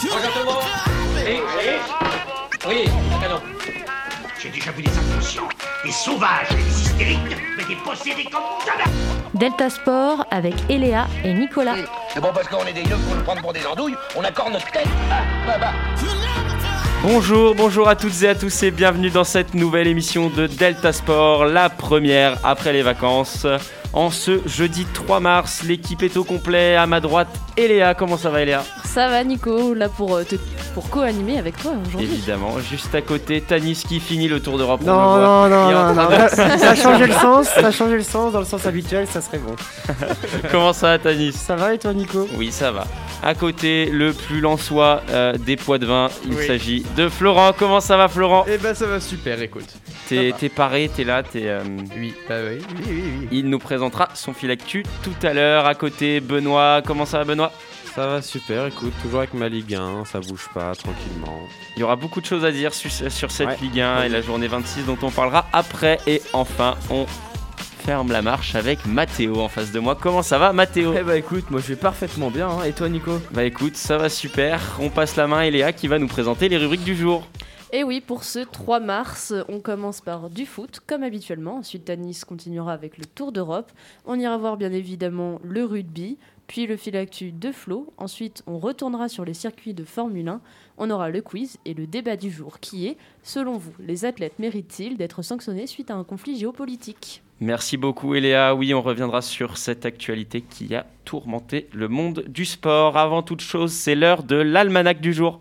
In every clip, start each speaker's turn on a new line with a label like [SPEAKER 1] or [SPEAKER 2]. [SPEAKER 1] Regarde-moi Hé, hé Oui, canon.
[SPEAKER 2] J'ai déjà vu des inconscients, des sauvages, et des hystériques, mais des possédés comme jamais
[SPEAKER 3] Delta Sport avec Eléa et Nicolas.
[SPEAKER 4] C'est bon parce qu'on est des yeux pour nous prendre pour des andouilles, on accorde notre tête. Ah, bah, bah.
[SPEAKER 5] Bonjour, bonjour à toutes et à tous et bienvenue dans cette nouvelle émission de Delta Sport, la première après les vacances. En ce jeudi 3 mars, l'équipe est au complet. À ma droite, Eléa. Comment ça va, Eléa
[SPEAKER 6] Ça va Nico, là pour, euh, te- pour co-animer avec toi aujourd'hui.
[SPEAKER 5] Évidemment. Juste à côté, Tanis qui finit le Tour d'Europe. on
[SPEAKER 7] Non,
[SPEAKER 5] le voit.
[SPEAKER 7] non,
[SPEAKER 5] Il est en
[SPEAKER 7] non, non,
[SPEAKER 5] train
[SPEAKER 7] non.
[SPEAKER 5] de-
[SPEAKER 7] Ça, ça a changé le sens, ça a changé le sens dans le sens habituel, ça serait bon.
[SPEAKER 5] Comment ça, va, Tanis
[SPEAKER 7] Ça va et toi, Nico
[SPEAKER 5] Oui, ça va. À côté, le plus lensois euh, des poids de vin, il
[SPEAKER 8] Oui.
[SPEAKER 5] s'agit de Florent. Comment ça va, Florent
[SPEAKER 8] Eh ben ça va super, écoute.
[SPEAKER 5] T'es
[SPEAKER 8] va.
[SPEAKER 5] t'es paré, t'es là, t'es. euh,
[SPEAKER 8] Oui, bah oui, oui, oui, oui.
[SPEAKER 5] Il nous présentera son fil actu tout à l'heure. À côté, Benoît. Comment ça va, Benoît
[SPEAKER 9] Ça va super, écoute, toujours avec ma Ligue 1, ça bouge pas tranquillement.
[SPEAKER 5] Il y aura beaucoup de choses à dire sur, sur cette
[SPEAKER 9] Ouais.
[SPEAKER 5] Ligue 1 et la journée 26 dont on parlera après. Et enfin, on ferme la marche avec Mathéo en face de moi. Comment ça va, Mathéo
[SPEAKER 10] Eh bah écoute, moi je vais parfaitement bien, hein. et toi Nico
[SPEAKER 5] Bah écoute, ça va super. On passe la main à Eléa qui va nous présenter les rubriques du jour.
[SPEAKER 6] Et oui, pour ce 3 mars, on commence par du foot, comme habituellement. Ensuite, Tanis continuera avec le Tour d'Europe. On ira voir bien évidemment le rugby, puis le fil actu de Flo. Ensuite, on retournera sur les circuits de Formule 1. On aura le quiz et le débat du jour qui est, selon vous, les athlètes méritent-ils d'être sanctionnés suite à un conflit géopolitique
[SPEAKER 5] Merci beaucoup Eléa. Oui, on reviendra sur cette actualité qui a tourmenté le monde du sport. Avant toute chose, c'est l'heure de l'almanach du jour.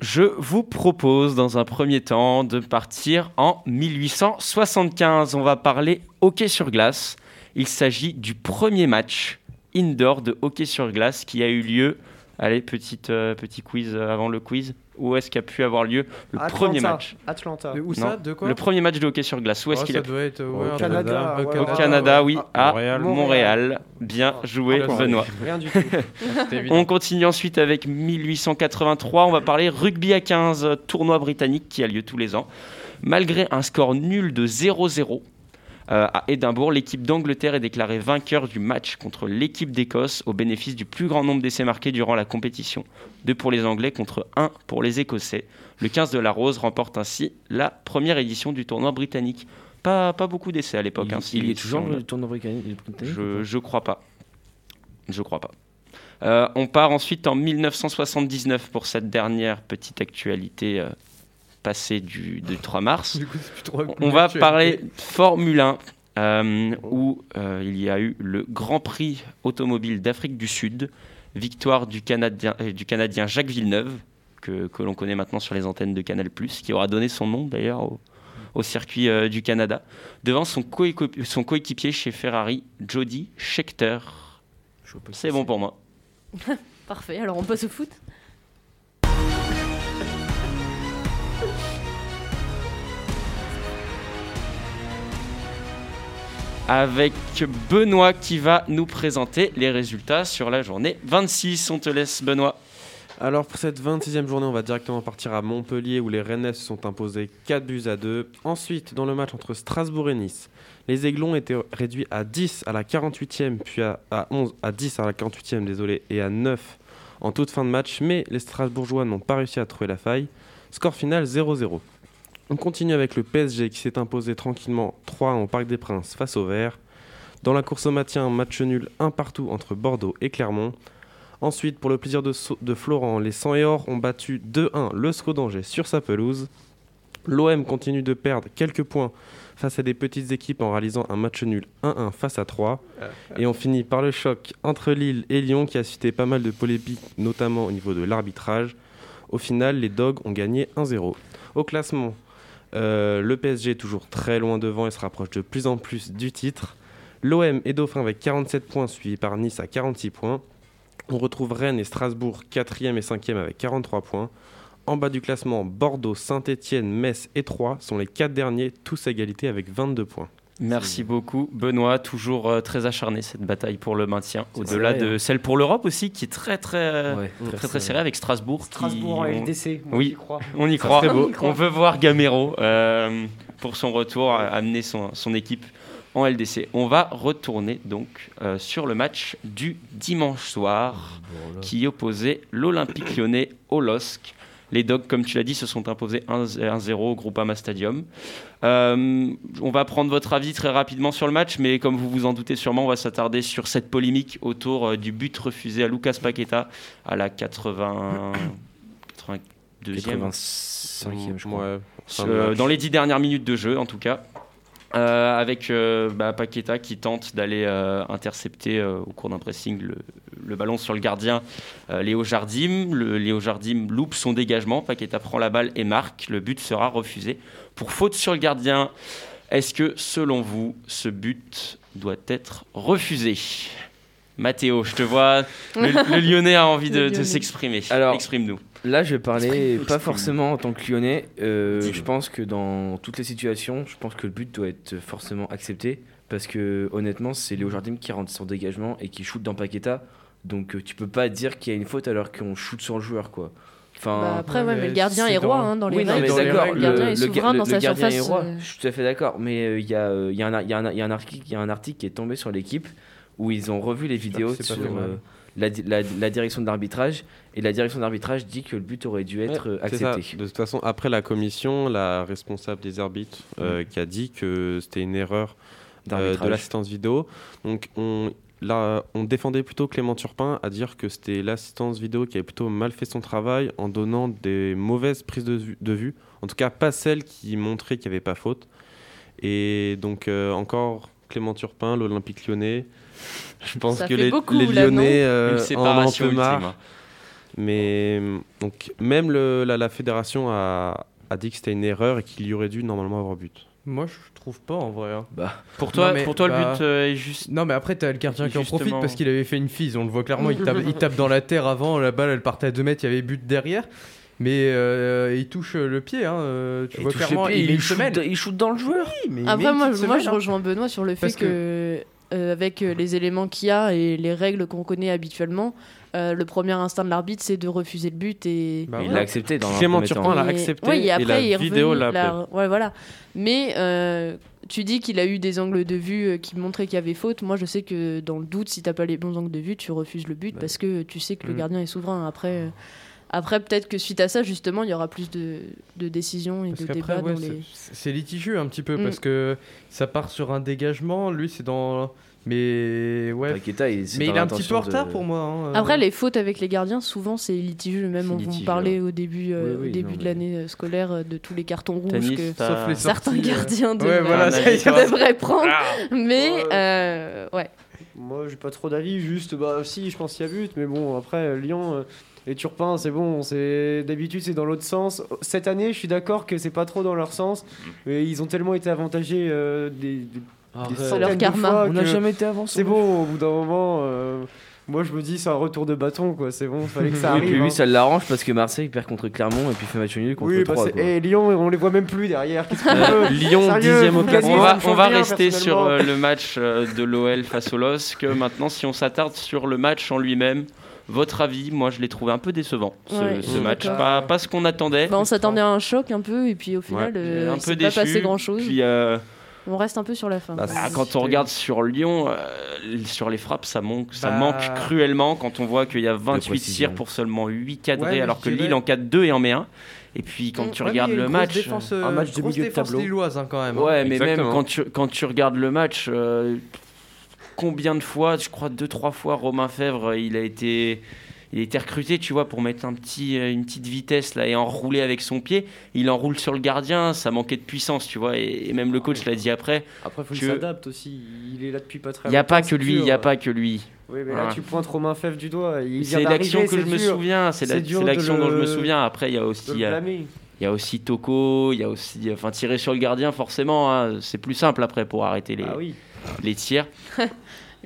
[SPEAKER 5] Je vous propose dans un premier temps de partir en 1875. On va parler hockey sur glace. Il s'agit du premier match indoor de hockey sur glace qui a eu lieu. Allez, petite, euh, petit quiz euh, avant le quiz. Où est-ce qu'a pu avoir lieu le
[SPEAKER 7] Atlanta,
[SPEAKER 5] premier match
[SPEAKER 7] Atlanta.
[SPEAKER 8] De où
[SPEAKER 5] Non.
[SPEAKER 8] ça De quoi
[SPEAKER 5] Le premier match de hockey sur glace. Où est-ce
[SPEAKER 8] Oh,
[SPEAKER 5] qu'il
[SPEAKER 8] ça
[SPEAKER 5] a
[SPEAKER 8] doit être
[SPEAKER 9] Au
[SPEAKER 8] ouais, un
[SPEAKER 7] Canada,
[SPEAKER 8] peu-
[SPEAKER 7] ouais,
[SPEAKER 5] Au
[SPEAKER 7] ouais,
[SPEAKER 5] Canada, oui,
[SPEAKER 7] Ah,
[SPEAKER 5] à
[SPEAKER 9] Montréal.
[SPEAKER 5] Montréal. Bien joué,
[SPEAKER 8] Ah,
[SPEAKER 5] Benoît.
[SPEAKER 7] Rien du tout.
[SPEAKER 8] C'était évident.
[SPEAKER 5] On continue ensuite avec 1883. On va parler rugby à 15, euh, tournoi britannique qui a lieu tous les ans. Malgré un score nul de 0-0 euh, à Édimbourg, l'équipe d'Angleterre est déclarée vainqueur du match contre l'équipe d'Écosse au bénéfice du plus grand nombre d'essais marqués durant la compétition. Deux pour les Anglais contre un pour les Écossais. Le 15 de la Rose remporte ainsi la première édition du tournoi britannique. Pas, pas beaucoup d'essais à l'époque. hein, si-
[SPEAKER 10] il, il est
[SPEAKER 5] si
[SPEAKER 10] toujours
[SPEAKER 5] on-
[SPEAKER 10] le tournoi britannique le britannique
[SPEAKER 5] je, je crois pas. Je crois pas. Euh, on part ensuite en 1979 pour cette dernière petite actualité euh, passée du, du 3 mars.
[SPEAKER 8] Du coup, c'est plus trop
[SPEAKER 5] On va parler Formule 1, euh, où euh, il y a eu le Grand Prix automobile d'Afrique du Sud, victoire du Canadien, euh, du Canadien Jacques Villeneuve, que, que l'on connaît maintenant sur les antennes de Canal ⁇ qui aura donné son nom d'ailleurs au, au circuit euh, du Canada, devant son coéquipier, son coéquipier chez Ferrari, Jody Scheckter.
[SPEAKER 10] Je vois pas qui
[SPEAKER 5] C'est bon pour moi.
[SPEAKER 6] Parfait, alors on passe au foot.
[SPEAKER 5] avec Benoît qui va nous présenter les résultats sur la journée 26. On te laisse Benoît.
[SPEAKER 9] Alors pour cette 26e journée, on va directement partir à Montpellier où les Rennais se sont imposés 4 buts à 2. Ensuite, dans le match entre Strasbourg et Nice, les Aiglons étaient réduits à 10 à la 48e, puis à, à 11 à 10 à la 48e, désolé, et à 9 en toute fin de match, mais les Strasbourgeois n'ont pas réussi à trouver la faille. Score final 0-0. On continue avec le PSG qui s'est imposé tranquillement 3 au Parc des Princes face aux Verts. Dans la course au maintien, match nul un partout entre Bordeaux et Clermont. Ensuite, pour le plaisir de, So- de Florent, les 100 et or ont battu 2-1 le SCO d'Angers sur sa pelouse. L'OM continue de perdre quelques points face à des petites équipes en réalisant un match nul 1-1 face à 3. Et on finit par le choc entre Lille et Lyon qui a suscité pas mal de polémiques, notamment au niveau de l'arbitrage. Au final, les Dogs ont gagné 1-0. Au classement, euh, le PSG est toujours très loin devant et se rapproche de plus en plus du titre. L'OM est dauphin avec 47 points, suivi par Nice à 46 points. On retrouve Rennes et Strasbourg 4e et 5e avec 43 points. En bas du classement, Bordeaux, Saint-Etienne, Metz et Troyes sont les 4 derniers, tous à égalité avec 22 points.
[SPEAKER 5] Merci beaucoup, Benoît. Toujours euh, très acharné cette bataille pour le maintien.
[SPEAKER 10] C'est
[SPEAKER 5] Au-delà
[SPEAKER 10] vrai,
[SPEAKER 5] de celle pour l'Europe aussi, qui est très très euh,
[SPEAKER 10] Ouais,
[SPEAKER 5] très, très serrée avec Strasbourg. qui-
[SPEAKER 7] Strasbourg et
[SPEAKER 5] on-
[SPEAKER 7] LDC.
[SPEAKER 5] Oui.
[SPEAKER 7] j'y crois.
[SPEAKER 5] On y
[SPEAKER 7] Ça
[SPEAKER 5] croit.
[SPEAKER 7] serait beau.
[SPEAKER 5] On y croit. On veut voir Gamero euh, pour son retour euh, amener son, son équipe en LDC. On va retourner donc euh, sur le match du dimanche soir qui opposait l'Olympique lyonnais au LOSC. Les Dogs, comme tu l'as dit, se sont imposés 1-0 1-0 au Groupama Stadium. Euh, on va prendre votre avis très rapidement sur le match, mais comme vous vous en doutez sûrement, on va s'attarder sur cette polémique autour euh, du but refusé à Lucas Paqueta à la 80... 82e,
[SPEAKER 10] 85e, je crois.
[SPEAKER 9] Ouais. Enfin,
[SPEAKER 5] euh,
[SPEAKER 9] match.
[SPEAKER 5] dans les dix dernières minutes de jeu, en tout cas. Euh, avec euh, bah, Paqueta qui tente d'aller euh, intercepter euh, au cours d'un pressing le, le ballon sur le gardien euh, Léo Jardim. Le- Léo Jardim loupe son dégagement. Paqueta prend la balle et marque. Le but sera refusé pour faute sur le gardien. Est-ce que, selon vous, ce but doit être refusé Mathéo, je te vois. Le, le Lyonnais a envie
[SPEAKER 6] Le
[SPEAKER 5] de, de
[SPEAKER 6] Lyonnais.
[SPEAKER 5] s'exprimer.
[SPEAKER 10] Alors,
[SPEAKER 5] Exprime-nous.
[SPEAKER 10] Là, je vais parler
[SPEAKER 5] Exprime-
[SPEAKER 10] pas
[SPEAKER 5] exprime.
[SPEAKER 10] forcément en tant que lyonnais. euh, je pense que dans toutes les situations, je pense que le but doit être forcément accepté. Parce que honnêtement, c'est Léo Jardim qui rentre son dégagement et qui shoot dans Paqueta. Donc euh, tu peux pas dire qu'il y a une faute alors qu'on shoot sur le joueur, quoi. Enfin,
[SPEAKER 6] Bah, après,
[SPEAKER 8] ouais,
[SPEAKER 6] ouais, mais
[SPEAKER 8] mais
[SPEAKER 6] le gardien
[SPEAKER 8] c'est
[SPEAKER 6] est roi
[SPEAKER 8] dans-
[SPEAKER 6] hein, dans les
[SPEAKER 10] oui, non,
[SPEAKER 6] règles.
[SPEAKER 10] mais
[SPEAKER 8] dans les
[SPEAKER 10] d'accord,
[SPEAKER 8] règles,
[SPEAKER 6] le
[SPEAKER 9] euh,
[SPEAKER 6] gardien est
[SPEAKER 10] le ga-
[SPEAKER 6] souverain
[SPEAKER 10] le-
[SPEAKER 6] dans
[SPEAKER 10] le
[SPEAKER 6] sa
[SPEAKER 10] gardien
[SPEAKER 6] surface.
[SPEAKER 10] est roi,
[SPEAKER 6] euh,
[SPEAKER 10] Je suis tout à fait d'accord, mais euh, il y, a, euh, il y, a un ar- il y a un ar- il y a un article- il y a un article qui est tombé sur l'équipe où ils ont revu les vidéos
[SPEAKER 9] Ah, c'est pas
[SPEAKER 10] sur
[SPEAKER 9] fait mal.
[SPEAKER 10] euh, la, di- la- la direction de l'arbitrage et la direction de l'arbitrage dit que le but aurait dû être euh,
[SPEAKER 9] Ouais, c'est ça.
[SPEAKER 10] accepté.
[SPEAKER 9] De toute façon, après la commission, la responsable des arbitres euh, qui a dit que c'était une erreur euh, de
[SPEAKER 10] d'arbitrage.
[SPEAKER 9] l'assistance vidéo. Donc on, là, on défendait plutôt Clément Turpin à dire que c'était l'assistance vidéo qui avait plutôt mal fait son travail en donnant des mauvaises prises de vue, de vue. en tout cas pas celles qui montraient qu'il n'y avait pas faute. Et donc euh, encore Clément Turpin, l'Olympique lyonnais. Je pense
[SPEAKER 6] Ça
[SPEAKER 9] que
[SPEAKER 6] fait
[SPEAKER 9] les,
[SPEAKER 6] beaucoup,
[SPEAKER 9] les
[SPEAKER 6] là, non
[SPEAKER 9] Lyonnais
[SPEAKER 5] Une
[SPEAKER 9] euh, en ont un
[SPEAKER 5] séparation
[SPEAKER 9] peu
[SPEAKER 5] ultime.
[SPEAKER 9] marre.
[SPEAKER 5] hein.
[SPEAKER 9] Mais euh, donc même le- la, la fédération a, a dit que c'était une erreur et qu'il y aurait dû normalement avoir but.
[SPEAKER 8] Moi, je trouve pas en vrai. hein.
[SPEAKER 5] Pour toi,
[SPEAKER 8] Non, mais
[SPEAKER 5] pour toi le
[SPEAKER 8] bah-
[SPEAKER 5] but euh, est juste.
[SPEAKER 8] Non, mais après, t'as le gardien qui en
[SPEAKER 5] Justement.
[SPEAKER 8] profite parce qu'il avait fait une fise. On le voit clairement, il tape, il tape dans la terre avant, la balle elle partait à 2 mètres, il y avait but derrière. Mais euh, il touche euh, le pied, hein, euh, tu
[SPEAKER 10] Il
[SPEAKER 8] vois
[SPEAKER 10] touche le
[SPEAKER 8] clairement,
[SPEAKER 10] pied,
[SPEAKER 8] il, met
[SPEAKER 10] il
[SPEAKER 8] une
[SPEAKER 10] shoot-
[SPEAKER 8] semaine.
[SPEAKER 10] il shoot dans le joueur.
[SPEAKER 8] Oui, mais il met
[SPEAKER 6] Après,
[SPEAKER 8] une
[SPEAKER 6] moi,
[SPEAKER 8] petite
[SPEAKER 6] je- moi,
[SPEAKER 8] semaine,
[SPEAKER 6] je
[SPEAKER 8] hein.
[SPEAKER 6] rejoins Benoît sur le fait
[SPEAKER 8] Parce
[SPEAKER 6] que, euh, avec euh, les éléments qu'il y a et les règles qu'on connaît habituellement, euh, le premier instinct de l'arbitre, c'est de refuser le but et.
[SPEAKER 8] Bah
[SPEAKER 10] Ah, Il
[SPEAKER 8] ouais.
[SPEAKER 10] l'a accepté dans un
[SPEAKER 9] Clément
[SPEAKER 10] premier temps.
[SPEAKER 9] Turpin l'a
[SPEAKER 6] Mais-
[SPEAKER 9] accepté
[SPEAKER 6] oui, et
[SPEAKER 9] et
[SPEAKER 6] après,
[SPEAKER 9] la
[SPEAKER 6] il est
[SPEAKER 9] vidéo
[SPEAKER 6] revenu,
[SPEAKER 9] l'a
[SPEAKER 6] la-
[SPEAKER 9] appelé.
[SPEAKER 6] ouais, voilà. Mais euh, tu dis qu'il a eu des angles de vue euh, qui montraient qu'il y avait faute. Moi, je sais que dans le doute, si t'as pas les bons angles de vue, tu refuses le but parce que tu sais que le
[SPEAKER 8] Mm.
[SPEAKER 6] gardien est souverain. Après, euh, après peut-être que suite à ça, justement, il y aura plus de, de décisions et
[SPEAKER 8] Parce
[SPEAKER 6] de
[SPEAKER 8] qu'après,
[SPEAKER 6] débats
[SPEAKER 8] ouais,
[SPEAKER 6] dans
[SPEAKER 8] c'est-
[SPEAKER 6] les.
[SPEAKER 8] c'est c'est litigieux un petit peu
[SPEAKER 6] Mm.
[SPEAKER 8] parce que ça part sur un dégagement. Lui, c'est dans. Mais ouais.
[SPEAKER 10] Paqueta, il, c'est
[SPEAKER 8] Mais
[SPEAKER 10] dans
[SPEAKER 8] il est un petit peu
[SPEAKER 10] l'intention
[SPEAKER 8] en retard
[SPEAKER 10] de-
[SPEAKER 8] pour moi. hein.
[SPEAKER 6] Après, les fautes avec les gardiens, souvent, c'est litigieux. Même,
[SPEAKER 10] C'est
[SPEAKER 6] on vous
[SPEAKER 10] litigieux,
[SPEAKER 6] parlait au début, euh,
[SPEAKER 10] Oui, oui,
[SPEAKER 6] au début
[SPEAKER 10] non,
[SPEAKER 6] de
[SPEAKER 10] mais-
[SPEAKER 6] l'année euh, scolaire euh, de tous les cartons rouges
[SPEAKER 5] Tanis,
[SPEAKER 6] que
[SPEAKER 5] t'as-
[SPEAKER 8] Sauf les
[SPEAKER 6] certains
[SPEAKER 8] sorties, euh,
[SPEAKER 6] gardiens
[SPEAKER 8] ouais,
[SPEAKER 6] devraient,
[SPEAKER 8] voilà, ça y est.
[SPEAKER 6] devraient prendre. Mais,
[SPEAKER 7] Ouais.
[SPEAKER 6] euh, ouais.
[SPEAKER 7] Moi, j'ai pas trop d'avis. Juste, bah, si, je pense qu'il y a but. Mais bon, après, euh, Lyon euh, et Turpin, c'est bon. c'est D'habitude, c'est dans l'autre sens. Cette année, je suis d'accord que c'est pas trop dans leur sens.
[SPEAKER 5] Mm.
[SPEAKER 7] Mais ils ont tellement été avantagés euh, des, des- des
[SPEAKER 6] leur
[SPEAKER 7] centaines de
[SPEAKER 6] karma.
[SPEAKER 7] fois
[SPEAKER 10] On n'a
[SPEAKER 7] que
[SPEAKER 10] jamais été avant.
[SPEAKER 7] C'est bon, au bout d'un moment. euh, moi, je me dis, c'est un retour de bâton, quoi. C'est bon, fallait que ça
[SPEAKER 10] Oui,
[SPEAKER 7] arrive.
[SPEAKER 10] puis
[SPEAKER 7] hein.
[SPEAKER 10] lui, ça l'arrange parce que Marseille perd contre Clermont et puis fait match nul contre
[SPEAKER 7] Oui, bah,
[SPEAKER 10] 3.
[SPEAKER 7] c'est- et Lyon, on les voit même plus derrière. Qu'est-ce qu'on
[SPEAKER 5] Euh,
[SPEAKER 7] veut
[SPEAKER 9] Lyon,
[SPEAKER 7] Sérieux,
[SPEAKER 9] dixième
[SPEAKER 7] vous
[SPEAKER 9] occasion.
[SPEAKER 7] gagnez,
[SPEAKER 5] On va,
[SPEAKER 7] ça me
[SPEAKER 5] on
[SPEAKER 7] change
[SPEAKER 5] va
[SPEAKER 7] rien,
[SPEAKER 5] rester sur
[SPEAKER 7] personnellement.
[SPEAKER 5] euh, le match euh, de l'OL face au LOSC. Maintenant, si on s'attarde sur le match en lui-même, votre avis, moi je l'ai trouvé un peu décevant ce,
[SPEAKER 6] Ouais, je
[SPEAKER 5] ce
[SPEAKER 6] suis
[SPEAKER 5] match.
[SPEAKER 6] d'accord.
[SPEAKER 5] Pas, pas ce qu'on attendait.
[SPEAKER 6] Bah, on s'attendait à un choc un peu, et puis au final,
[SPEAKER 5] J'ai
[SPEAKER 6] euh,
[SPEAKER 5] un
[SPEAKER 6] il
[SPEAKER 5] peu
[SPEAKER 6] s'est
[SPEAKER 5] déçu.
[SPEAKER 6] pas passé grand-chose.
[SPEAKER 5] Puis, euh,
[SPEAKER 6] On reste un peu sur la fin.
[SPEAKER 9] Bah,
[SPEAKER 6] quand
[SPEAKER 5] ah,
[SPEAKER 6] même.
[SPEAKER 5] quand on regarde sur Lyon, euh, sur les frappes, ça, manque, ça
[SPEAKER 8] Bah.
[SPEAKER 5] manque cruellement quand on voit qu'il y a 28
[SPEAKER 10] précision.
[SPEAKER 5] tirs pour seulement 8 cadrés,
[SPEAKER 8] Ouais, mais
[SPEAKER 5] alors
[SPEAKER 8] je
[SPEAKER 5] que
[SPEAKER 8] dirais-
[SPEAKER 5] Lille en 4-2 et en met 1. Et puis quand
[SPEAKER 8] Ouais,
[SPEAKER 5] tu
[SPEAKER 8] mais
[SPEAKER 5] regardes
[SPEAKER 8] il y a
[SPEAKER 5] le
[SPEAKER 8] une
[SPEAKER 5] match.
[SPEAKER 8] grosse défense, euh,
[SPEAKER 7] Mm. un match de
[SPEAKER 8] grosse
[SPEAKER 7] milieu de
[SPEAKER 8] défense
[SPEAKER 7] tableau.
[SPEAKER 8] lilloise hein, quand même. hein.
[SPEAKER 5] Ouais, mais
[SPEAKER 9] Exactement.
[SPEAKER 5] même quand tu, quand tu regardes le match, euh, combien de fois, je crois deux, trois fois, Romain Fèvre, euh, il a été, il a été recruté, tu vois, pour mettre un petit, euh, une petite vitesse là et enrouler avec son pied. Il enroule sur le gardien, ça manquait de puissance, tu vois, et, et même le coach l'a dit après.
[SPEAKER 7] Après, faut
[SPEAKER 5] que-
[SPEAKER 7] qu'il s'adapte aussi. Il est là depuis pas très
[SPEAKER 5] Il n'y a pas
[SPEAKER 7] longtemps,
[SPEAKER 5] que
[SPEAKER 7] Ah, c'est
[SPEAKER 5] lui, il
[SPEAKER 7] dur.
[SPEAKER 5] n'y a pas que lui.
[SPEAKER 7] Oui, mais là,
[SPEAKER 5] Ouais.
[SPEAKER 7] tu pointes Romain Fèvre du doigt. Il vient
[SPEAKER 5] C'est l'action
[SPEAKER 7] d'arriver,
[SPEAKER 5] que je
[SPEAKER 7] c'est
[SPEAKER 5] me
[SPEAKER 7] dur
[SPEAKER 5] souviens, c'est la-
[SPEAKER 7] C'est
[SPEAKER 5] c'est
[SPEAKER 7] dur de
[SPEAKER 5] l'action dont je me
[SPEAKER 7] le-
[SPEAKER 5] souviens. Après, il y a
[SPEAKER 7] de le
[SPEAKER 5] aussi. euh,
[SPEAKER 7] blâmer.
[SPEAKER 5] Il y a aussi Toko, il y a aussi. Enfin, tirer sur le gardien, forcément, hein, c'est plus simple après pour arrêter les,
[SPEAKER 7] Ah oui.
[SPEAKER 5] les tirs.
[SPEAKER 6] Évidemment.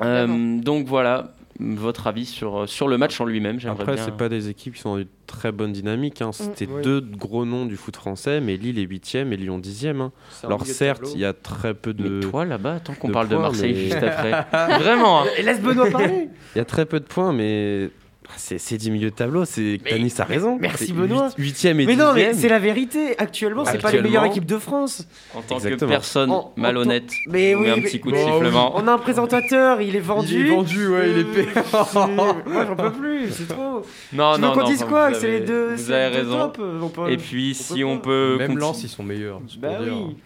[SPEAKER 5] Euh, donc voilà, votre avis sur, euh, sur le match en lui-même. J'aimerais
[SPEAKER 9] Après,
[SPEAKER 5] bien-
[SPEAKER 9] c'est pas des équipes qui sont dans une très bonne dynamique. hein. C'était
[SPEAKER 7] Oui.
[SPEAKER 9] deux gros noms du foot français, mais Lille est 8ème et Lyon 10ème. hein. Alors, certes, il y a très peu
[SPEAKER 5] Mais
[SPEAKER 9] de.
[SPEAKER 5] toi là-bas, tant qu'on
[SPEAKER 9] de
[SPEAKER 5] parle de
[SPEAKER 9] points,
[SPEAKER 5] Marseille
[SPEAKER 9] mais-
[SPEAKER 5] juste après. Vraiment, hein.
[SPEAKER 7] Laisse Benoît parler
[SPEAKER 9] Il y a très peu de points, mais ah, c'est c'est du milieu de tableau. C'est Tanis a raison.
[SPEAKER 7] Merci, Benoît.
[SPEAKER 9] 8 et
[SPEAKER 7] Mais non, mais
[SPEAKER 9] dixième.
[SPEAKER 7] c'est la vérité. Actuellement, c'est pas les
[SPEAKER 9] Actuellement.
[SPEAKER 7] meilleures équipes de France.
[SPEAKER 5] en tant
[SPEAKER 9] Exactement.
[SPEAKER 5] que personne
[SPEAKER 7] En- en
[SPEAKER 5] malhonnête,
[SPEAKER 7] Mais
[SPEAKER 5] on
[SPEAKER 7] oui,
[SPEAKER 5] met un
[SPEAKER 7] mais-
[SPEAKER 5] petit coup de
[SPEAKER 8] Bon, oui.
[SPEAKER 5] sifflement.
[SPEAKER 7] on a un présentateur, il est vendu.
[SPEAKER 8] Il est vendu, ouais, il est
[SPEAKER 7] Euh,
[SPEAKER 8] payé.
[SPEAKER 7] c'est- Moi, j'en peux plus, c'est trop.
[SPEAKER 5] Non,
[SPEAKER 7] tu veux
[SPEAKER 5] Oh non,
[SPEAKER 7] qu'on
[SPEAKER 5] non,
[SPEAKER 7] dise
[SPEAKER 5] vous
[SPEAKER 7] quoi Que
[SPEAKER 5] avez-
[SPEAKER 7] c'est les deux,
[SPEAKER 5] Vous
[SPEAKER 7] c'est
[SPEAKER 5] avez
[SPEAKER 7] les deux
[SPEAKER 5] raison.
[SPEAKER 7] tops, euh, on peut-
[SPEAKER 5] Et puis, si
[SPEAKER 7] peut
[SPEAKER 5] on
[SPEAKER 7] pas.
[SPEAKER 5] peut.
[SPEAKER 8] Même
[SPEAKER 5] conti-
[SPEAKER 8] Lens, ils sont meilleurs. hein, c'est
[SPEAKER 7] Bah
[SPEAKER 8] pour dire.
[SPEAKER 7] oui.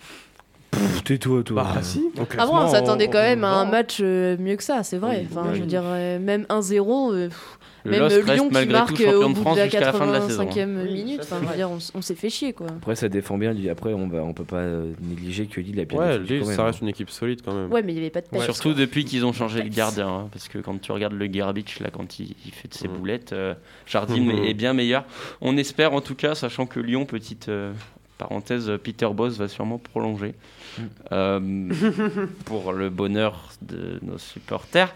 [SPEAKER 10] Tais-toi, toi.
[SPEAKER 8] Bah si.
[SPEAKER 6] Ah bon, on s'attendait quand même à un match euh, mieux que ça, c'est vrai. Enfin, je veux dire, euh, même 1-0, euh, pff,
[SPEAKER 5] Le
[SPEAKER 6] même
[SPEAKER 5] Lost
[SPEAKER 6] euh,
[SPEAKER 5] reste
[SPEAKER 6] Lyon qui
[SPEAKER 5] malgré
[SPEAKER 6] marque
[SPEAKER 5] tout
[SPEAKER 6] euh,
[SPEAKER 5] champion
[SPEAKER 6] au
[SPEAKER 5] de
[SPEAKER 6] bout
[SPEAKER 5] France
[SPEAKER 6] de la
[SPEAKER 5] jusqu'à la fin de la saison. hein.
[SPEAKER 6] 85e
[SPEAKER 7] Oui,
[SPEAKER 6] minute,
[SPEAKER 7] ça, c'est
[SPEAKER 6] enfin, je veux
[SPEAKER 7] vrai.
[SPEAKER 6] dire, on, s- on s'est fait chier quoi.
[SPEAKER 10] Après, ça défend bien Lille. Après, on, va, on peut pas euh, négliger que Lille a bien
[SPEAKER 9] Ouais,
[SPEAKER 10] défendu
[SPEAKER 9] Lille,
[SPEAKER 10] quand même,
[SPEAKER 9] ça
[SPEAKER 10] hein.
[SPEAKER 9] reste une équipe solide quand même.
[SPEAKER 6] Ouais, mais il n'y avait pas de tête.
[SPEAKER 5] Surtout depuis qu'ils ont changé le gardien. hein, parce que quand tu regardes le Garbage, là, quand il, il fait de ses
[SPEAKER 9] Mm.
[SPEAKER 5] boulettes, euh, Jardim
[SPEAKER 9] Mhm.
[SPEAKER 5] est, est bien meilleur. On espère en tout cas, sachant que Lyon, petite euh, parenthèse, Peter Boss va sûrement prolonger. Euh, pour le bonheur de nos supporters.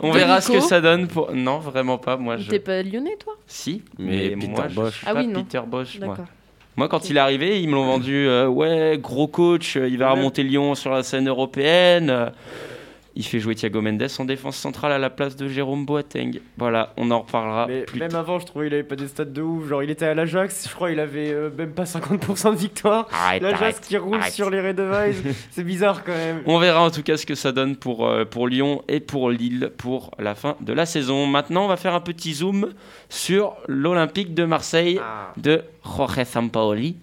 [SPEAKER 5] On
[SPEAKER 6] De
[SPEAKER 5] verra ce que
[SPEAKER 6] Nico.
[SPEAKER 5] ça donne. Pour... Non, vraiment pas. Moi, je...
[SPEAKER 6] T'es pas lyonnais toi
[SPEAKER 5] Si,
[SPEAKER 9] Mais
[SPEAKER 5] mais,
[SPEAKER 9] Peter
[SPEAKER 5] moi, je
[SPEAKER 9] Bosch.
[SPEAKER 5] suis
[SPEAKER 6] Ah
[SPEAKER 5] pas
[SPEAKER 6] oui, non.
[SPEAKER 5] Peter Bosch. Moi.
[SPEAKER 6] D'accord.
[SPEAKER 5] Moi, quand il est arrivé, ils me l'ont vendu. euh, ouais, gros coach, euh, il va remonter Lyon sur la scène européenne. euh, il fait jouer Thiago Mendes en défense centrale à la place de Jérôme Boateng. Voilà, on en reparlera
[SPEAKER 7] Mais
[SPEAKER 5] plus
[SPEAKER 7] même
[SPEAKER 5] tard.
[SPEAKER 7] avant, je trouvais qu'il avait pas des stats de ouf. Genre, il était à l'Ajax, je crois, il avait euh, même pas 50% de victoire.
[SPEAKER 5] Arrête,
[SPEAKER 7] L'Ajax
[SPEAKER 5] arrête.
[SPEAKER 7] qui roule
[SPEAKER 5] arrête.
[SPEAKER 7] sur les Red Devils, c'est bizarre quand même.
[SPEAKER 5] On verra en tout cas ce que ça donne pour, euh, pour Lyon et pour Lille pour la fin de la saison. Maintenant, on va faire un petit zoom sur l'Olympique de Marseille de Jorge Sampaoli.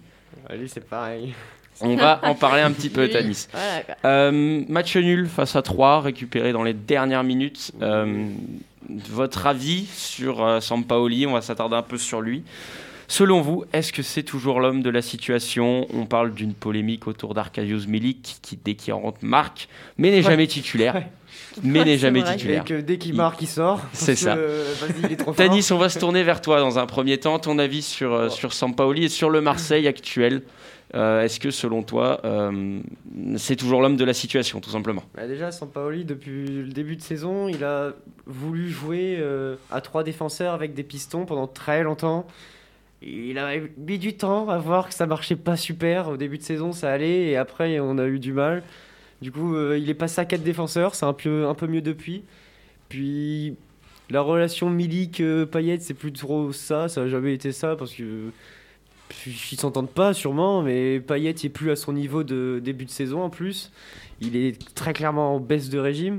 [SPEAKER 7] Ah, Allez, c'est pareil.
[SPEAKER 5] On va en parler un petit peu,
[SPEAKER 6] Oui.
[SPEAKER 5] Tanis.
[SPEAKER 6] Voilà, quoi.
[SPEAKER 5] Euh, match nul face à 3, récupéré dans les dernières minutes. Euh, votre avis sur euh, Sampaoli On va s'attarder un peu sur lui. Selon vous, est-ce que c'est toujours l'homme de la situation On parle d'une polémique autour d'Arcadius Milik, qui dès qu'il rentre marque, mais n'est
[SPEAKER 7] Ouais.
[SPEAKER 5] jamais titulaire. Mais
[SPEAKER 6] Ouais,
[SPEAKER 5] n'est
[SPEAKER 6] c'est
[SPEAKER 5] jamais
[SPEAKER 6] vrai.
[SPEAKER 5] titulaire.
[SPEAKER 7] Et que euh, dès qu'il
[SPEAKER 5] Il-
[SPEAKER 7] marque, il sort.
[SPEAKER 5] C'est
[SPEAKER 7] Parce que,
[SPEAKER 5] ça.
[SPEAKER 7] euh, Vas-y, il est trop fort.
[SPEAKER 5] Tanis, on va se tourner vers toi dans un premier temps. Ton avis sur, euh, sur Sampaoli et sur le Marseille actuel Euh, Est-ce que selon toi, euh, c'est toujours l'homme de la situation, tout simplement
[SPEAKER 7] Bah déjà, Sampaoli, depuis le début de saison, il a voulu jouer euh, à trois défenseurs avec des pistons pendant très longtemps. Il a mis du temps à voir que ça marchait pas super. Au début de saison, ça allait et après, on a eu du mal. Du coup, euh, il est passé à quatre défenseurs, c'est un peu, un peu mieux depuis. Puis, la relation Milik-Payet, c'est plus trop ça, ça n'a jamais été ça parce que. Puis, Ils s'entendent pas sûrement, mais Payet est plus à son niveau de début de saison en plus. Il est très clairement en baisse de régime.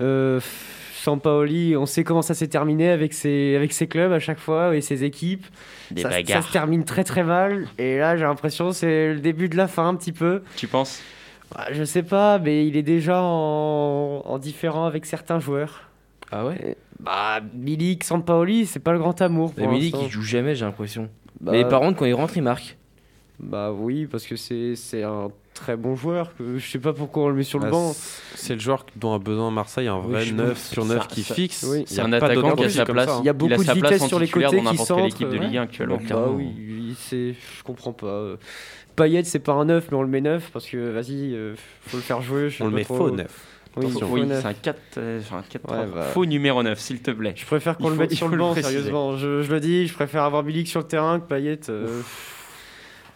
[SPEAKER 7] Euh, Sampaoli, on sait comment ça s'est terminé avec ses, avec ses clubs à chaque fois et ses équipes.
[SPEAKER 5] Des
[SPEAKER 7] ça, ça se termine très très mal. Et là, j'ai l'impression que c'est le début de la fin un petit peu.
[SPEAKER 5] Tu penses
[SPEAKER 7] Bah, Je sais pas, mais il est déjà en, en différent avec certains joueurs.
[SPEAKER 10] Ah ouais
[SPEAKER 7] Bah, Milik, Sampaoli, c'est pas le grand amour. Pour
[SPEAKER 10] Mais Milik,
[SPEAKER 7] l'instant.
[SPEAKER 10] il joue jamais, j'ai l'impression.
[SPEAKER 7] Bah,
[SPEAKER 10] Mais par contre, quand il rentre, il marque.
[SPEAKER 7] Bah oui, parce que c'est c'est un très bon joueur. Que je sais pas pourquoi on le met sur le
[SPEAKER 9] Ah,
[SPEAKER 7] banc.
[SPEAKER 9] c'est- C'est le joueur dont a besoin Marseille, un vrai
[SPEAKER 5] je
[SPEAKER 9] 9
[SPEAKER 5] pense.
[SPEAKER 9] sur 9
[SPEAKER 5] Ça-
[SPEAKER 9] qui
[SPEAKER 5] ça-
[SPEAKER 9] fixe.
[SPEAKER 7] oui.
[SPEAKER 5] C'est un
[SPEAKER 9] pas d'autre
[SPEAKER 5] attaquant qui a
[SPEAKER 9] profil
[SPEAKER 5] sa
[SPEAKER 9] comme
[SPEAKER 5] place.
[SPEAKER 9] ça, hein.
[SPEAKER 7] Il y
[SPEAKER 5] il
[SPEAKER 7] a
[SPEAKER 5] a
[SPEAKER 7] beaucoup
[SPEAKER 5] sa
[SPEAKER 7] de
[SPEAKER 5] place
[SPEAKER 7] vitesse
[SPEAKER 5] en
[SPEAKER 7] sur les
[SPEAKER 5] titulaire
[SPEAKER 7] côtés
[SPEAKER 5] dans
[SPEAKER 7] qui
[SPEAKER 5] n'importe quelle
[SPEAKER 7] centre.
[SPEAKER 5] équipe de Ligue 1 actuellement.
[SPEAKER 7] Bah
[SPEAKER 5] clairement.
[SPEAKER 7] oui, il- c'est je comprends pas. euh. Payet c'est pas un neuf mais on le met neuf parce que vas-y euh, faut le faire jouer. je sais
[SPEAKER 9] On le
[SPEAKER 7] pas
[SPEAKER 9] met
[SPEAKER 7] trop.
[SPEAKER 9] faux 9.
[SPEAKER 7] Oui,
[SPEAKER 5] Attention.
[SPEAKER 7] faux
[SPEAKER 5] Oui,
[SPEAKER 7] neuf.
[SPEAKER 5] c'est un 4, un quatre,
[SPEAKER 7] Ouais,
[SPEAKER 5] trois.
[SPEAKER 7] bah.
[SPEAKER 5] faux numéro 9, s'il te plaît.
[SPEAKER 7] Je préfère qu'on
[SPEAKER 5] Il
[SPEAKER 7] le
[SPEAKER 5] faut-
[SPEAKER 7] mette
[SPEAKER 5] il
[SPEAKER 7] sur
[SPEAKER 5] faut
[SPEAKER 7] le
[SPEAKER 5] le
[SPEAKER 7] banc
[SPEAKER 5] préciser.
[SPEAKER 7] sérieusement. Je, je le dis, je préfère avoir Milik sur le terrain que Payet. euh,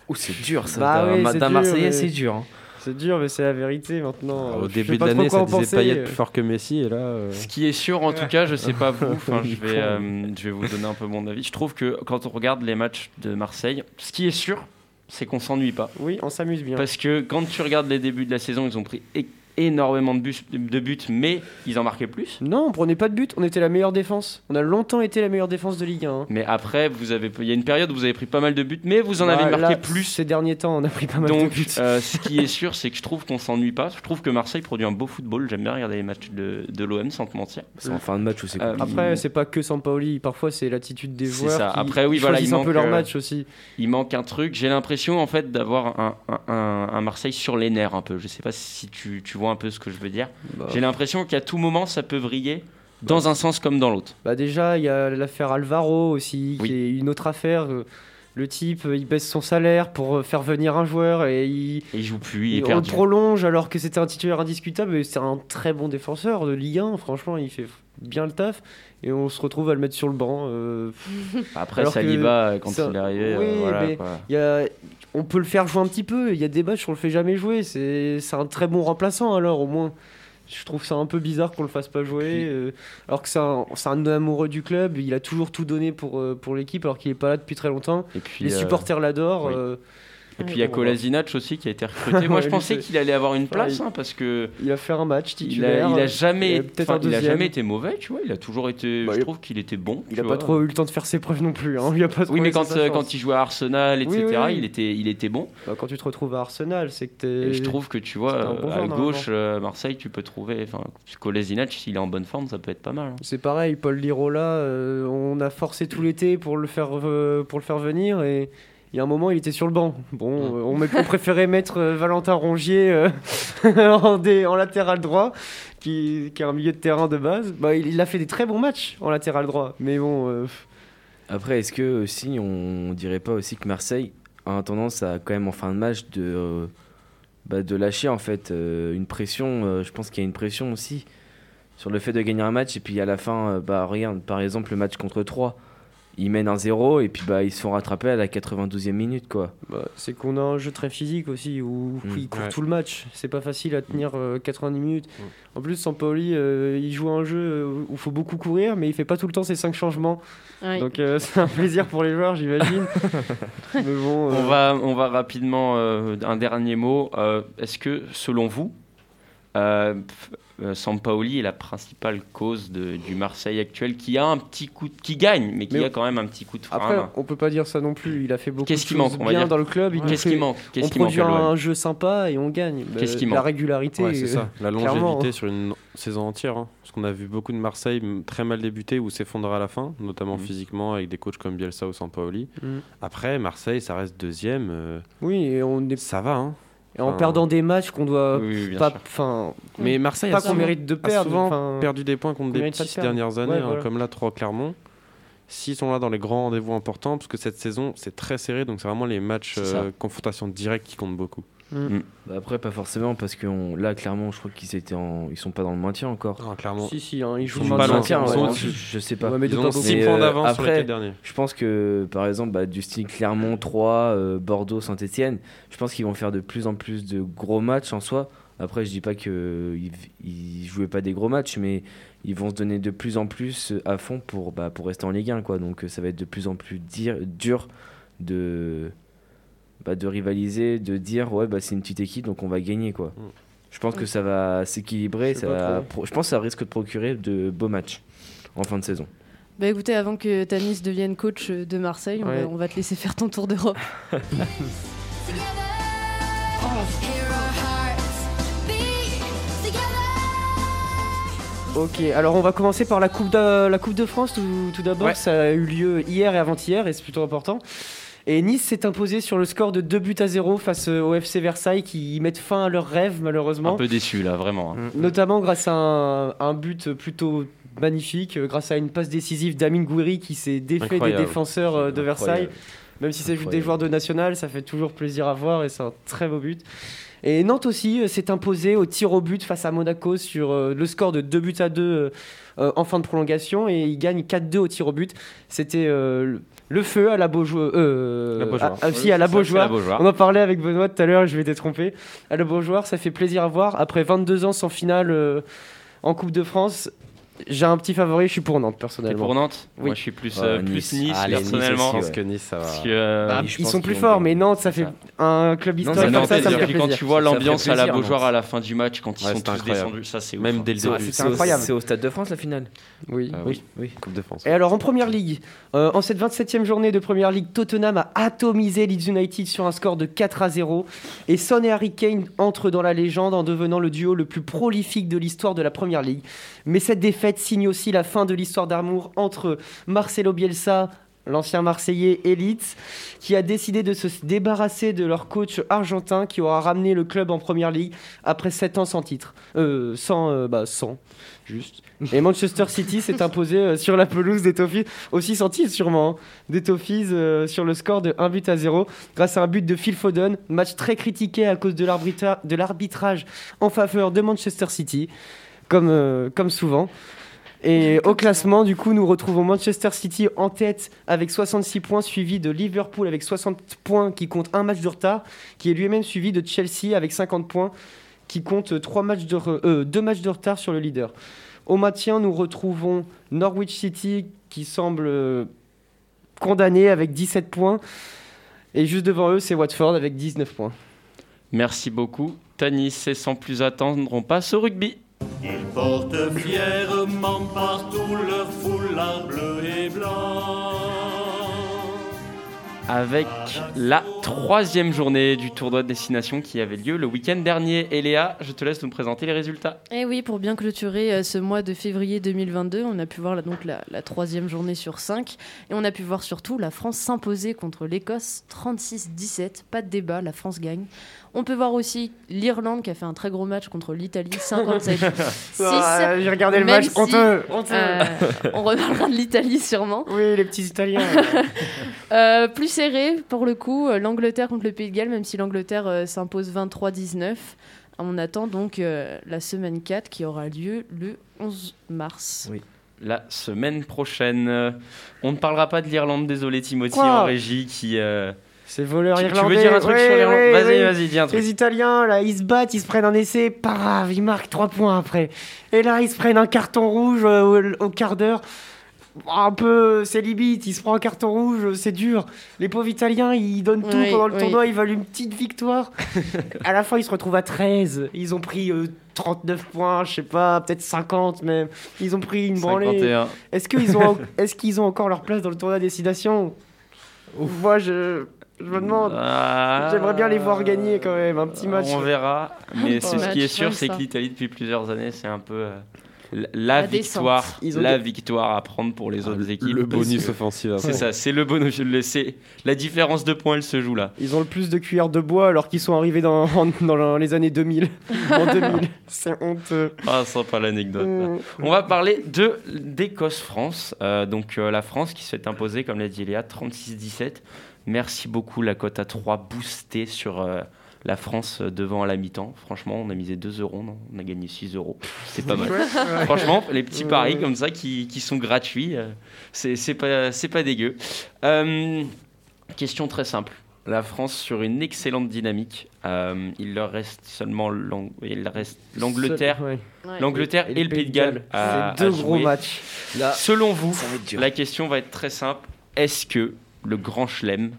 [SPEAKER 10] Oh, c'est dur ça.
[SPEAKER 7] Bah
[SPEAKER 10] D'un
[SPEAKER 7] oui,
[SPEAKER 10] ma-
[SPEAKER 7] c'est
[SPEAKER 10] d'un
[SPEAKER 7] dur,
[SPEAKER 10] Marseillais,
[SPEAKER 7] mais-
[SPEAKER 10] c'est dur. hein.
[SPEAKER 7] c'est dur mais c'est la vérité maintenant.
[SPEAKER 9] Ah, Au
[SPEAKER 7] Je sais
[SPEAKER 9] début de
[SPEAKER 7] pas trop
[SPEAKER 9] l'année,
[SPEAKER 7] quoi
[SPEAKER 9] ça
[SPEAKER 7] en
[SPEAKER 9] disait
[SPEAKER 7] penser.
[SPEAKER 9] Payet plus fort que Messi, et là. euh,
[SPEAKER 5] Ce qui est sûr, en tout cas, je sais pas vous, enfin, je, vais, euh, je vais vous donner un peu mon avis. Je trouve que quand on regarde les matchs de Marseille, ce qui est sûr, c'est qu'on s'ennuie pas.
[SPEAKER 7] Oui, on s'amuse bien.
[SPEAKER 5] Parce que quand tu regardes les débuts de la saison, ils ont pris é- énormément de, bus- de buts, mais ils en marquaient plus.
[SPEAKER 7] Non, on prenait pas de but, on était la meilleure défense. On a longtemps été la meilleure défense de Ligue 1. hein.
[SPEAKER 5] Mais après, vous avez, il y a une période où vous avez pris pas mal de buts, mais vous en avez
[SPEAKER 7] Bah,
[SPEAKER 5] marqué
[SPEAKER 7] là,
[SPEAKER 5] plus.
[SPEAKER 7] Ces derniers temps, on a pris pas mal de
[SPEAKER 5] Donc,
[SPEAKER 7] buts.
[SPEAKER 5] euh, ce qui est sûr, c'est que je trouve qu'on s'ennuie pas. Je trouve que Marseille produit un beau football. J'aime bien regarder les matchs de, de l'OM, sans te mentir.
[SPEAKER 10] C'est en fin de match où c'est
[SPEAKER 5] Euh,
[SPEAKER 10] compliqué.
[SPEAKER 7] Après, c'est pas que Sampaoli, parfois c'est l'attitude des
[SPEAKER 5] C'est
[SPEAKER 7] joueurs
[SPEAKER 5] ça.
[SPEAKER 7] qui
[SPEAKER 5] Après, oui,
[SPEAKER 7] qui
[SPEAKER 5] voilà,
[SPEAKER 7] choisissent
[SPEAKER 5] il
[SPEAKER 7] un peu
[SPEAKER 5] manque,
[SPEAKER 7] leur
[SPEAKER 5] euh,
[SPEAKER 7] match aussi.
[SPEAKER 5] Il manque un truc. J'ai l'impression, en fait, d'avoir un, un- un- un Marseille sur les nerfs un peu. Je sais pas si tu, tu vois un peu ce que je veux dire.
[SPEAKER 7] Bah.
[SPEAKER 5] J'ai l'impression qu'à tout moment, ça peut vriller dans un sens comme dans l'autre.
[SPEAKER 7] Bah déjà, il y a l'affaire Alvaro aussi,
[SPEAKER 5] Oui.
[SPEAKER 7] qui est une autre affaire. euh, Le type, euh, il baisse son salaire pour euh, faire venir un joueur et il,
[SPEAKER 5] Et il joue plus, il est
[SPEAKER 7] il- on le
[SPEAKER 5] perdu.
[SPEAKER 7] prolonge alors que c'était un titulaire indiscutable. et C'est un très bon défenseur de Ligue 1. Franchement, il fait bien le taf et on se retrouve à le mettre sur le banc. euh,
[SPEAKER 5] Après,
[SPEAKER 7] alors que
[SPEAKER 5] Saliba, quand
[SPEAKER 7] ça-
[SPEAKER 5] il est arrivé, euh,
[SPEAKER 7] oui,
[SPEAKER 5] voilà,
[SPEAKER 7] mais-
[SPEAKER 5] quoi.
[SPEAKER 7] Il y a- on peut le faire jouer un petit peu. Il y a des matchs où on le fait jamais jouer. C'est c'est un très bon remplaçant alors au moins. Je trouve ça un peu bizarre qu'on le fasse pas jouer. euh, alors que c'est un, c'est un amoureux du club. Il a toujours tout donné pour, euh, pour l'équipe alors qu'il est pas là depuis très longtemps.
[SPEAKER 5] Et puis,
[SPEAKER 7] Les
[SPEAKER 5] euh,
[SPEAKER 7] supporters l'adorent.
[SPEAKER 5] oui.
[SPEAKER 7] euh,
[SPEAKER 5] et puis il y a
[SPEAKER 7] bon,
[SPEAKER 5] Kolasinac aussi qui a été recruté. Moi, je
[SPEAKER 7] Lui,
[SPEAKER 5] pensais
[SPEAKER 7] c'est-
[SPEAKER 5] qu'il allait avoir une place
[SPEAKER 7] Ouais,
[SPEAKER 5] hein, parce que
[SPEAKER 7] il va faire un match
[SPEAKER 5] il a,
[SPEAKER 7] titulaire.
[SPEAKER 5] il a
[SPEAKER 7] il y
[SPEAKER 5] jamais,
[SPEAKER 7] a peut-être
[SPEAKER 5] enfin,
[SPEAKER 7] un
[SPEAKER 5] il a
[SPEAKER 7] deuxième.
[SPEAKER 5] jamais été mauvais, tu vois. Il a toujours été.
[SPEAKER 7] Bah,
[SPEAKER 5] je
[SPEAKER 7] il-
[SPEAKER 5] trouve qu'il était bon.
[SPEAKER 7] Il
[SPEAKER 5] tu
[SPEAKER 7] a pas
[SPEAKER 5] vois.
[SPEAKER 7] trop eu le temps de faire ses preuves non plus. hein, il a pas trop
[SPEAKER 5] Oui, mais
[SPEAKER 7] laissé
[SPEAKER 5] quand,
[SPEAKER 7] sa
[SPEAKER 5] euh,
[SPEAKER 7] chance.
[SPEAKER 5] quand il jouait à Arsenal,
[SPEAKER 7] Oui,
[SPEAKER 5] etc.,
[SPEAKER 7] oui, oui.
[SPEAKER 5] Il, était, il était bon.
[SPEAKER 7] Bah, quand tu te retrouves à Arsenal, c'est que
[SPEAKER 5] Et,
[SPEAKER 7] t'es.
[SPEAKER 5] je trouve que tu vois,
[SPEAKER 7] c'était un
[SPEAKER 5] euh,
[SPEAKER 7] bon
[SPEAKER 5] à
[SPEAKER 7] joueur,
[SPEAKER 5] gauche, euh, Marseille, tu peux trouver. Enfin, Kolasinac, s'il est en bonne forme, ça peut être pas mal. hein.
[SPEAKER 7] C'est pareil, Paul Lirola, euh, on a forcé tout l'été pour le faire euh, pour le faire venir et il y a un moment il était sur le banc. Bon, euh, on, met- on préférait mettre euh, Valentin Rongier euh, en, dé- en latéral droit, qui, qui est un milieu de terrain de base. Bah, il, il a fait des très bons matchs en latéral droit, mais bon, euh,
[SPEAKER 10] Après, est-ce que aussi on dirait pas aussi que Marseille a tendance à quand même en fin de match de, euh, bah, de lâcher en fait euh, une pression. euh, je pense qu'il y a une pression aussi sur le fait de gagner un match et puis à la fin, euh, bah regarde, par exemple le match contre 3 ils mènent un 0 et puis bah ils se font rattraper à la 92e minute quoi.
[SPEAKER 7] bah, c'est qu'on a un jeu très physique aussi où
[SPEAKER 10] Mm.
[SPEAKER 7] il court
[SPEAKER 9] Ouais.
[SPEAKER 7] tout le match. C'est pas facile à tenir euh, 90 minutes. En plus, Sampaoli, euh, il joue à un jeu où il faut beaucoup courir, mais il fait pas tout le temps ses cinq changements.
[SPEAKER 6] Ouais.
[SPEAKER 7] Donc euh, c'est un plaisir pour les joueurs, j'imagine. Mais bon, euh,
[SPEAKER 5] On va, on va rapidement, euh, un dernier mot. Euh, Est-ce que, selon vous, euh, f- euh, Sampaoli est la principale cause de- du Marseille actuel qui a un petit coup, de- qui gagne, mais qui
[SPEAKER 7] Mais
[SPEAKER 5] a quand même un petit coup de frein à
[SPEAKER 7] après,
[SPEAKER 5] main
[SPEAKER 7] on peut pas dire ça non plus. Il a fait beaucoup
[SPEAKER 5] Qu'est-ce
[SPEAKER 7] de
[SPEAKER 5] qui
[SPEAKER 7] choses
[SPEAKER 5] manque, on va
[SPEAKER 7] bien
[SPEAKER 5] dire
[SPEAKER 7] dans le club. Il nous
[SPEAKER 5] Qu'est-ce
[SPEAKER 7] fait-
[SPEAKER 5] qui manque Qu'est-ce
[SPEAKER 7] On
[SPEAKER 5] qui manque
[SPEAKER 7] produit
[SPEAKER 5] à l'OM
[SPEAKER 7] un jeu sympa et on gagne. Bah,
[SPEAKER 5] Qu'est-ce qui
[SPEAKER 7] La
[SPEAKER 5] manque
[SPEAKER 7] régularité.
[SPEAKER 9] Ouais, c'est
[SPEAKER 7] euh,
[SPEAKER 9] ça. La
[SPEAKER 7] clairement,
[SPEAKER 9] longévité
[SPEAKER 7] hein.
[SPEAKER 9] sur une saison entière. hein. Parce qu'on a vu beaucoup de Marseille m- très mal débuter ou s'effondrer à la fin, notamment
[SPEAKER 5] Mhm.
[SPEAKER 9] physiquement avec des coachs comme Bielsa ou Sampaoli.
[SPEAKER 7] Mhm.
[SPEAKER 9] Après, Marseille, ça reste deuxième. euh,
[SPEAKER 7] Oui, et, on est-
[SPEAKER 9] ça va. Hein.
[SPEAKER 7] et en
[SPEAKER 9] Enfin,
[SPEAKER 7] perdant des matchs qu'on doit
[SPEAKER 5] Oui, oui, bien
[SPEAKER 7] Euh, pas,
[SPEAKER 5] sûr.
[SPEAKER 7] enfin,
[SPEAKER 9] Mais Marseille
[SPEAKER 7] pas
[SPEAKER 9] a,
[SPEAKER 7] qu'on
[SPEAKER 9] souvent,
[SPEAKER 7] mérite de
[SPEAKER 9] a
[SPEAKER 7] perdre.
[SPEAKER 9] souvent
[SPEAKER 7] enfin,
[SPEAKER 9] perdu des points contre
[SPEAKER 7] qu'on
[SPEAKER 9] des
[SPEAKER 7] mérite pas
[SPEAKER 9] petits
[SPEAKER 7] de
[SPEAKER 9] ces
[SPEAKER 7] perdre.
[SPEAKER 9] dernières années,
[SPEAKER 7] Ouais,
[SPEAKER 9] hein,
[SPEAKER 7] voilà.
[SPEAKER 9] comme là, 3 Clermont. S'ils sont là dans les grands rendez-vous importants, parce que cette saison, c'est très serré, donc c'est vraiment les matchs
[SPEAKER 5] C'est ça.
[SPEAKER 9] euh, confrontation directe qui comptent beaucoup.
[SPEAKER 10] Bah, après pas forcément parce que on- là clairement je crois qu'ils étaient en... ils sont pas dans le maintien encore.
[SPEAKER 9] Ah, clairement.
[SPEAKER 7] Si si, hein, ils jouent
[SPEAKER 10] Ils sont pas
[SPEAKER 9] pas loin.
[SPEAKER 10] loin.
[SPEAKER 9] Ils sont
[SPEAKER 10] ouais,
[SPEAKER 9] au-dessus.
[SPEAKER 10] je sais pas.
[SPEAKER 7] Ouais, mais
[SPEAKER 9] Ils
[SPEAKER 7] de
[SPEAKER 9] ont
[SPEAKER 7] pas
[SPEAKER 9] 6
[SPEAKER 10] beaucoup.
[SPEAKER 9] points
[SPEAKER 10] Mais,
[SPEAKER 9] d'avance
[SPEAKER 10] euh,
[SPEAKER 9] sur
[SPEAKER 10] après-
[SPEAKER 9] les quatre derniers.
[SPEAKER 10] Je pense que, par exemple, bah, du style Clermont 3, euh, Bordeaux, Saint-Etienne, je pense qu'ils vont faire de plus en plus de gros matchs en soi. Après, je dis pas qu'ils ils jouaient pas des gros matchs, mais ils vont se donner de plus en plus à fond pour, bah, pour rester en Ligue 1. Quoi. Donc, euh, ça va être de plus en plus dire, dur de, bah, de rivaliser, de dire ouais, bah, c'est une petite équipe, donc on va gagner. Quoi.
[SPEAKER 9] Mm.
[SPEAKER 10] Je pense que ça va s'équilibrer.
[SPEAKER 7] Je sais
[SPEAKER 10] ça
[SPEAKER 7] pas
[SPEAKER 10] va
[SPEAKER 7] trop.
[SPEAKER 10] pro- Je pense que ça risque de procurer de beaux matchs en fin de saison.
[SPEAKER 6] Bah écoutez, avant que Tanis devienne coach euh, de Marseille, on,
[SPEAKER 7] Ouais.
[SPEAKER 6] va, on va te laisser faire ton tour d'Europe.
[SPEAKER 7] Ok, alors on va commencer par la Coupe de, la coupe de France tout, tout d'abord.
[SPEAKER 9] Ouais.
[SPEAKER 7] Ça a eu lieu hier et avant-hier et c'est plutôt important. Et Nice s'est imposé sur le score de 2 buts à 0 face euh, au FC Versailles qui mettent fin à leur rêve
[SPEAKER 5] Un
[SPEAKER 7] malheureusement. Mm-hmm.
[SPEAKER 5] peu déçu là, vraiment. hein.
[SPEAKER 7] Notamment grâce à un, un but plutôt magnifique, euh, grâce à une passe décisive d'Amin Gouiri qui s'est défait
[SPEAKER 9] Incroyable.
[SPEAKER 7] des défenseurs euh, de Versailles. Même si c'est juste des
[SPEAKER 10] Incroyable.
[SPEAKER 7] joueurs de national, ça fait toujours plaisir à voir et c'est un très beau but. Et Nantes aussi euh, s'est imposé au tir au but face à Monaco sur euh, le score de 2 buts à 2 euh, euh, en fin de prolongation et ils gagnent 4-2 au tir au but. C'était euh, le- le feu à la Beaujoire. Euh,
[SPEAKER 9] La Beaujoire.
[SPEAKER 7] à- à- si, à la
[SPEAKER 5] Ça, c'est
[SPEAKER 7] Beaujoire.
[SPEAKER 5] Beaujoire.
[SPEAKER 7] On en parlait avec Benoît tout à l'heure, je m'étais trompé. À le Bourgeois, ça fait plaisir à voir. Après 22 ans sans finale euh, en Coupe de France, j'ai un petit favori, je suis pour Nantes
[SPEAKER 5] Et
[SPEAKER 7] personnellement.
[SPEAKER 5] pour Nantes,
[SPEAKER 7] Oui.
[SPEAKER 5] moi je suis plus,
[SPEAKER 10] Ouais,
[SPEAKER 5] euh,
[SPEAKER 10] Nice.
[SPEAKER 5] plus Nice
[SPEAKER 10] Allez, Nice
[SPEAKER 5] personnellement.
[SPEAKER 10] aussi,
[SPEAKER 9] Je
[SPEAKER 10] ouais.
[SPEAKER 9] pense que Nice, ça va.
[SPEAKER 5] Parce que, euh,
[SPEAKER 7] Bah,
[SPEAKER 10] Oui, je
[SPEAKER 7] ils
[SPEAKER 10] pense
[SPEAKER 7] sont
[SPEAKER 10] qu'ils
[SPEAKER 7] plus
[SPEAKER 10] vont
[SPEAKER 7] forts,
[SPEAKER 10] gagner.
[SPEAKER 7] mais Nantes, ça
[SPEAKER 5] C'est
[SPEAKER 7] fait un club
[SPEAKER 10] Nantes,
[SPEAKER 7] historique
[SPEAKER 10] c'est
[SPEAKER 7] comme
[SPEAKER 5] Nantes,
[SPEAKER 7] ça, ça me
[SPEAKER 5] c'est-à-dire
[SPEAKER 7] fait
[SPEAKER 5] que quand
[SPEAKER 7] plaisir.
[SPEAKER 5] tu vois
[SPEAKER 10] Ça ferait
[SPEAKER 5] l'ambiance à la
[SPEAKER 10] plaisir,
[SPEAKER 5] Beaujoire
[SPEAKER 10] Nantes.
[SPEAKER 5] à la fin du match, quand ils
[SPEAKER 9] Ouais,
[SPEAKER 5] sont
[SPEAKER 9] c'était
[SPEAKER 5] tous
[SPEAKER 9] incroyable.
[SPEAKER 5] descendus, ça c'est ouf,
[SPEAKER 9] Même
[SPEAKER 5] hein.
[SPEAKER 9] dès le
[SPEAKER 7] C'est vrai,
[SPEAKER 9] début.
[SPEAKER 7] c'est
[SPEAKER 10] au-
[SPEAKER 7] incroyable.
[SPEAKER 10] C'est au Stade de France la finale
[SPEAKER 7] Oui.
[SPEAKER 5] Ah
[SPEAKER 9] oui.
[SPEAKER 10] Oui.
[SPEAKER 9] Coupe de France.
[SPEAKER 7] Et alors en première ligue, euh, en cette 27e journée de première ligue, Tottenham a atomisé Leeds United sur un score de 4 à 0. Et Son et Harry Kane entrent dans la légende en devenant le duo le plus prolifique de l'histoire de la première ligue. Mais cette défaite signe aussi la fin de l'histoire d'amour entre Marcelo Bielsa l'ancien Marseillais Elite, qui a décidé de se débarrasser de leur coach argentin qui aura ramené le club en première ligue après 7 ans sans titre. Euh, sans, euh, bah, sans, juste. Et Manchester City s'est imposé euh, sur la pelouse des Toffees, aussi sans titre sûrement, hein, des Toffees euh, sur le score de 1 but à 0 grâce à un but de Phil Foden, match très critiqué à cause de l'arbitrage- de l'arbitrage en faveur de Manchester City, comme, euh, comme souvent. Et au classement, du coup, nous retrouvons Manchester City en tête avec 66 points, suivi de Liverpool avec 60 points qui compte un match de retard, qui est lui-même suivi de Chelsea avec 50 points qui compte trois matchs de re- euh, deux matchs de retard sur le leader. Au maintien, nous retrouvons Norwich City qui semble euh, condamné avec 17 points. Et juste devant eux, c'est Watford avec 19 points.
[SPEAKER 5] Merci beaucoup. Tanis et sans plus attendre, on passe au rugby.
[SPEAKER 11] Ils portent fièrement partout leur foulard bleu et blanc.
[SPEAKER 5] avec la troisième journée du tournoi de destination qui avait lieu le week-end dernier. Et Léa, je te laisse nous présenter les résultats.
[SPEAKER 6] Et Eh oui, pour bien clôturer euh, ce mois de février 2022, on a pu voir là, donc la, la troisième journée sur cinq. Et on a pu voir surtout la France s'imposer contre l'Écosse 36-17. Pas de débat, la France gagne. On peut voir aussi l'Irlande qui a fait un très gros match contre l'Italie 57-6.
[SPEAKER 7] Ah, j'ai regardé le
[SPEAKER 6] Même
[SPEAKER 7] match, honteux,
[SPEAKER 6] euh,
[SPEAKER 7] honteux.
[SPEAKER 6] on reparlera de l'Italie sûrement.
[SPEAKER 7] Oui, les petits Italiens.
[SPEAKER 6] Euh, plus serré pour le coup, euh, l'Angleterre contre le Pays de Galles, même si l'Angleterre euh, s'impose 23-19. On attend donc euh, la semaine 4 qui aura lieu le 11 mars.
[SPEAKER 5] La semaine prochaine, euh, on ne parlera pas de l'Irlande, désolé Timothy
[SPEAKER 7] Quoi
[SPEAKER 5] en régie qui...
[SPEAKER 7] C'est voleur
[SPEAKER 5] Tu- tu veux
[SPEAKER 7] irlandais.
[SPEAKER 5] dire un truc sur l'Irlande
[SPEAKER 7] ouais,
[SPEAKER 5] Vas-y,
[SPEAKER 7] ouais.
[SPEAKER 5] vas-y, dis un truc.
[SPEAKER 7] Les Italiens, là, ils se battent, ils se prennent un essai, pas grave, ils marquent 3 points après. Et là, ils se prennent un carton rouge euh, au, au quart d'heure. Un peu, c'est limite, ils se prennent un carton rouge, euh, c'est dur. Les pauvres Italiens, ils donnent tout
[SPEAKER 6] Oui,
[SPEAKER 7] pendant le
[SPEAKER 6] oui.
[SPEAKER 7] tournoi, ils veulent une petite victoire. à la fin, ils se retrouvent à 13. Ils ont pris euh, 39 points, je sais pas, peut-être 50 même. Ils ont pris une branlée.
[SPEAKER 5] 51.
[SPEAKER 7] Est-ce qu'ils ont, est qu'ils ont encore leur place dans le tournoi à destination Moi, je, je me demande.
[SPEAKER 5] Ah.
[SPEAKER 7] J'aimerais bien les voir gagner quand même, un petit match.
[SPEAKER 5] On verra, mais c'est ce qui est sûr,
[SPEAKER 7] Ouais,
[SPEAKER 5] c'est
[SPEAKER 7] ça.
[SPEAKER 5] que l'Italie depuis plusieurs années, c'est un peu euh, la, la
[SPEAKER 7] La descente.
[SPEAKER 5] victoire,
[SPEAKER 7] Ils ont
[SPEAKER 5] la
[SPEAKER 7] des- Ah,
[SPEAKER 5] victoire à prendre pour les autres équipes.
[SPEAKER 9] le
[SPEAKER 5] parce
[SPEAKER 9] bonus
[SPEAKER 5] que-
[SPEAKER 9] offensif
[SPEAKER 5] C'est
[SPEAKER 9] après.
[SPEAKER 5] ça, c'est le bonus. le- c'est- La différence de points, elle se joue là.
[SPEAKER 7] Ils ont le plus de cuillères de bois alors qu'ils sont arrivés dans, en- dans les années 2000. en 2000, c'est honteux.
[SPEAKER 5] Ah, sympa l'anecdote.
[SPEAKER 7] Mm.
[SPEAKER 5] On va parler de d'Écosse-France. Euh, donc euh, la France qui se fait imposer, comme l'a dit Léa, 36-17. Merci beaucoup, la cote à 3 boostée sur euh, la France euh, devant à la mi-temps. Franchement, on a misé 2 euros, non on a gagné 6 euros. C'est pas mal.
[SPEAKER 12] Ouais.
[SPEAKER 5] Franchement, les petits
[SPEAKER 12] Ouais.
[SPEAKER 5] paris comme ça qui, qui sont gratuits, euh, c'est c'est pas, c'est pas dégueu. Euh, question très simple. La France sur une excellente dynamique. Euh, il leur reste seulement l'Ang- il reste l'Angleterre,
[SPEAKER 7] Seul- ouais.
[SPEAKER 5] Ouais. l'Angleterre et, le Pays de Galles. à-
[SPEAKER 7] C'est deux
[SPEAKER 5] à
[SPEAKER 7] gros
[SPEAKER 5] jouer. Ah.
[SPEAKER 7] matchs.
[SPEAKER 5] Selon vous, la question va être très simple. Est-ce que le Grand Chelem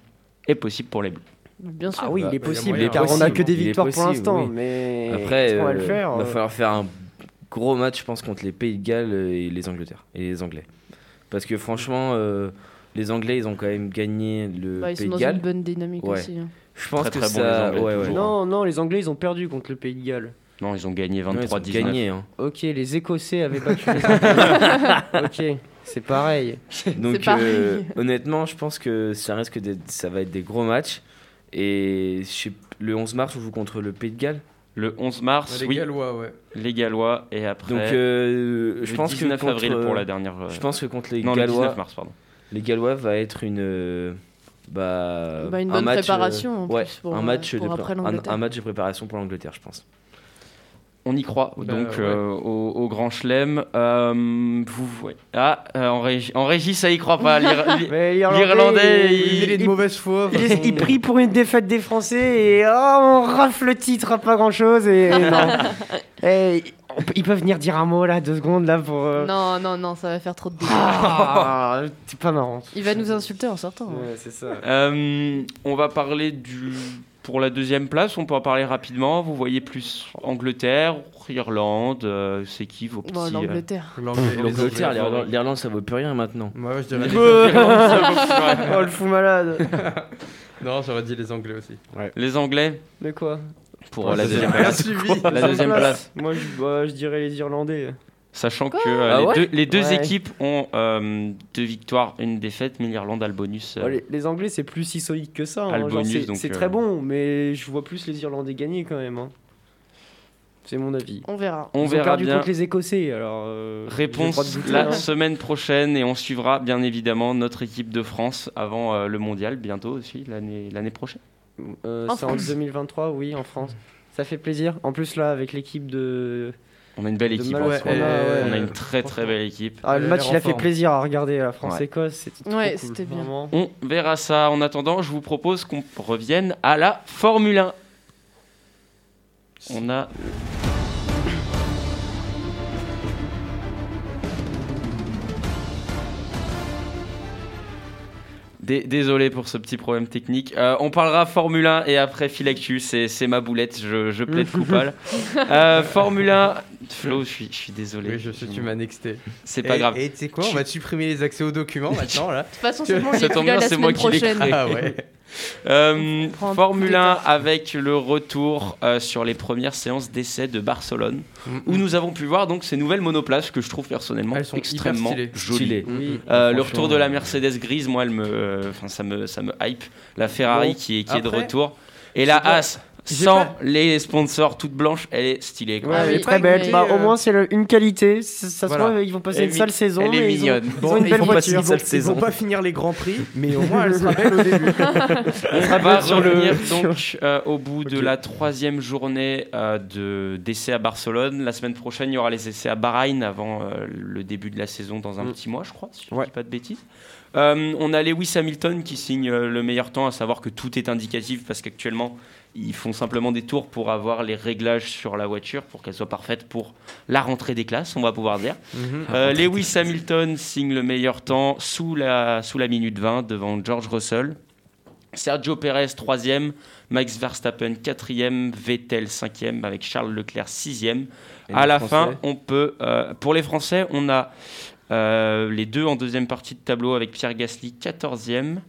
[SPEAKER 5] est possible pour les Bleus
[SPEAKER 6] Bien sûr.
[SPEAKER 7] Ah oui,
[SPEAKER 10] Bah,
[SPEAKER 7] il est
[SPEAKER 10] bah, y a
[SPEAKER 7] possible,
[SPEAKER 10] moyen.
[SPEAKER 7] car
[SPEAKER 10] Il est
[SPEAKER 7] on a que des
[SPEAKER 10] possible, il est
[SPEAKER 7] victoires pour
[SPEAKER 10] possible,
[SPEAKER 7] l'instant,
[SPEAKER 10] oui.
[SPEAKER 7] mais
[SPEAKER 10] Après,
[SPEAKER 7] est-ce qu'on va
[SPEAKER 10] euh,
[SPEAKER 7] le faire
[SPEAKER 10] va
[SPEAKER 7] euh,
[SPEAKER 10] falloir faire un gros match, je pense, contre les Pays de Galles et les Angleterres et les Anglais. Parce que franchement, euh, les Anglais, ils ont quand même gagné le
[SPEAKER 6] Bah, ils
[SPEAKER 10] Pays
[SPEAKER 6] sont
[SPEAKER 10] de
[SPEAKER 6] dans
[SPEAKER 10] Galles.
[SPEAKER 6] une bonne dynamique
[SPEAKER 10] Ouais.
[SPEAKER 6] aussi, hein.
[SPEAKER 10] Je pense
[SPEAKER 5] Très,
[SPEAKER 10] que
[SPEAKER 5] très bons,
[SPEAKER 10] ça,
[SPEAKER 5] les Anglais,
[SPEAKER 10] ouais, ouais.
[SPEAKER 5] toujours.
[SPEAKER 7] Non, non, les Anglais, ils ont perdu contre le Pays de Galles.
[SPEAKER 5] Non, ils ont gagné
[SPEAKER 10] ils ont
[SPEAKER 5] 23-19.
[SPEAKER 10] gagné, hein.
[SPEAKER 7] Ok, les Écossais avaient battu les Anglais. ok, c'est pareil.
[SPEAKER 10] Donc euh, honnêtement, je pense que ça risque d'être, ça va être des gros matchs. Et je sais- le 11 mars, on joue contre le Pays de Galles.
[SPEAKER 5] Le 11 mars,
[SPEAKER 8] Les
[SPEAKER 5] oui.
[SPEAKER 8] Gallois, ouais.
[SPEAKER 5] Les Gallois et après.
[SPEAKER 10] Donc euh, je
[SPEAKER 5] le
[SPEAKER 10] pense
[SPEAKER 5] 19
[SPEAKER 10] que contre,
[SPEAKER 5] avril pour
[SPEAKER 10] euh,
[SPEAKER 5] la dernière. euh,
[SPEAKER 10] Je pense que contre les
[SPEAKER 5] non,
[SPEAKER 10] Gallois,
[SPEAKER 5] le 19 mars, pardon.
[SPEAKER 10] Les Gallois va être une euh, bah,
[SPEAKER 6] Bah, une
[SPEAKER 10] un
[SPEAKER 6] bonne
[SPEAKER 10] match, euh,
[SPEAKER 6] préparation, en
[SPEAKER 10] ouais,
[SPEAKER 6] plus, pour,
[SPEAKER 10] un
[SPEAKER 6] euh,
[SPEAKER 10] match
[SPEAKER 6] pour
[SPEAKER 10] de
[SPEAKER 6] après
[SPEAKER 10] un- un,
[SPEAKER 6] l'Angleterre.
[SPEAKER 10] match de préparation pour l'Angleterre, je pense.
[SPEAKER 5] On y croit
[SPEAKER 10] Bah,
[SPEAKER 5] donc
[SPEAKER 10] ouais.
[SPEAKER 5] euh, au, au Grand Chelem. Euh, vous, ouais. Ah, euh, en, régie, en régie, ça y croit pas. L'Ir- l'Ir-
[SPEAKER 7] Mais
[SPEAKER 5] L'Irlandais,
[SPEAKER 7] il,
[SPEAKER 5] il-
[SPEAKER 7] il-
[SPEAKER 8] foi.
[SPEAKER 7] il- il prie pour une défaite des Français et oh, on rafle le titre à pas grand chose. Et, et non. Et on peut- ils peuvent venir dire un mot là, deux secondes là pour. euh,
[SPEAKER 6] Non, non, non, ça va faire trop de dégâts.
[SPEAKER 7] Ah, c'est pas marrant.
[SPEAKER 6] Il va nous insulter en sortant. hein.
[SPEAKER 7] c'est ça.
[SPEAKER 5] Euh, on va parler du. Pour la deuxième place, on peut en parler rapidement. Vous voyez plus Angleterre, Irlande, euh, c'est qui vos petits.
[SPEAKER 6] Bon,
[SPEAKER 5] euh,
[SPEAKER 6] l'Angleterre.
[SPEAKER 8] L'Angleterre,
[SPEAKER 10] L'Angleterre,
[SPEAKER 5] les
[SPEAKER 10] l'Irlande,
[SPEAKER 5] Anglais.
[SPEAKER 10] l'Irlande, ça vaut plus rien maintenant.
[SPEAKER 8] Ouais, je dirais les
[SPEAKER 5] Euh,
[SPEAKER 7] Oh le fou malade.
[SPEAKER 8] Non, j'aurais dit les Anglais aussi.
[SPEAKER 5] Les Anglais
[SPEAKER 7] De quoi
[SPEAKER 5] pour euh, la deuxième place. La deuxième place.
[SPEAKER 7] Moi je, bah, je dirais les Irlandais.
[SPEAKER 5] Sachant
[SPEAKER 10] Quoi
[SPEAKER 5] que euh,
[SPEAKER 10] Ah
[SPEAKER 5] les,
[SPEAKER 10] ouais
[SPEAKER 5] deux, les deux
[SPEAKER 10] Ouais.
[SPEAKER 5] équipes ont euh, deux victoires, une défaite, mais l'Irlande a le bonus. euh,
[SPEAKER 7] Ouais, les, les Anglais, c'est plus si solide que ça. hein.
[SPEAKER 5] Ah, le
[SPEAKER 7] Genre,
[SPEAKER 5] bonus,
[SPEAKER 7] c'est-
[SPEAKER 5] donc,
[SPEAKER 7] c'est
[SPEAKER 5] euh,
[SPEAKER 7] très bon, mais je vois plus les Irlandais gagner quand même. hein. C'est mon avis.
[SPEAKER 6] On verra.
[SPEAKER 5] On
[SPEAKER 7] Ils ont
[SPEAKER 5] verra
[SPEAKER 7] perdu
[SPEAKER 5] bien.
[SPEAKER 7] contre les Écossais, alors. euh, j'ai le
[SPEAKER 5] Réponse
[SPEAKER 7] droit de douter,
[SPEAKER 5] la
[SPEAKER 7] hein.
[SPEAKER 5] semaine prochaine et on suivra bien évidemment notre équipe de France avant euh, le mondial bientôt aussi l'année l'année prochaine.
[SPEAKER 7] Euh,
[SPEAKER 5] En
[SPEAKER 7] c'est en
[SPEAKER 5] France.
[SPEAKER 7] 2023, oui, en France. Ça fait plaisir. En plus, là, avec l'équipe de.
[SPEAKER 5] On a une belle
[SPEAKER 7] de
[SPEAKER 5] équipe.
[SPEAKER 7] Malos
[SPEAKER 5] hein.
[SPEAKER 7] qu'on a, ouais.
[SPEAKER 8] euh,
[SPEAKER 5] On a une très très belle équipe.
[SPEAKER 7] Ah, le match, il a fait plaisir à regarder. La
[SPEAKER 5] Ouais.
[SPEAKER 7] France-Écosse, c'était trop
[SPEAKER 6] Ouais,
[SPEAKER 7] cool.
[SPEAKER 6] c'était bien.
[SPEAKER 7] Vraiment.
[SPEAKER 5] On verra ça. En attendant, je vous propose qu'on revienne à la Formule 1. On a Dé- Désolé pour ce petit problème technique. Euh, on parlera Formule 1 et après Philactu, c'est c'est ma boulette, je, je plaide coupable. Euh, Formule 1, Flo, je suis, je suis désolé.
[SPEAKER 8] Oui, je sais, tu m'as nexté.
[SPEAKER 5] C'est pas
[SPEAKER 8] Et-
[SPEAKER 5] grave.
[SPEAKER 8] Et tu sais quoi On va supprimer les accès aux documents maintenant, là. De toute
[SPEAKER 6] façon,
[SPEAKER 5] c'est bon, Ça il est tombe plus là bien, la c'est moi semaine qui l'ai prochaine. créé.
[SPEAKER 8] Ah ouais.
[SPEAKER 5] Euh,
[SPEAKER 8] prend
[SPEAKER 5] Formule 1 avec le retour euh, sur les premières séances d'essai de Barcelone, où nous avons pu voir donc ces nouvelles monoplaces que je trouve personnellement
[SPEAKER 8] Mm, Elles sont hyper
[SPEAKER 5] extrêmement
[SPEAKER 8] stylées.
[SPEAKER 5] jolies.
[SPEAKER 8] Stylées. Oui.
[SPEAKER 5] Euh,
[SPEAKER 8] Franchement,
[SPEAKER 5] le retour de la Mercedes grise, moi, elle me, euh, enfin, ça me, ça me hype. La Ferrari
[SPEAKER 8] Bon,
[SPEAKER 5] qui est, qui est de
[SPEAKER 8] après,
[SPEAKER 5] retour. Et la
[SPEAKER 8] j'ai pas-
[SPEAKER 5] Haas,
[SPEAKER 8] j'ai
[SPEAKER 5] sans
[SPEAKER 8] pas-
[SPEAKER 5] les sponsors toutes blanches, elle est stylée. quoi.
[SPEAKER 7] Ouais, elle est très belle. Bah, Au moins, c'est le- une qualité. Ça, ça
[SPEAKER 5] Voilà.
[SPEAKER 7] se trouve, ils vont passer
[SPEAKER 5] Elle
[SPEAKER 7] une
[SPEAKER 5] est
[SPEAKER 7] sale
[SPEAKER 5] mi-
[SPEAKER 7] saison.
[SPEAKER 5] elle est
[SPEAKER 7] mais ils ont-
[SPEAKER 5] mignonne.
[SPEAKER 7] Ils ont,
[SPEAKER 5] Bon,
[SPEAKER 7] une
[SPEAKER 5] ils
[SPEAKER 7] belle
[SPEAKER 5] vont passer
[SPEAKER 7] voiture.
[SPEAKER 5] une sale
[SPEAKER 7] Ils vont-
[SPEAKER 8] Ils vont
[SPEAKER 5] saison.
[SPEAKER 8] pas finir les grands prix, mais au moins elle sera belle au début.
[SPEAKER 5] On va
[SPEAKER 8] sur
[SPEAKER 5] revenir
[SPEAKER 8] le-
[SPEAKER 5] donc euh, au bout de la troisième journée euh, de- d'essais à Barcelone. La semaine prochaine, il y aura les essais à Bahreïn avant euh, le début de la saison dans un
[SPEAKER 9] Mm.
[SPEAKER 5] petit mois, je crois, si je ne dis pas de bêtises. Euh, on a Lewis Hamilton qui signe euh, le meilleur temps, à savoir que tout est indicatif parce qu'actuellement, ils font simplement des tours pour avoir les réglages sur la voiture pour qu'elle soit parfaite pour la rentrée des classes, on va pouvoir dire.
[SPEAKER 8] Mhm.
[SPEAKER 5] Euh, Lewis Hamilton signe le meilleur temps sous la, sous la minute 20 devant George Russell. Sergio Perez, troisième. Max Verstappen, quatrième. Vettel, cinquième. Avec Charles Leclerc, sixième.
[SPEAKER 10] Et
[SPEAKER 5] À
[SPEAKER 10] les
[SPEAKER 5] la
[SPEAKER 10] Français
[SPEAKER 5] fin, on peut. euh, pour les Français, on a euh, les deux en deuxième partie de tableau avec Pierre Gasly, quatorzième.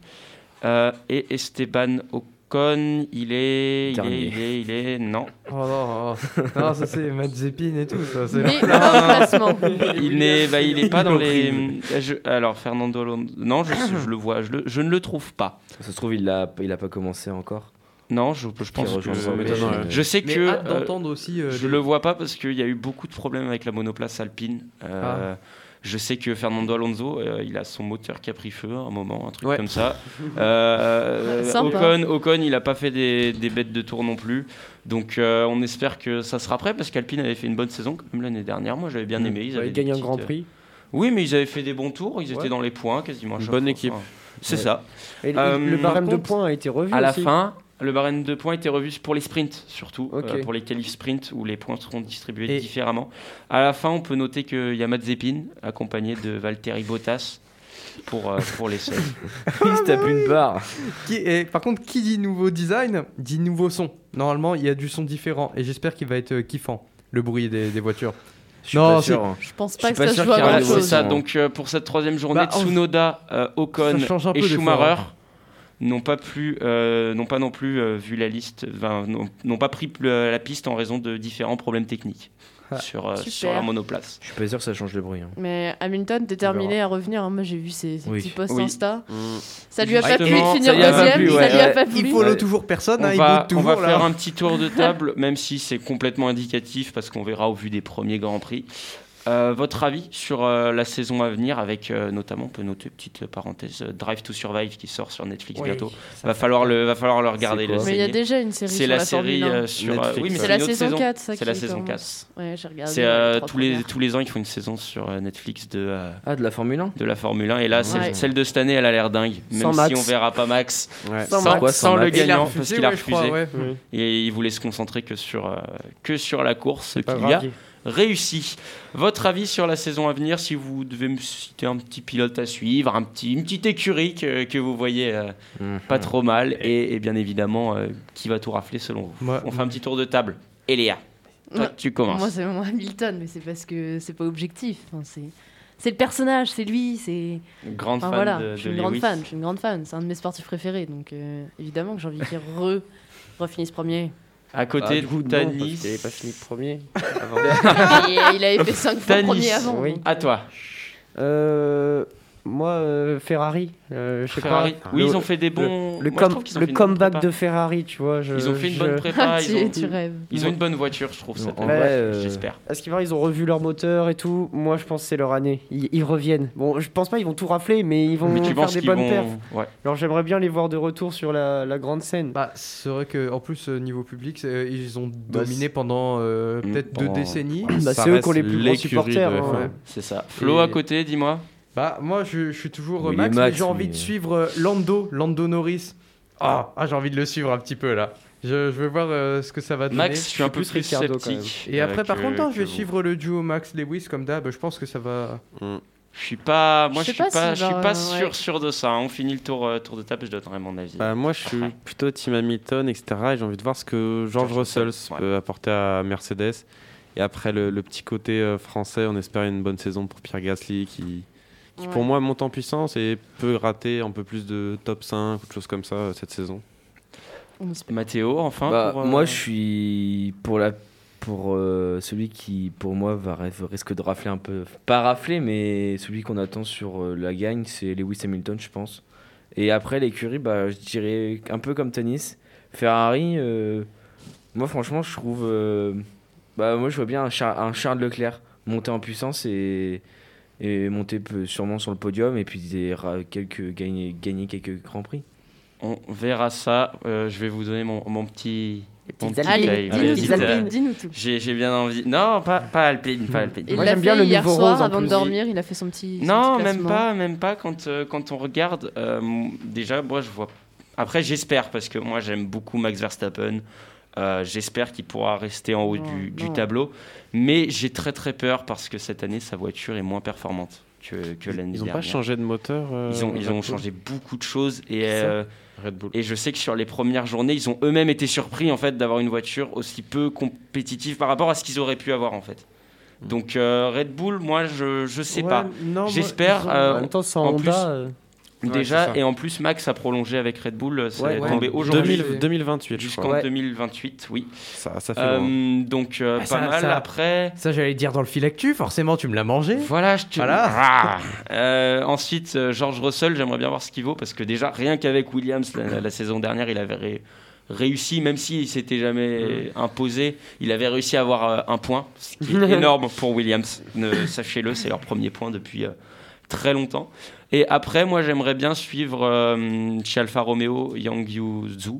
[SPEAKER 5] Euh, et Esteban Ocon, il est. Il est,
[SPEAKER 8] Dernier.
[SPEAKER 5] il est, il est. Non.
[SPEAKER 8] Oh non, oh. non ça c'est Mazepin et tout. Ça, c'est
[SPEAKER 5] Mais
[SPEAKER 8] Non,
[SPEAKER 5] pas
[SPEAKER 8] non,
[SPEAKER 5] au
[SPEAKER 8] non.
[SPEAKER 5] Il n'est, bah, il est pas dans les. Ah,
[SPEAKER 10] Horrible.
[SPEAKER 5] Je- alors Fernando Alonso, non, je, je le vois, je, le- je ne le trouve pas.
[SPEAKER 10] Ça se trouve, il a, il a pas commencé encore.
[SPEAKER 5] Non, je, je pense
[SPEAKER 10] Qui
[SPEAKER 5] que.
[SPEAKER 10] rejoint son m'étonnerait.
[SPEAKER 5] Je sais
[SPEAKER 8] Mais
[SPEAKER 5] que.
[SPEAKER 8] hâte d'entendre aussi, euh,
[SPEAKER 5] je
[SPEAKER 8] les-
[SPEAKER 5] le vois pas parce qu'il y a eu beaucoup de problèmes avec la monoplace alpine. Euh,
[SPEAKER 8] Ah.
[SPEAKER 5] Je sais que Fernando Alonso, euh, il a son moteur qui a pris feu à un moment, un truc
[SPEAKER 10] Ouais.
[SPEAKER 5] comme ça. Euh,
[SPEAKER 10] Sympa.
[SPEAKER 5] Ocon, Ocon, il a pas fait des, des bêtes de tour non plus. Donc euh, on espère que ça sera prêt parce qu'Alpine avait fait une bonne saison quand même l'année dernière. Moi j'avais bien
[SPEAKER 8] Mm.
[SPEAKER 5] aimé. Ils
[SPEAKER 7] Ouais,
[SPEAKER 5] avaient
[SPEAKER 7] ils gagnaient
[SPEAKER 5] des
[SPEAKER 7] Bah, un Grand
[SPEAKER 5] petites, euh,
[SPEAKER 7] Prix.
[SPEAKER 5] Oui, mais ils avaient fait des bons tours, ils étaient dans les points quasiment. à chaque fois. Enfin, C'est ça.
[SPEAKER 7] Et le-
[SPEAKER 5] Euh,
[SPEAKER 7] le barème
[SPEAKER 5] par
[SPEAKER 7] de
[SPEAKER 5] contre,
[SPEAKER 7] points a été revu.
[SPEAKER 5] À la
[SPEAKER 7] aussi.
[SPEAKER 5] fin, le barème de points était revu pour les sprints, surtout
[SPEAKER 7] Ok.
[SPEAKER 5] euh, pour les qualifs sprints où les points seront distribués différemment. À la fin, on peut noter qu'il y a Mazepin accompagné de Valtteri Bottas pour, euh, pour les seuls.
[SPEAKER 10] Il se tape une barre.
[SPEAKER 8] Qui- et par contre, qui dit nouveau design dit nouveau son. Normalement, il y a du son différent et j'espère qu'il va être euh, kiffant le bruit des, des voitures.
[SPEAKER 10] suis pas sûr, hein. Je
[SPEAKER 6] pense
[SPEAKER 10] pas Je suis que pas ça se sûr joue à qu'il y aura
[SPEAKER 5] Voilà,
[SPEAKER 10] grand-chose.
[SPEAKER 5] c'est ça.
[SPEAKER 10] Ouais.
[SPEAKER 5] Donc euh, pour cette troisième journée,
[SPEAKER 10] Bah, en-
[SPEAKER 5] Tsunoda, euh, Ocon
[SPEAKER 10] Ça change un
[SPEAKER 5] et
[SPEAKER 10] peu des fois,
[SPEAKER 5] Schumacher
[SPEAKER 10] hein.
[SPEAKER 5] n'ont pas plus, euh, n'ont pas non plus euh, vu la liste, enfin, n'ont n'ont pas pris euh, la piste en raison de différents problèmes techniques
[SPEAKER 10] Ah.
[SPEAKER 5] sur, euh,
[SPEAKER 6] Super.
[SPEAKER 5] sur la monoplace.
[SPEAKER 10] Je suis pas sûr que ça change le bruit. hein.
[SPEAKER 6] Mais Hamilton déterminé à revenir. hein. Moi j'ai vu ses, ses
[SPEAKER 10] Oui.
[SPEAKER 6] petits posts
[SPEAKER 10] Oui.
[SPEAKER 6] Insta.
[SPEAKER 10] Mm.
[SPEAKER 6] Ça lui a pas plu de
[SPEAKER 5] Justement,
[SPEAKER 6] finir
[SPEAKER 5] ça lui a pas
[SPEAKER 6] deuxième.
[SPEAKER 5] plu,
[SPEAKER 6] Ça
[SPEAKER 5] ouais.
[SPEAKER 6] lui a
[SPEAKER 5] Ouais.
[SPEAKER 6] pas plu.
[SPEAKER 8] Il follow toujours personne,
[SPEAKER 5] on
[SPEAKER 8] hein, il
[SPEAKER 5] va,
[SPEAKER 8] boot
[SPEAKER 5] on
[SPEAKER 8] toujours.
[SPEAKER 5] va
[SPEAKER 8] là.
[SPEAKER 5] faire un petit tour de table, même si c'est complètement indicatif, parce qu'on verra au vu des premiers Grands Prix. Euh, votre avis sur euh, la saison à venir, avec euh, notamment, on peut noter petite parenthèse, euh, Drive to Survive qui sort sur Netflix
[SPEAKER 6] Oui,
[SPEAKER 5] bientôt.
[SPEAKER 6] ça
[SPEAKER 5] Va falloir, le, va falloir le regarder.
[SPEAKER 6] quoi
[SPEAKER 5] le
[SPEAKER 6] Mais il y a
[SPEAKER 5] saigner.
[SPEAKER 6] déjà une série
[SPEAKER 5] C'est
[SPEAKER 6] sur
[SPEAKER 5] la,
[SPEAKER 6] la
[SPEAKER 5] série
[SPEAKER 6] Formule un.
[SPEAKER 5] euh, sur. euh,
[SPEAKER 6] Netflix, ouais.
[SPEAKER 5] oui, mais c'est
[SPEAKER 6] C'est
[SPEAKER 5] une
[SPEAKER 6] la
[SPEAKER 5] autre
[SPEAKER 6] saison 4, ça,
[SPEAKER 5] C'est
[SPEAKER 6] qui
[SPEAKER 5] la saison
[SPEAKER 6] commence.
[SPEAKER 5] 4.
[SPEAKER 6] Ouais, j'ai regardé
[SPEAKER 5] C'est
[SPEAKER 6] les
[SPEAKER 5] euh,
[SPEAKER 6] trois
[SPEAKER 5] tous, les,
[SPEAKER 6] premières.
[SPEAKER 5] tous les ans, ils font une saison sur euh, Netflix de. euh,
[SPEAKER 10] Ah, de la Formule 1
[SPEAKER 5] de la Formule 1 et là celle,
[SPEAKER 10] Ouais.
[SPEAKER 5] celle de cette année elle a l'air dingue même
[SPEAKER 10] Sans
[SPEAKER 5] si
[SPEAKER 10] Max.
[SPEAKER 5] on verra pas Max
[SPEAKER 10] Ouais.
[SPEAKER 5] sans,
[SPEAKER 10] Sans Max.
[SPEAKER 5] sans
[SPEAKER 10] Sans
[SPEAKER 5] le
[SPEAKER 10] Max. Il a
[SPEAKER 5] gagnant
[SPEAKER 10] refusé,
[SPEAKER 5] parce qu'il a
[SPEAKER 10] ouais, je
[SPEAKER 5] refusé
[SPEAKER 10] crois, ouais. Ouais.
[SPEAKER 5] et il voulait se concentrer que sur euh, que sur la course ce
[SPEAKER 10] pas
[SPEAKER 5] qu'il y a
[SPEAKER 10] grave.
[SPEAKER 5] réussi votre avis sur la saison à venir si vous devez me citer un petit pilote à suivre un petit une petite écurie que, que vous voyez euh, pas trop mal et, et bien évidemment euh, qui va tout rafler selon vous
[SPEAKER 8] Moi-
[SPEAKER 5] on fait un petit tour de table Eléa toi,
[SPEAKER 6] Ouais.
[SPEAKER 5] tu commences
[SPEAKER 6] Moi c'est moi Hamilton, mais c'est parce que c'est pas objectif. Enfin, c'est c'est le personnage, c'est lui, c'est.
[SPEAKER 5] Grande fan
[SPEAKER 6] voilà,
[SPEAKER 5] de-
[SPEAKER 6] je suis
[SPEAKER 5] de
[SPEAKER 6] une grande
[SPEAKER 5] Lewis.
[SPEAKER 6] fan, je suis une grande fan. C'est un de mes sportifs préférés, donc euh, évidemment que j'ai envie qu'il re refinisse premier.
[SPEAKER 5] À côté,
[SPEAKER 13] Ah, du coup, non,
[SPEAKER 5] t'as
[SPEAKER 13] parce
[SPEAKER 5] Nice.
[SPEAKER 13] qu'il avait pas fini premier. avant.
[SPEAKER 3] Ah.
[SPEAKER 6] Il- il avait fait cinq fois
[SPEAKER 5] T'as
[SPEAKER 6] premier
[SPEAKER 5] Nice.
[SPEAKER 6] avant, Oui. donc.
[SPEAKER 5] À toi.
[SPEAKER 13] Euh, moi, euh, Ferrari. euh, je sais
[SPEAKER 5] Ferrari.
[SPEAKER 13] pas.
[SPEAKER 5] Oui,
[SPEAKER 13] Le-
[SPEAKER 5] ils ont fait des
[SPEAKER 13] le-
[SPEAKER 5] bons-
[SPEAKER 13] Le,
[SPEAKER 5] moi, je
[SPEAKER 13] com-
[SPEAKER 5] trouve qu'ils ont
[SPEAKER 13] le
[SPEAKER 5] fait une bonne
[SPEAKER 13] comeback
[SPEAKER 5] prépa.
[SPEAKER 13] de Ferrari, tu vois. je-
[SPEAKER 5] Ils ont fait une
[SPEAKER 13] je-
[SPEAKER 5] bonne prépa.
[SPEAKER 13] Tu-
[SPEAKER 5] Ah, ils, ont...
[SPEAKER 13] tu rêves.
[SPEAKER 5] ils ont une bonne voiture, je trouve. cette
[SPEAKER 13] En
[SPEAKER 5] année.
[SPEAKER 13] vrai, euh,
[SPEAKER 5] J'espère.
[SPEAKER 13] À ce qui va, ils ont revu leur moteur et tout. Moi, je pense que c'est leur année. Ils, ils reviennent. Bon, je pense pas ils vont tout rafler, mais ils vont
[SPEAKER 5] Mais tu
[SPEAKER 13] faire
[SPEAKER 5] penses
[SPEAKER 13] des
[SPEAKER 5] qu'ils
[SPEAKER 13] bonnes
[SPEAKER 5] vont-
[SPEAKER 13] perfs.
[SPEAKER 5] ouais.
[SPEAKER 13] Alors, j'aimerais bien les voir de retour sur la, la grande scène.
[SPEAKER 8] Bah, c'est vrai que en plus euh, niveau public, c'est- euh, ils ont
[SPEAKER 13] Bah,
[SPEAKER 8] dominé
[SPEAKER 13] c'est-
[SPEAKER 8] pendant euh, peut-être deux
[SPEAKER 5] Oh.
[SPEAKER 8] décennies.
[SPEAKER 13] Bah, Ça c'est eux reste qui ont les plus grands l'écurie supporters, de hein, F1. ouais.
[SPEAKER 5] C'est ça. Flo, à côté, dis-moi.
[SPEAKER 8] Bah moi je, je suis toujours euh,
[SPEAKER 5] Oui,
[SPEAKER 8] Max,
[SPEAKER 5] Max,
[SPEAKER 8] mais j'ai envie
[SPEAKER 5] mais-
[SPEAKER 8] de suivre euh, Lando, Lando Norris. Ah, ah, j'ai envie de le suivre un petit peu là. Je, je veux voir euh, ce que ça va donner.
[SPEAKER 5] Max, je suis un peu plus sceptique.
[SPEAKER 8] Et après
[SPEAKER 5] avec,
[SPEAKER 8] par
[SPEAKER 5] euh,
[SPEAKER 8] contre, non, je vais
[SPEAKER 5] que vous.
[SPEAKER 8] suivre le duo Max Lewis comme d'hab. Je pense que ça va.
[SPEAKER 5] Je suis pas, moi je,
[SPEAKER 8] Je sais
[SPEAKER 5] suis
[SPEAKER 8] pas
[SPEAKER 5] pas,
[SPEAKER 8] si
[SPEAKER 5] je suis
[SPEAKER 8] genre,
[SPEAKER 5] pas
[SPEAKER 8] euh,
[SPEAKER 5] sûr,
[SPEAKER 8] ouais.
[SPEAKER 5] sûr de ça. hein. On finit le tour, euh, tour de table, je donnerai mon avis.
[SPEAKER 9] Bah, moi, je suis plutôt Team Hamilton, etc. Et j'ai envie de voir ce que George Russell peut apporter à Mercedes. Et après, le, le petit côté euh, français, on espère une bonne saison pour Pierre Gasly qui, qui pour
[SPEAKER 5] Ouais.
[SPEAKER 9] moi, monte en puissance et peut rater un peu plus de top 5 ou de choses comme ça euh, cette saison.
[SPEAKER 5] Mathéo, enfin.
[SPEAKER 10] Bah,
[SPEAKER 5] pour, euh,
[SPEAKER 10] Moi, je suis pour, la, pour euh, celui qui, pour moi, va, rêve- risque de rafler un peu. Pas rafler, mais celui qu'on attend sur euh, la gagne, c'est Lewis Hamilton, je pense. Et après, l'écurie, bah, je dirais un peu comme tennis. Ferrari, euh, moi, franchement, je trouve. euh, bah, moi, je vois bien un, Char- un Charles Leclerc monter en puissance et. Et monter peu- sûrement sur le podium et puis des ra- quelques, gagner, gagner quelques grands prix.
[SPEAKER 5] On verra ça. Euh, je vais vous donner mon, mon petit. mon
[SPEAKER 10] petites
[SPEAKER 5] petit
[SPEAKER 10] Alpines.
[SPEAKER 5] détail.
[SPEAKER 10] Allez,
[SPEAKER 5] Petite,
[SPEAKER 10] dis-nous tout.
[SPEAKER 5] euh,
[SPEAKER 6] Dis-nous tout.
[SPEAKER 5] J'ai j'ai bien envie. Non, pas, pas Alpine. Pas Alpine.
[SPEAKER 6] Il l'a fait hier soir avant de dormir, il a fait son petit. son
[SPEAKER 5] Non,
[SPEAKER 6] petit
[SPEAKER 5] même
[SPEAKER 6] classement.
[SPEAKER 5] pas, même pas. Quand, euh, quand on regarde, euh, m- déjà, moi, je vois. Après, j'espère, parce que moi, j'aime beaucoup Max Verstappen. Euh, j'espère qu'il pourra rester en haut
[SPEAKER 6] Non,
[SPEAKER 5] du, du
[SPEAKER 6] non.
[SPEAKER 5] tableau. Mais j'ai très, très peur parce que cette année, sa voiture est moins performante que, que l'année
[SPEAKER 9] Ils
[SPEAKER 5] dernière.
[SPEAKER 9] n'ont pas changé de moteur euh,
[SPEAKER 5] Ils ont, ils
[SPEAKER 9] Red
[SPEAKER 5] ont
[SPEAKER 9] Bull
[SPEAKER 5] changé beaucoup de choses et,
[SPEAKER 9] ça
[SPEAKER 5] euh, et je sais que sur les premières journées, ils ont eux-mêmes été surpris en fait d'avoir une voiture aussi peu compétitive par rapport à ce qu'ils auraient pu avoir en fait. Donc euh, Red Bull, moi je je sais
[SPEAKER 13] Ouais,
[SPEAKER 5] pas.
[SPEAKER 13] non, moi,
[SPEAKER 5] J'espère. euh,
[SPEAKER 13] ils ont- en même temps, sans Honda, euh. Ouais,
[SPEAKER 5] déjà
[SPEAKER 13] c'est ça.
[SPEAKER 5] et en plus Max a prolongé avec Red Bull, ça
[SPEAKER 13] Ouais,
[SPEAKER 5] est
[SPEAKER 13] ouais.
[SPEAKER 5] tombé
[SPEAKER 13] En
[SPEAKER 5] aujourd'hui
[SPEAKER 9] 2000 2028, je
[SPEAKER 5] jusqu'en
[SPEAKER 9] crois. Ouais.
[SPEAKER 5] 2028, oui.
[SPEAKER 9] Ça, ça
[SPEAKER 8] fait
[SPEAKER 5] Euh, donc euh,
[SPEAKER 8] Bah,
[SPEAKER 5] pas
[SPEAKER 8] ça-
[SPEAKER 5] mal
[SPEAKER 8] ça-
[SPEAKER 5] après.
[SPEAKER 8] Ça j'allais dire dans le fil actu. Forcément, tu me l'as mangé.
[SPEAKER 5] Voilà, je te.
[SPEAKER 8] Voilà.
[SPEAKER 5] Ah. Euh, ensuite, euh, George Russell, j'aimerais bien voir ce qu'il vaut parce que déjà, rien qu'avec Williams, la, la- la saison dernière, il avait ré- réussi, même s'il s'était jamais imposé, il avait réussi à avoir euh, un point, ce qui est énorme pour Williams. Ne- Sachez-le, c'est leur premier point depuis euh, très longtemps. Et après, moi, j'aimerais bien suivre euh, chez Alfa Romeo Yang Yu Zhu,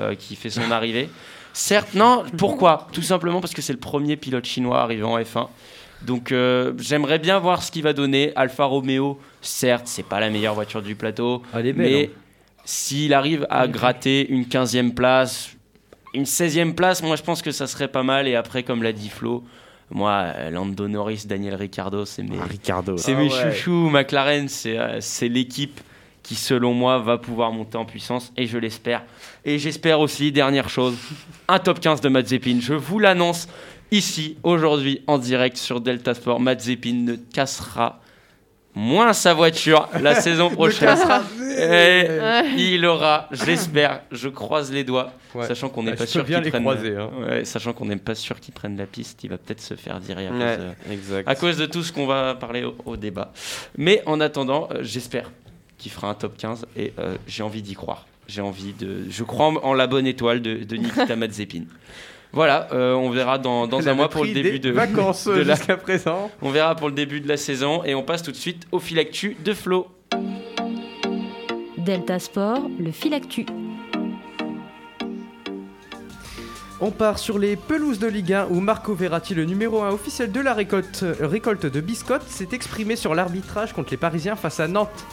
[SPEAKER 5] euh, qui fait son arrivée. Certes, non, pourquoi Tout simplement parce que c'est le premier pilote chinois arrivé en F1. Donc euh, j'aimerais bien voir ce qu'il va donner. Alfa Romeo, certes, c'est pas la meilleure voiture du plateau,
[SPEAKER 10] belle,
[SPEAKER 5] mais
[SPEAKER 10] hein.
[SPEAKER 5] s'il arrive à gratter une 15e place, une 16e place, moi je pense que ça serait pas mal. Et après, comme l'a dit Flo, moi, euh, Lando Norris, Daniel Ricciardo, c'est mes, c'est
[SPEAKER 9] Ah
[SPEAKER 5] mes
[SPEAKER 9] ouais.
[SPEAKER 5] chouchous. McLaren, c'est euh, c'est l'équipe qui, selon moi, va pouvoir monter en puissance et je l'espère. Et j'espère aussi, dernière chose, un top 15 de Mazepin. Je vous l'annonce ici, aujourd'hui, en direct sur Delta Sport. Mazepin ne cassera moins sa voiture la saison prochaine.
[SPEAKER 1] cassera.
[SPEAKER 5] Et
[SPEAKER 1] Ouais.
[SPEAKER 5] il aura, j'espère, je croise les doigts,
[SPEAKER 8] Ouais.
[SPEAKER 5] sachant qu'on
[SPEAKER 8] Bah,
[SPEAKER 5] n'est
[SPEAKER 8] je
[SPEAKER 5] pas
[SPEAKER 8] peux
[SPEAKER 5] sûr
[SPEAKER 8] bien
[SPEAKER 5] qu'il
[SPEAKER 8] les
[SPEAKER 5] prenne. euh,
[SPEAKER 8] croiser, hein.
[SPEAKER 5] Ouais, sachant qu'on n'est pas sûr qu'il prenne la piste, il va peut-être se faire virer à,
[SPEAKER 9] Ouais,
[SPEAKER 5] cause, euh,
[SPEAKER 9] exact.
[SPEAKER 5] à cause de tout ce qu'on va parler au, au débat. Mais en attendant, euh, j'espère qu'il fera un top 15 et euh, j'ai envie d'y croire. J'ai envie de, je crois en, en la bonne étoile de, de Nikita Mazepin. Voilà, euh, on verra dans, dans
[SPEAKER 8] Elle
[SPEAKER 5] un
[SPEAKER 8] avait
[SPEAKER 5] mois pour
[SPEAKER 8] pris
[SPEAKER 5] le début
[SPEAKER 8] des
[SPEAKER 5] de
[SPEAKER 8] vacances
[SPEAKER 5] de la-
[SPEAKER 8] jusqu'à présent.
[SPEAKER 5] On verra pour le début de la saison et on passe tout de suite au fil actu de Flo.
[SPEAKER 3] Delta Sport, le fil actu.
[SPEAKER 8] On part sur les pelouses de Ligue 1 où Marco Verratti, le numéro 1 officiel de la récolte, récolte de Biscotte, s'est exprimé sur l'arbitrage contre les Parisiens face à Nantes.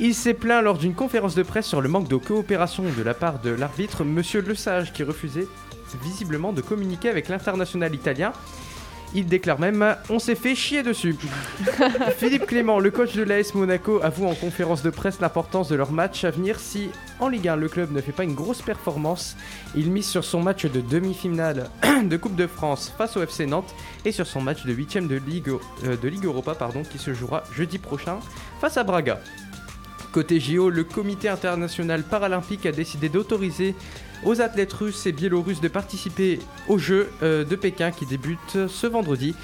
[SPEAKER 8] Il s'est plaint lors d'une conférence de presse sur le manque de coopération de la part de l'arbitre Monsieur Lesage qui refusait visiblement de communiquer avec l'international italien. Il déclare même On s'est fait chier dessus. Philippe Clément, le coach de l'AS Monaco, avoue en conférence de presse l'importance de leur match à venir si, en Ligue 1, le club ne fait pas une grosse performance. Il mise sur son match de demi-finale de Coupe de France face au FC Nantes et sur son match de huitième de Ligue, euh, de Ligue Europa pardon, qui se jouera jeudi prochain face à Braga. Côté JO, le comité international paralympique a décidé d'autoriser aux athlètes russes et biélorusses de participer aux Jeux euh, de Pékin qui débutent ce vendredi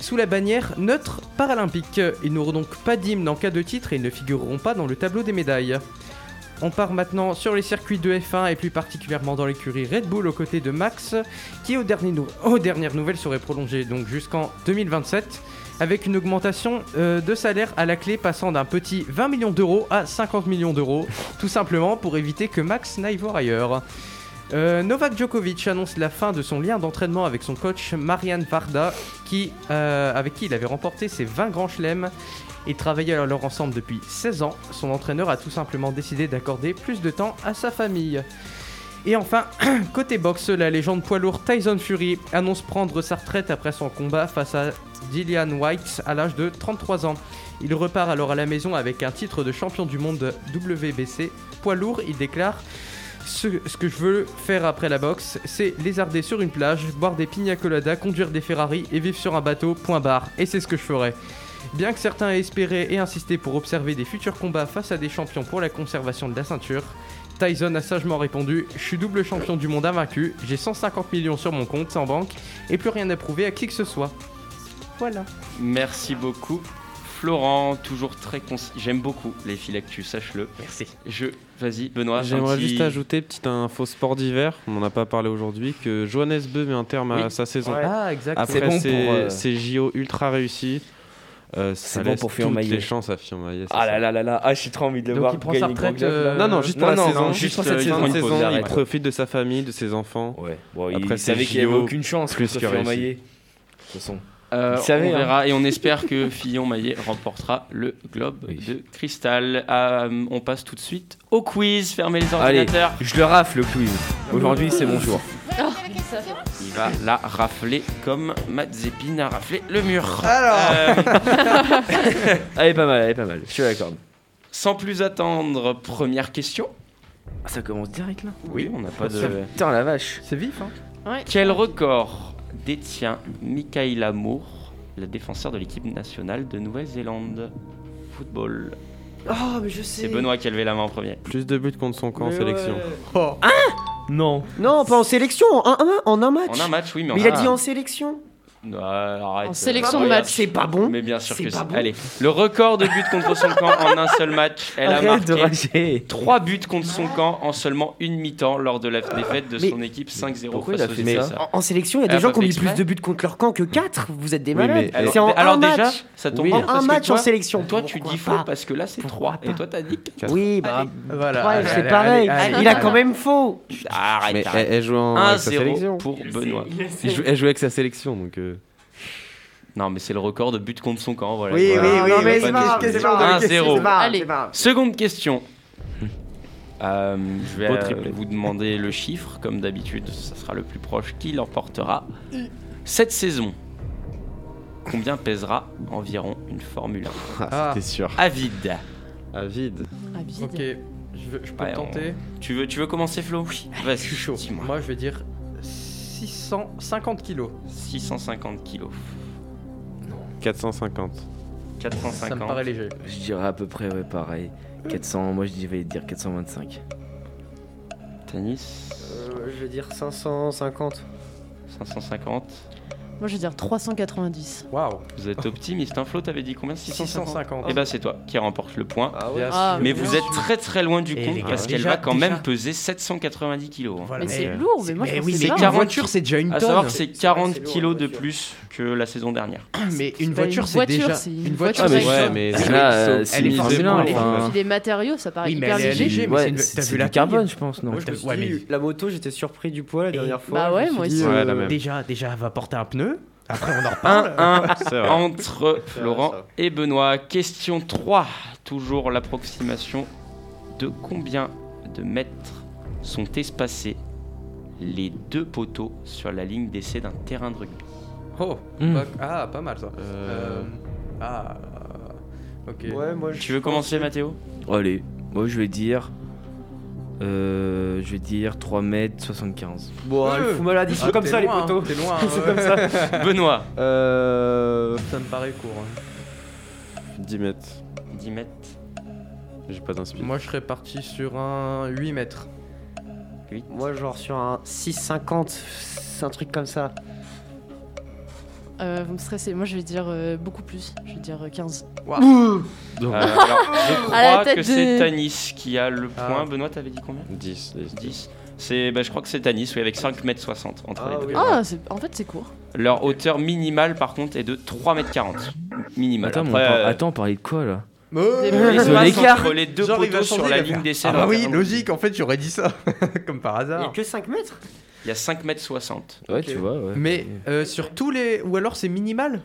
[SPEAKER 8] sous la bannière neutre paralympique. Ils n'auront donc pas d'hymne en cas de titre et ils ne figureront pas dans le tableau des médailles. On part maintenant sur les circuits de F1 et plus particulièrement dans l'écurie Red Bull aux côtés de Max qui aux, derniers nou- aux dernières nouvelles serait prolongé donc jusqu'en 2027 avec une augmentation euh, de salaire à la clé passant d'un petit 20 millions d'euros à 50 millions d'euros tout simplement pour éviter que Max n'aille voir ailleurs. Euh, Novak Djokovic annonce la fin de son lien d'entraînement avec son coach Marianne Varda, qui, euh, avec qui il avait remporté ses 20 grands chelems. Ils travaillaient alors ensemble depuis 16 ans. Son entraîneur a tout simplement décidé d'accorder plus de temps à sa famille. Et enfin, côté boxe, la légende poids lourd Tyson Fury annonce prendre sa retraite après son combat face à Dillian White à l'âge de 33 ans. Il repart alors à la maison avec un titre de champion du monde WBC. Poids lourd, il déclare ce, ce que je veux faire après la boxe, c'est lézarder sur une plage, boire des pina colada, conduire des Ferrari et vivre sur un bateau, point barre. Et c'est ce que je ferai. Bien que certains aient espéré et insisté pour observer des futurs combats face à des champions pour la conservation de la ceinture, Tyson a sagement répondu Je suis double champion du monde invaincu, j'ai 150 millions sur mon compte en banque et plus rien à prouver à qui que ce soit. Voilà.
[SPEAKER 5] Merci beaucoup. Florent, toujours très concis. J'aime beaucoup les filectus, sache-le. Merci. Je... Vas-y, Benoît. un
[SPEAKER 9] J'aimerais
[SPEAKER 5] petit-
[SPEAKER 9] juste ajouter, petite info sport d'hiver, on n'en a pas parlé aujourd'hui, que Johannes Beu met un terme à
[SPEAKER 5] Oui.
[SPEAKER 9] sa saison.
[SPEAKER 5] Ouais. Ah, exact.
[SPEAKER 9] Après
[SPEAKER 5] C'est bon
[SPEAKER 9] ses,
[SPEAKER 5] pour, euh,
[SPEAKER 9] ses JO ultra réussis, euh,
[SPEAKER 10] C'est
[SPEAKER 9] ça
[SPEAKER 10] bon
[SPEAKER 9] laisse
[SPEAKER 10] pour Fillon
[SPEAKER 9] toutes
[SPEAKER 10] Maillet.
[SPEAKER 9] les chances à Fillon Maillet.
[SPEAKER 10] Ah là là là là, ah j'ai trop envie de le
[SPEAKER 9] Donc
[SPEAKER 10] voir.
[SPEAKER 9] il prend sa
[SPEAKER 10] gagner
[SPEAKER 9] retraite,
[SPEAKER 10] Grand Chelem.
[SPEAKER 9] euh, Non, non, juste pour la saison,
[SPEAKER 10] non,
[SPEAKER 9] juste
[SPEAKER 10] juste pour
[SPEAKER 9] euh,
[SPEAKER 10] cette saison.
[SPEAKER 9] fin de
[SPEAKER 10] il pose
[SPEAKER 9] saison,
[SPEAKER 10] la
[SPEAKER 9] il
[SPEAKER 10] retraite.
[SPEAKER 9] profite de sa famille, de ses enfants.
[SPEAKER 10] Ouais. Bon, il- il
[SPEAKER 9] ses
[SPEAKER 10] savait qu'il avait
[SPEAKER 9] JO,
[SPEAKER 10] aucune chance
[SPEAKER 9] plus
[SPEAKER 10] que ce
[SPEAKER 9] que
[SPEAKER 10] soit Fillon
[SPEAKER 9] réussi.
[SPEAKER 10] Maillet. De toute façon.
[SPEAKER 5] Euh,
[SPEAKER 10] Il savait,
[SPEAKER 5] on
[SPEAKER 10] hein.
[SPEAKER 5] verra et on espère que Fillon-Maillet remportera le globe de cristal. Euh, on passe tout de suite au quiz. Fermez les
[SPEAKER 10] Allez,
[SPEAKER 5] ordinateurs.
[SPEAKER 10] je le rafle le quiz. Aujourd'hui, c'est mon jour.
[SPEAKER 6] Ah, ça fait-
[SPEAKER 5] Il va la rafler comme Matt Zepin a raflé le mur. Euh,
[SPEAKER 10] Alors.
[SPEAKER 5] Elle est pas mal, elle est pas mal. Je suis d'accord. Sans plus attendre, première question.
[SPEAKER 10] Ah, Ça commence direct là
[SPEAKER 5] Oui, on n'a pas de.
[SPEAKER 10] Putain la vache.
[SPEAKER 8] C'est vif hein.
[SPEAKER 6] Ouais.
[SPEAKER 5] Quel record détient Michaela Moore, la défenseur de l'équipe nationale de Nouvelle-Zélande Football.
[SPEAKER 13] Oh, mais je sais.
[SPEAKER 5] C'est Benoît qui a levé la main en premier.
[SPEAKER 9] Plus de buts contre son camp en
[SPEAKER 13] Mais
[SPEAKER 9] sélection.
[SPEAKER 13] ouais.
[SPEAKER 10] Non.
[SPEAKER 13] Non, pas en sélection, en un, un- en un match.
[SPEAKER 5] En un match, oui, mais en
[SPEAKER 13] il a
[SPEAKER 5] un.
[SPEAKER 13] dit en sélection.
[SPEAKER 5] Non, arrête.
[SPEAKER 13] En sélection
[SPEAKER 5] Euh,
[SPEAKER 13] de
[SPEAKER 5] regarde.
[SPEAKER 13] match. C'est pas bon.
[SPEAKER 5] Mais bien sûr que
[SPEAKER 13] C'est pas
[SPEAKER 5] c'est.
[SPEAKER 13] bon.
[SPEAKER 5] Allez, le record de buts contre son camp en un seul match. Elle a
[SPEAKER 10] Arrête de
[SPEAKER 5] marqué 3 buts contre son camp en seulement une mi-temps lors de la défaite de
[SPEAKER 13] Mais-
[SPEAKER 5] son équipe 5-0
[SPEAKER 10] pourquoi
[SPEAKER 5] face
[SPEAKER 10] il a
[SPEAKER 5] aux
[SPEAKER 10] fait ça
[SPEAKER 5] USA.
[SPEAKER 13] En, en sélection, il y a
[SPEAKER 5] Elle
[SPEAKER 13] des gens
[SPEAKER 5] Ah, pas
[SPEAKER 13] qui ont mis
[SPEAKER 5] fait
[SPEAKER 13] plus
[SPEAKER 5] exprès.
[SPEAKER 13] de buts contre leur camp que 4. Vous êtes des
[SPEAKER 5] Oui,
[SPEAKER 13] malades.
[SPEAKER 5] mais alors-
[SPEAKER 13] C'est en
[SPEAKER 5] alors
[SPEAKER 13] un
[SPEAKER 5] déjà,
[SPEAKER 13] match.
[SPEAKER 5] ça tombe
[SPEAKER 13] Oui,
[SPEAKER 5] bien
[SPEAKER 13] en
[SPEAKER 5] parce
[SPEAKER 13] un
[SPEAKER 5] que
[SPEAKER 13] match
[SPEAKER 5] toi-
[SPEAKER 13] en sélection.
[SPEAKER 5] Toi, tu dis faux parce que là, c'est 3. Et toi, t'as dit quatre.
[SPEAKER 13] Oui, bah
[SPEAKER 8] Voilà.
[SPEAKER 10] Ah,
[SPEAKER 13] ouais,
[SPEAKER 8] allez,
[SPEAKER 13] c'est
[SPEAKER 8] allez,
[SPEAKER 13] pareil.
[SPEAKER 5] Ah,
[SPEAKER 6] Ah,
[SPEAKER 8] allez,
[SPEAKER 13] il a
[SPEAKER 8] allez.
[SPEAKER 13] quand même faux.
[SPEAKER 5] Arrête,
[SPEAKER 9] Mais
[SPEAKER 5] arrête.
[SPEAKER 9] elle, elle joue en, avec sa
[SPEAKER 5] 1-0
[SPEAKER 9] sélection.
[SPEAKER 5] pour Benoît.
[SPEAKER 9] Elle joue, elle joue avec sa sélection, donc. euh,
[SPEAKER 5] Non, mais c'est le record de buts contre son camp. Voilà.
[SPEAKER 13] Oui,
[SPEAKER 5] Voilà.
[SPEAKER 13] oui, oui,
[SPEAKER 5] On va
[SPEAKER 13] mais
[SPEAKER 5] pas
[SPEAKER 13] c'est marrant,
[SPEAKER 5] discuter.
[SPEAKER 13] c'est marrant, c'est
[SPEAKER 5] 1-0.
[SPEAKER 13] marrant,
[SPEAKER 6] Allez.
[SPEAKER 13] c'est marrant.
[SPEAKER 5] Seconde question. Euh, je vais
[SPEAKER 9] Beau
[SPEAKER 5] euh,
[SPEAKER 9] triplé.
[SPEAKER 5] vous demander le chiffre, comme d'habitude, ça sera le plus proche qui l'emportera. Cette saison, combien pèsera environ une Formule 1
[SPEAKER 9] Ah, c'était sûr.
[SPEAKER 5] Avide.
[SPEAKER 9] À vide.
[SPEAKER 6] Ah, bide.
[SPEAKER 8] Ok, je, veux- je peux
[SPEAKER 5] Ouais,
[SPEAKER 8] tenter.
[SPEAKER 5] Tu veux, tu veux commencer, Flo Oui. Vas-y,
[SPEAKER 8] Je suis chaud.
[SPEAKER 5] dis-moi.
[SPEAKER 8] Moi je vais dire 650 kilos.
[SPEAKER 5] 650 kilos.
[SPEAKER 9] 450.
[SPEAKER 8] Ça me
[SPEAKER 5] 450.
[SPEAKER 8] paraît léger.
[SPEAKER 10] Je dirais à peu près ouais, pareil. 400, moi je vais dire 425.
[SPEAKER 5] Tanis,
[SPEAKER 13] Euh, Je veux dire 550.
[SPEAKER 5] 550.
[SPEAKER 6] Moi, je vais dire 390.
[SPEAKER 8] Waouh.
[SPEAKER 5] Vous êtes optimiste, hein, Flo T'avais dit combien 650.
[SPEAKER 8] 650.
[SPEAKER 5] Et bah, c'est toi qui remporte le point.
[SPEAKER 8] Bien
[SPEAKER 6] Ah,
[SPEAKER 8] sûr.
[SPEAKER 5] Mais vous êtes très très loin du
[SPEAKER 4] Et les
[SPEAKER 5] compte
[SPEAKER 4] gars,
[SPEAKER 5] parce qu'elle
[SPEAKER 4] déjà-
[SPEAKER 5] va quand
[SPEAKER 4] déjà-
[SPEAKER 5] même peser 790 kilos. hein.
[SPEAKER 4] Voilà.
[SPEAKER 6] Mais c'est
[SPEAKER 9] mais-
[SPEAKER 6] lourd, Oh, mais moi, je
[SPEAKER 4] Mais
[SPEAKER 6] pense
[SPEAKER 4] oui,
[SPEAKER 6] que
[SPEAKER 4] mais
[SPEAKER 6] c'est
[SPEAKER 4] une
[SPEAKER 6] pas.
[SPEAKER 5] 40
[SPEAKER 4] voiture, c'est déjà une
[SPEAKER 5] À savoir
[SPEAKER 4] tonne.
[SPEAKER 5] que c'est 40
[SPEAKER 13] c'est lourd,
[SPEAKER 5] kilos
[SPEAKER 13] une
[SPEAKER 5] de
[SPEAKER 13] voiture.
[SPEAKER 5] plus que la saison dernière.
[SPEAKER 4] Mais
[SPEAKER 6] une
[SPEAKER 4] une
[SPEAKER 6] voiture,
[SPEAKER 4] voiture, c'est
[SPEAKER 6] voiture,
[SPEAKER 4] déjà.
[SPEAKER 6] c'est une voiture,
[SPEAKER 4] c'est
[SPEAKER 6] Ah, mais
[SPEAKER 4] une
[SPEAKER 6] ouais,
[SPEAKER 4] tonne.
[SPEAKER 9] mais
[SPEAKER 10] Là, euh,
[SPEAKER 9] c'est
[SPEAKER 10] c'est
[SPEAKER 4] elle est
[SPEAKER 10] une
[SPEAKER 4] forcément
[SPEAKER 10] Formule 1,
[SPEAKER 4] légère.
[SPEAKER 10] enfin.
[SPEAKER 6] Puis des matériaux, ça paraît
[SPEAKER 4] Oui, mais
[SPEAKER 6] hyper
[SPEAKER 4] elle est
[SPEAKER 6] léger.
[SPEAKER 4] légère. mais c'est
[SPEAKER 10] Ouais,
[SPEAKER 4] une- t'as
[SPEAKER 10] c'est
[SPEAKER 4] vu
[SPEAKER 10] du
[SPEAKER 4] la taille
[SPEAKER 10] carbone, je pense, non
[SPEAKER 7] Moi, je me suis
[SPEAKER 4] Ouais,
[SPEAKER 7] dit,
[SPEAKER 4] mais-
[SPEAKER 7] la moto, j'étais surpris du poids la dernière
[SPEAKER 6] Bah
[SPEAKER 7] fois. je me
[SPEAKER 6] ouais,
[SPEAKER 7] suis
[SPEAKER 6] moi
[SPEAKER 7] dit,
[SPEAKER 6] aussi.
[SPEAKER 7] euh,
[SPEAKER 9] Ouais, la même.
[SPEAKER 4] Déjà, déjà, elle va porter un pneu. Après, on en reparle.
[SPEAKER 5] 1-1
[SPEAKER 9] C'est vrai.
[SPEAKER 5] entre Florent
[SPEAKER 7] ça.
[SPEAKER 5] et Benoît. Question 3. Toujours l'approximation de combien de mètres sont espacés les deux poteaux sur la ligne d'essai d'un terrain de rugby
[SPEAKER 8] Oh,
[SPEAKER 10] Mm.
[SPEAKER 8] pas- ah, pas mal ça.
[SPEAKER 9] Euh.
[SPEAKER 8] Euh, Ah, euh, ok.
[SPEAKER 7] Ouais, moi, je-
[SPEAKER 5] Tu veux commencer, Mathéo
[SPEAKER 10] Allez, moi je vais dire. Euh, je vais dire 3 mètres 75.
[SPEAKER 13] Bon,
[SPEAKER 8] Euh.
[SPEAKER 13] elle fout malade, ils
[SPEAKER 8] Ah,
[SPEAKER 13] sont comme
[SPEAKER 8] t'es
[SPEAKER 13] ça les
[SPEAKER 8] loin, hein,
[SPEAKER 13] poteaux.
[SPEAKER 8] T'es loin. hein,
[SPEAKER 13] C'est
[SPEAKER 8] ouais.
[SPEAKER 13] comme ça.
[SPEAKER 5] Benoît
[SPEAKER 9] Euh,
[SPEAKER 8] Ça me paraît court. hein.
[SPEAKER 9] 10 mètres.
[SPEAKER 5] 10 mètres.
[SPEAKER 9] J'ai pas d'inspiration.
[SPEAKER 8] Moi, je serais parti sur un 8 mètres.
[SPEAKER 13] Moi, genre sur un 6,50, c'est un truc comme ça.
[SPEAKER 6] Euh, vous me stressez, moi je vais dire euh, beaucoup plus, je vais dire euh, 15.
[SPEAKER 5] Ouh. Euh, alors, je
[SPEAKER 6] À la
[SPEAKER 5] crois
[SPEAKER 6] tête
[SPEAKER 5] que c'est
[SPEAKER 6] de-
[SPEAKER 5] Tanis qui a le
[SPEAKER 6] Ah.
[SPEAKER 5] point. Benoît, t'avais dit combien 10. 10. C'est, bah, je crois que c'est Tanis, oui, avec 5 m 60 entre les deux.
[SPEAKER 6] Ah, c'est- en fait c'est court.
[SPEAKER 5] Leur hauteur minimale, par contre, est de 3 m 40. Minimale.
[SPEAKER 10] Attends, mais on
[SPEAKER 5] Après,
[SPEAKER 10] parle-
[SPEAKER 5] euh,
[SPEAKER 10] attends, on parlait de quoi là
[SPEAKER 5] L'espace
[SPEAKER 8] l'écart.
[SPEAKER 5] entre les deux
[SPEAKER 8] Oh. Genre, il va
[SPEAKER 5] poteaux sur
[SPEAKER 8] changer,
[SPEAKER 5] la
[SPEAKER 8] il va
[SPEAKER 5] ligne
[SPEAKER 8] faire.
[SPEAKER 5] des
[SPEAKER 8] Ah
[SPEAKER 5] scènes.
[SPEAKER 8] bah oui, logique, en fait, j'aurais dit ça. Comme par
[SPEAKER 13] Il n'y a
[SPEAKER 8] hasard.
[SPEAKER 13] que 5 mètres
[SPEAKER 5] Il y a 5 m 60.
[SPEAKER 10] Ouais, tu vois, ouais.
[SPEAKER 8] Mais euh, sur tous les. Ou alors c'est minimal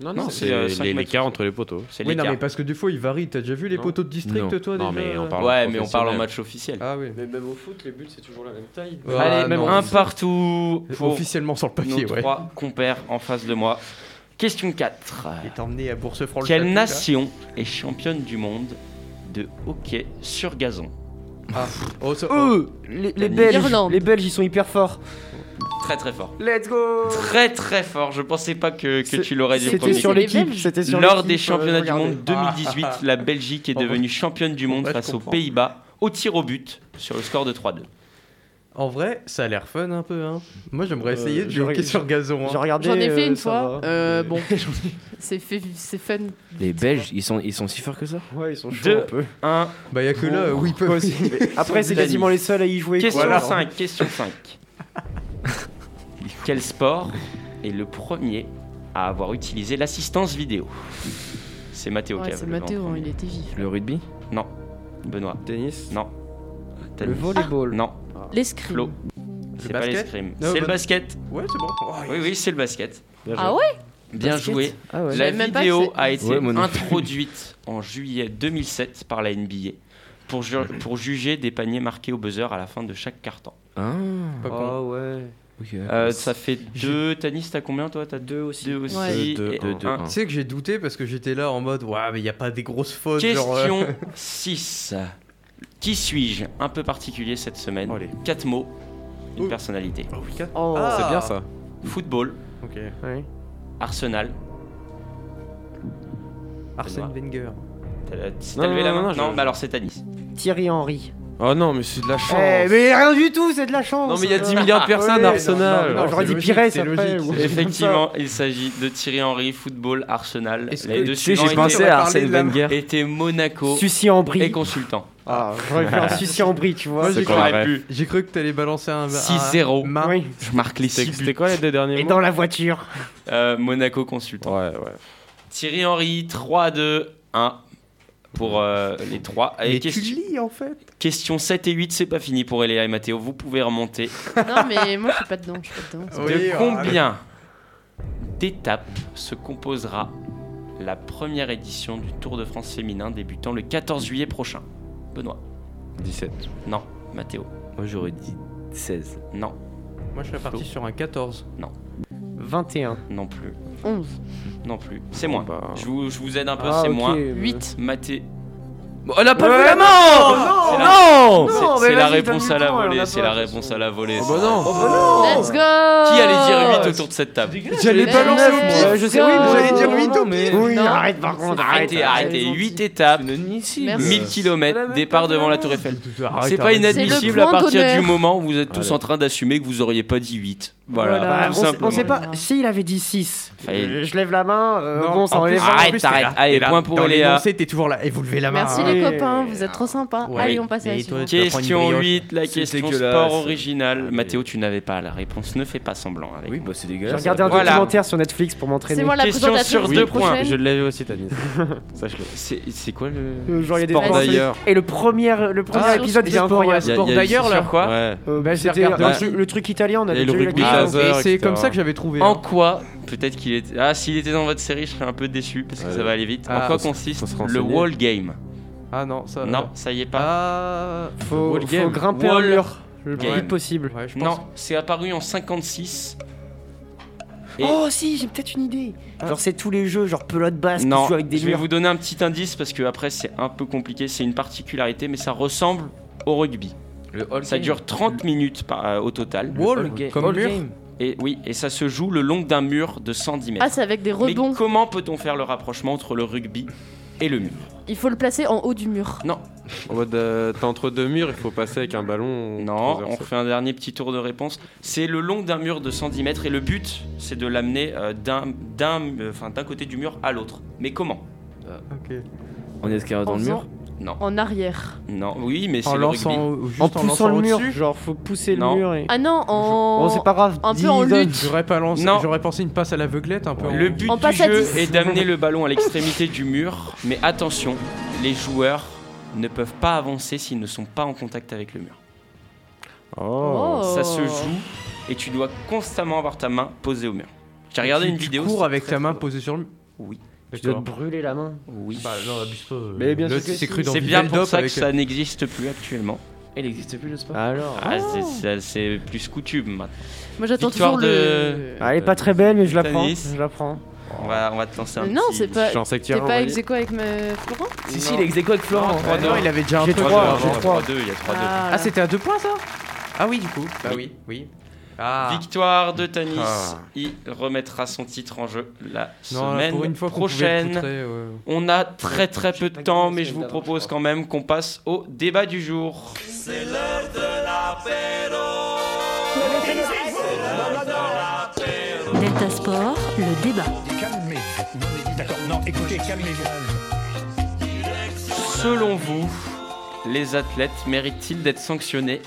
[SPEAKER 5] Non,
[SPEAKER 9] c'est
[SPEAKER 5] c'est, euh,
[SPEAKER 9] les-
[SPEAKER 5] cinq
[SPEAKER 9] les-
[SPEAKER 5] mètres.
[SPEAKER 9] l'écart entre les poteaux.
[SPEAKER 5] C'est
[SPEAKER 8] Oui, non,
[SPEAKER 5] l'écart.
[SPEAKER 8] mais parce que des fois il varie. T'as déjà vu les
[SPEAKER 9] Non.
[SPEAKER 8] poteaux de district,
[SPEAKER 9] Non.
[SPEAKER 8] toi
[SPEAKER 9] Non,
[SPEAKER 8] déjà
[SPEAKER 9] mais on parle-
[SPEAKER 5] Ouais, mais on parle en
[SPEAKER 9] professionnel.
[SPEAKER 5] match officiel.
[SPEAKER 8] Ah oui.
[SPEAKER 7] Mais même au foot, les buts, c'est toujours la même taille.
[SPEAKER 8] Ah,
[SPEAKER 5] Allez,
[SPEAKER 8] non.
[SPEAKER 5] un partout. pour
[SPEAKER 8] Officiellement sur le papier,
[SPEAKER 5] nos
[SPEAKER 8] ouais.
[SPEAKER 5] trois compères en face de moi. Question 4.
[SPEAKER 8] Il est emmené à Bourse-Franche.
[SPEAKER 5] Quelle nation est championne du monde de hockey sur gazon
[SPEAKER 8] Ah. Oh, ça-
[SPEAKER 13] Eux Les, les
[SPEAKER 5] L'Irlande.
[SPEAKER 13] Belges Les Belges, ils sont hyper forts.
[SPEAKER 5] Très très fort.
[SPEAKER 13] Let's go
[SPEAKER 5] Très très fort. Je pensais pas que, que
[SPEAKER 13] C'est-
[SPEAKER 5] tu l'aurais dit. au
[SPEAKER 13] c'était
[SPEAKER 5] premier
[SPEAKER 13] sur
[SPEAKER 5] coup.
[SPEAKER 13] l'équipe, c'était sur
[SPEAKER 5] Lors
[SPEAKER 13] l'équipe,
[SPEAKER 5] des
[SPEAKER 13] euh,
[SPEAKER 5] championnats du
[SPEAKER 13] regardez.
[SPEAKER 5] monde 2018,
[SPEAKER 13] Ah.
[SPEAKER 5] la Belgique est
[SPEAKER 13] En vrai,
[SPEAKER 5] devenue championne du monde
[SPEAKER 8] vrai, je
[SPEAKER 5] face aux
[SPEAKER 8] comprends.
[SPEAKER 5] Pays-Bas au tir au but sur le score de 3-2.
[SPEAKER 8] En vrai, ça a l'air fun un peu. Hein. Moi, j'aimerais
[SPEAKER 13] Euh,
[SPEAKER 8] essayer de
[SPEAKER 13] j'ai
[SPEAKER 8] jouer au hockey
[SPEAKER 13] reg-
[SPEAKER 8] sur gazon. hein.
[SPEAKER 13] j'ai regardé,
[SPEAKER 6] J'en ai fait
[SPEAKER 13] euh,
[SPEAKER 6] une
[SPEAKER 13] ça
[SPEAKER 6] fois,
[SPEAKER 13] va.
[SPEAKER 6] euh, bon, c'est fait- c'est fun.
[SPEAKER 10] Les Belges, ils sont, ils sont si forts que ça
[SPEAKER 13] Ouais, ils sont chauds un
[SPEAKER 5] 2,
[SPEAKER 13] peu.
[SPEAKER 5] 1.
[SPEAKER 8] Bah, y a que là où ils peuvent.
[SPEAKER 13] Après, c'est quasiment les seuls à y jouer. quoi.
[SPEAKER 5] Question
[SPEAKER 13] Voilà.
[SPEAKER 5] 5. Question 5. Quel sport est le premier à avoir utilisé l'assistance vidéo C'est Mathéo qui
[SPEAKER 6] Ouais,
[SPEAKER 5] a
[SPEAKER 6] c'est
[SPEAKER 5] le vent en
[SPEAKER 6] Mathéo, hein,
[SPEAKER 5] premier.
[SPEAKER 6] il était vif.
[SPEAKER 10] Le rugby
[SPEAKER 5] Non. Benoît.
[SPEAKER 9] Tennis
[SPEAKER 5] Non.
[SPEAKER 13] Le
[SPEAKER 5] Tennis.
[SPEAKER 13] volleyball.
[SPEAKER 5] Non.
[SPEAKER 6] L'escrime.
[SPEAKER 5] Flo. C'est pas
[SPEAKER 8] basket
[SPEAKER 5] l'escrime.
[SPEAKER 8] Non,
[SPEAKER 5] C'est le
[SPEAKER 8] bah-
[SPEAKER 5] basket.
[SPEAKER 8] Ouais, c'est bon. Oh,
[SPEAKER 5] Oui, oui, c'est le basket.
[SPEAKER 6] Ah ouais
[SPEAKER 5] Bien
[SPEAKER 10] Basket
[SPEAKER 5] joué.
[SPEAKER 10] Ah ouais.
[SPEAKER 5] La
[SPEAKER 6] J'avais même pas
[SPEAKER 5] vidéo
[SPEAKER 6] que c'est-
[SPEAKER 5] a été
[SPEAKER 10] Ouais, moi non plus.
[SPEAKER 5] introduite en juillet 2007 par la NBA pour, ju- pour juger des paniers marqués au buzzer à la fin de chaque carton.
[SPEAKER 10] Ah,
[SPEAKER 8] Pas con.
[SPEAKER 13] Ah ouais.
[SPEAKER 10] ok.
[SPEAKER 5] Euh, ça fait deux. Tanis, t'as combien toi T'as deux aussi. Deux aussi.
[SPEAKER 6] Ouais.
[SPEAKER 9] Deux,
[SPEAKER 5] et
[SPEAKER 9] deux, deux,
[SPEAKER 5] un.
[SPEAKER 9] un.
[SPEAKER 8] Tu sais que j'ai douté parce que j'étais là en mode, ouais, mais y a pas des grosses fautes. genre, euh,
[SPEAKER 5] Question 6. Qui suis-je Un peu particulier cette semaine.
[SPEAKER 9] Allez.
[SPEAKER 5] Quatre mots, une
[SPEAKER 8] Ouh.
[SPEAKER 5] personnalité.
[SPEAKER 8] Oh, oui, quatre-
[SPEAKER 13] Oh.
[SPEAKER 8] Ah.
[SPEAKER 9] C'est bien ça.
[SPEAKER 5] Football,
[SPEAKER 8] Ok.
[SPEAKER 13] Ouais.
[SPEAKER 5] Arsenal.
[SPEAKER 8] Arsène Wenger.
[SPEAKER 5] T'as- t'as
[SPEAKER 9] Non,
[SPEAKER 5] levé la
[SPEAKER 9] non,
[SPEAKER 5] main
[SPEAKER 9] non,
[SPEAKER 10] Ah.
[SPEAKER 5] Non,
[SPEAKER 9] je-
[SPEAKER 5] bah alors c'est Tanis.
[SPEAKER 13] Thierry Henry.
[SPEAKER 9] Oh non, mais c'est de la
[SPEAKER 13] Eh,
[SPEAKER 9] chance.
[SPEAKER 13] mais rien du tout, c'est de la chance.
[SPEAKER 9] Non, mais il y a
[SPEAKER 13] Euh,
[SPEAKER 9] 10
[SPEAKER 10] Ah,
[SPEAKER 9] milliards de personnes,
[SPEAKER 13] Ouais,
[SPEAKER 9] Arsenal.
[SPEAKER 13] non, non, j'aurais
[SPEAKER 8] c'est
[SPEAKER 13] dit
[SPEAKER 8] logique,
[SPEAKER 13] Pires
[SPEAKER 8] c'est
[SPEAKER 13] après.
[SPEAKER 8] logique,
[SPEAKER 13] ou-
[SPEAKER 5] Effectivement, il s'agit de Thierry Henry, football, Arsenal.
[SPEAKER 8] Est-ce
[SPEAKER 5] Les
[SPEAKER 8] que-
[SPEAKER 5] deux
[SPEAKER 10] Tu sais,
[SPEAKER 5] suivants
[SPEAKER 10] j'ai
[SPEAKER 5] étaient-
[SPEAKER 10] pensé
[SPEAKER 8] on a
[SPEAKER 10] à
[SPEAKER 8] parlé
[SPEAKER 10] Arsène
[SPEAKER 8] de la-
[SPEAKER 10] Wenger.
[SPEAKER 5] étaient Monaco
[SPEAKER 13] Sucy en brie.
[SPEAKER 5] et consultant.
[SPEAKER 13] Ah, j'aurais fait un Sucy en brie, tu vois.
[SPEAKER 8] Moi, j'ai-
[SPEAKER 9] quoi la
[SPEAKER 5] J'aurais
[SPEAKER 9] ref
[SPEAKER 5] pu.
[SPEAKER 8] J'ai cru que t'allais balancer un. un-
[SPEAKER 5] 6-0.
[SPEAKER 8] Mar-
[SPEAKER 13] Oui.
[SPEAKER 5] Je marque les
[SPEAKER 9] C'était
[SPEAKER 5] 6
[SPEAKER 9] c'était
[SPEAKER 5] buts.
[SPEAKER 9] quoi les deux derniers
[SPEAKER 13] Et
[SPEAKER 9] mots
[SPEAKER 13] dans la voiture.
[SPEAKER 5] Euh, Monaco consultant.
[SPEAKER 9] Ouais, ouais.
[SPEAKER 5] Thierry Henry, 3, 2, 1 pour euh, les 3.
[SPEAKER 8] Mais tu
[SPEAKER 5] question,
[SPEAKER 8] lis en fait.
[SPEAKER 5] question 7 et 8, c'est pas fini pour Eléa et Mathéo. Vous pouvez remonter.
[SPEAKER 6] Non, mais moi je suis pas dedans, je suis pas dedans.
[SPEAKER 8] Oui,
[SPEAKER 5] de
[SPEAKER 8] ah,
[SPEAKER 5] combien d'étapes se composera la première édition du Tour de France féminin débutant le 14 juillet prochain Benoît
[SPEAKER 9] 17.
[SPEAKER 5] Non. Mathéo
[SPEAKER 10] Moi j'aurais dit 16.
[SPEAKER 5] Non.
[SPEAKER 8] Moi, je serais parti sur un 14.
[SPEAKER 13] 21.
[SPEAKER 5] Non plus.
[SPEAKER 6] 11.
[SPEAKER 5] Non plus. C'est
[SPEAKER 10] Oh,
[SPEAKER 5] moins.
[SPEAKER 9] Bah.
[SPEAKER 5] Je, vous, je vous aide un peu,
[SPEAKER 13] Ah,
[SPEAKER 5] bah, c'est
[SPEAKER 13] ok,
[SPEAKER 5] moins.
[SPEAKER 13] euh,
[SPEAKER 6] 8.
[SPEAKER 5] Mathé.
[SPEAKER 10] elle a pas
[SPEAKER 13] Ouais,
[SPEAKER 10] vu la main
[SPEAKER 5] C'est la-
[SPEAKER 10] Oh, Non
[SPEAKER 5] C'est
[SPEAKER 13] Non, mais
[SPEAKER 5] c'est la
[SPEAKER 13] vas-y, donne-lui
[SPEAKER 5] réponse à la
[SPEAKER 13] le temps, elle en
[SPEAKER 5] volée,
[SPEAKER 13] a
[SPEAKER 5] c'est
[SPEAKER 13] pas,
[SPEAKER 5] la
[SPEAKER 13] de toute
[SPEAKER 5] réponse
[SPEAKER 13] façon.
[SPEAKER 5] à la volée.
[SPEAKER 9] Oh bah non
[SPEAKER 6] Let's go
[SPEAKER 5] Qui allait
[SPEAKER 13] Ah,
[SPEAKER 5] dire 8 autour de cette table
[SPEAKER 8] J'allais
[SPEAKER 6] Mais
[SPEAKER 8] balancer au
[SPEAKER 6] non,
[SPEAKER 8] pif.
[SPEAKER 13] Euh, je sais, oui, mais
[SPEAKER 8] J'allais
[SPEAKER 13] j'allais
[SPEAKER 8] dire
[SPEAKER 13] dire
[SPEAKER 8] 8 au pif.
[SPEAKER 13] Oui,
[SPEAKER 6] Non.
[SPEAKER 13] arrête par contre, arrête.
[SPEAKER 5] Arrêtez, arrêtez. 8 étapes,
[SPEAKER 6] Merci.
[SPEAKER 5] 1000 km, départ devant la Tour Eiffel. C'est pas
[SPEAKER 6] C'est le
[SPEAKER 5] inadmissible
[SPEAKER 6] point
[SPEAKER 5] à partir
[SPEAKER 6] d'honneur.
[SPEAKER 5] du moment où vous êtes tous en train d'assumer que vous auriez pas dit 8. Voilà,
[SPEAKER 13] Bah, on,
[SPEAKER 5] tout
[SPEAKER 13] sait-
[SPEAKER 5] Ah, simplement.
[SPEAKER 13] on sait pas.
[SPEAKER 6] Voilà.
[SPEAKER 13] S'il avait dit 6,
[SPEAKER 5] Fallait-
[SPEAKER 13] je, je lève la main. euh,
[SPEAKER 8] Non,
[SPEAKER 13] bon, ça
[SPEAKER 8] en
[SPEAKER 13] enlève
[SPEAKER 8] plus,
[SPEAKER 13] un.
[SPEAKER 5] Arrête,
[SPEAKER 8] en plus, t'es
[SPEAKER 5] arrête.
[SPEAKER 8] là,
[SPEAKER 5] Allez,
[SPEAKER 8] t'es là.
[SPEAKER 5] point pour
[SPEAKER 8] Dans
[SPEAKER 5] Eléa.
[SPEAKER 8] l'énoncé, t'es toujours là. Et vous levez la main.
[SPEAKER 6] Merci
[SPEAKER 8] hein.
[SPEAKER 6] les
[SPEAKER 13] Ouais.
[SPEAKER 6] copains, vous êtes trop sympas.
[SPEAKER 8] Ouais.
[SPEAKER 6] Allez, on passe à la
[SPEAKER 8] Et toi,
[SPEAKER 6] suivante.
[SPEAKER 8] tu vas prendre une
[SPEAKER 5] Question
[SPEAKER 8] brioche.
[SPEAKER 5] 8, la
[SPEAKER 10] C'est
[SPEAKER 5] question
[SPEAKER 10] dégueulasse.
[SPEAKER 5] sport original.
[SPEAKER 10] Allez.
[SPEAKER 5] Mathéo, tu n'avais pas la réponse, ne fais pas semblant avec.
[SPEAKER 10] Oui, bah c'est
[SPEAKER 13] J'ai
[SPEAKER 10] dégueulasse.
[SPEAKER 13] regardé un
[SPEAKER 5] Voilà.
[SPEAKER 13] documentaire sur Netflix pour m'entraîner.
[SPEAKER 6] C'est moi la
[SPEAKER 5] Question
[SPEAKER 6] présentatrice
[SPEAKER 5] sur
[SPEAKER 6] de
[SPEAKER 5] deux
[SPEAKER 6] la
[SPEAKER 5] points.
[SPEAKER 6] prochaine.
[SPEAKER 9] Je l'avais aussi, Tanis. Sache-le.
[SPEAKER 5] C'est c'est quoi le.
[SPEAKER 13] Euh, genre, il y a des
[SPEAKER 9] Sport
[SPEAKER 13] plans sur-
[SPEAKER 9] d'ailleurs.
[SPEAKER 13] Et le premier, le premier
[SPEAKER 8] Ah,
[SPEAKER 13] épisode, il est incroyable.
[SPEAKER 5] Y a-
[SPEAKER 8] Sport
[SPEAKER 5] y a-
[SPEAKER 8] d'ailleurs,
[SPEAKER 5] c'est
[SPEAKER 8] là.
[SPEAKER 5] sur quoi
[SPEAKER 9] Ouais.
[SPEAKER 13] Euh, bah,
[SPEAKER 8] j'ai
[SPEAKER 13] c'était
[SPEAKER 8] regardé.
[SPEAKER 13] un truc- le truc italien, on a
[SPEAKER 9] Et le
[SPEAKER 13] déjà eu la
[SPEAKER 9] rugby
[SPEAKER 13] question.
[SPEAKER 5] Ah,
[SPEAKER 9] laser,
[SPEAKER 8] Et c'est
[SPEAKER 9] etc.
[SPEAKER 8] comme ça que j'avais trouvé.
[SPEAKER 5] En
[SPEAKER 8] hein.
[SPEAKER 5] quoi, peut-être qu'il était. Ah, s'il était dans votre série, je serais un peu déçu parce que
[SPEAKER 9] Ouais.
[SPEAKER 5] ça va aller vite. en
[SPEAKER 8] Ah,
[SPEAKER 5] quoi
[SPEAKER 9] faut se- faut
[SPEAKER 5] consiste
[SPEAKER 9] se
[SPEAKER 5] le
[SPEAKER 9] renseigner.
[SPEAKER 5] wall game
[SPEAKER 8] Ah non, ça.
[SPEAKER 5] Non, ça y est pas.
[SPEAKER 8] Ah.
[SPEAKER 13] Faut,
[SPEAKER 9] Wall
[SPEAKER 13] faut
[SPEAKER 9] game.
[SPEAKER 13] grimper
[SPEAKER 5] Wall
[SPEAKER 13] un mur le plus
[SPEAKER 5] game.
[SPEAKER 13] vite possible.
[SPEAKER 8] Ouais, je pense.
[SPEAKER 5] non, c'est apparu en 56. Et-
[SPEAKER 13] Oh si, j'ai peut-être une idée. Genre c'est tous les jeux, genre pelote basse, qui
[SPEAKER 5] non,
[SPEAKER 13] joue avec des
[SPEAKER 5] je vais
[SPEAKER 13] murs.
[SPEAKER 5] vous donner un petit indice parce que après c'est un peu compliqué, c'est une particularité, mais ça ressemble au rugby.
[SPEAKER 10] Le All
[SPEAKER 5] Ça dure 30 minutes par- euh, au total.
[SPEAKER 8] Wall,
[SPEAKER 10] Game.
[SPEAKER 8] comme
[SPEAKER 10] Wall
[SPEAKER 8] mur.
[SPEAKER 10] game.
[SPEAKER 5] Et oui, et ça se joue le long d'un mur de 110 mètres.
[SPEAKER 6] Ah, c'est avec des
[SPEAKER 5] mais
[SPEAKER 6] rebonds.
[SPEAKER 5] comment peut-on faire le rapprochement entre le rugby et le mur
[SPEAKER 6] Il faut le placer en haut du mur.
[SPEAKER 5] Non.
[SPEAKER 9] En mode, euh, t'es entre deux murs, il faut passer avec un ballon.
[SPEAKER 5] Non, on refait un dernier petit tour de réponse. C'est le long d'un mur de 110 mètres et le but, c'est de l'amener euh, d'un d'un euh, enfin, d'un côté du mur à l'autre. Mais comment
[SPEAKER 10] En escaladant
[SPEAKER 5] En
[SPEAKER 10] le mur
[SPEAKER 5] Non.
[SPEAKER 6] En arrière.
[SPEAKER 5] Non, oui, mais
[SPEAKER 6] En
[SPEAKER 5] c'est le rugby.
[SPEAKER 6] lançant
[SPEAKER 13] en poussant le mur, genre faut pousser
[SPEAKER 5] Non.
[SPEAKER 13] le mur et.
[SPEAKER 6] Ah non, en.
[SPEAKER 13] Oh.
[SPEAKER 5] Oh,
[SPEAKER 6] Un peu en lutte.
[SPEAKER 8] J'aurais pas lancé.
[SPEAKER 5] Non.
[SPEAKER 8] J'aurais pensé une passe à l'aveuglette un peu.
[SPEAKER 5] Le but
[SPEAKER 6] On
[SPEAKER 5] du
[SPEAKER 6] passe à
[SPEAKER 5] jeu
[SPEAKER 6] 10.
[SPEAKER 5] est d'amener le ballon à l'extrémité du mur, mais attention, les joueurs ne peuvent pas avancer s'ils ne sont pas en contact avec le mur.
[SPEAKER 9] Oh.
[SPEAKER 5] Ça se joue et tu dois constamment avoir ta main posée au mur. J'ai regardé
[SPEAKER 8] Tu-
[SPEAKER 5] une
[SPEAKER 8] tu
[SPEAKER 5] vidéo.
[SPEAKER 8] cours
[SPEAKER 5] c'est
[SPEAKER 8] avec
[SPEAKER 5] très,
[SPEAKER 8] ta main
[SPEAKER 5] très
[SPEAKER 8] posée sur le.
[SPEAKER 5] Oui.
[SPEAKER 13] Tu dois te brûler la main.
[SPEAKER 5] Oui.
[SPEAKER 8] Bah non, abuse pas. euh,
[SPEAKER 13] Mais bien
[SPEAKER 8] là,
[SPEAKER 13] sûr que
[SPEAKER 8] c'est
[SPEAKER 13] si.
[SPEAKER 8] cru dans
[SPEAKER 5] C'est
[SPEAKER 8] du
[SPEAKER 5] bien
[SPEAKER 8] Belle
[SPEAKER 5] pour
[SPEAKER 8] Dope
[SPEAKER 5] ça que
[SPEAKER 8] avec-
[SPEAKER 5] ça n'existe plus actuellement.
[SPEAKER 10] Il n'existe plus le sport.
[SPEAKER 13] Alors.
[SPEAKER 5] Ah, c'est-
[SPEAKER 8] Oh.
[SPEAKER 5] ça, c'est plus coutume maintenant.
[SPEAKER 6] Moi, j'attends
[SPEAKER 5] Victoire
[SPEAKER 6] toujours
[SPEAKER 5] de-
[SPEAKER 6] le-
[SPEAKER 13] Ah, elle est pas très belle, mais je la
[SPEAKER 5] du
[SPEAKER 13] prends.
[SPEAKER 5] tennis.
[SPEAKER 13] Je la prends.
[SPEAKER 5] On va, on va te lancer un
[SPEAKER 6] Non,
[SPEAKER 5] petit-
[SPEAKER 6] c'est pas.
[SPEAKER 5] Genre, c'est que tu
[SPEAKER 6] T'es
[SPEAKER 5] as
[SPEAKER 6] pas
[SPEAKER 5] envoyé-
[SPEAKER 6] ex aequo avec me... Florent
[SPEAKER 10] Si, si, il est ex aequo avec Florent.
[SPEAKER 5] Ah, non, il
[SPEAKER 8] avait déjà un
[SPEAKER 13] J'ai
[SPEAKER 8] truc.
[SPEAKER 13] trois,
[SPEAKER 8] avant.
[SPEAKER 13] j'ai trois.
[SPEAKER 5] 3-2, il y a 3-2.
[SPEAKER 6] Ah,
[SPEAKER 8] Ah, c'était à deux points ça Ah oui, du coup. Bah oui, oui. Ah.
[SPEAKER 5] Victoire de Tanis.
[SPEAKER 8] Ah.
[SPEAKER 5] Il remettra son titre en jeu la
[SPEAKER 8] Non, là,
[SPEAKER 5] semaine
[SPEAKER 8] pour une fois qu'on pouvait
[SPEAKER 5] prochaine.
[SPEAKER 8] le poutrer, ouais.
[SPEAKER 5] On a très très peu de temps, mais je vous
[SPEAKER 13] d'avant,
[SPEAKER 5] propose quand même qu'on passe au débat du jour.
[SPEAKER 11] C'est l'heure de l'apéro.
[SPEAKER 3] Delta Sport, le débat.
[SPEAKER 2] Calmez-vous. D'accord, non, écoutez, calmez-vous.
[SPEAKER 5] Selon vous, les athlètes méritent-ils d'être sanctionnés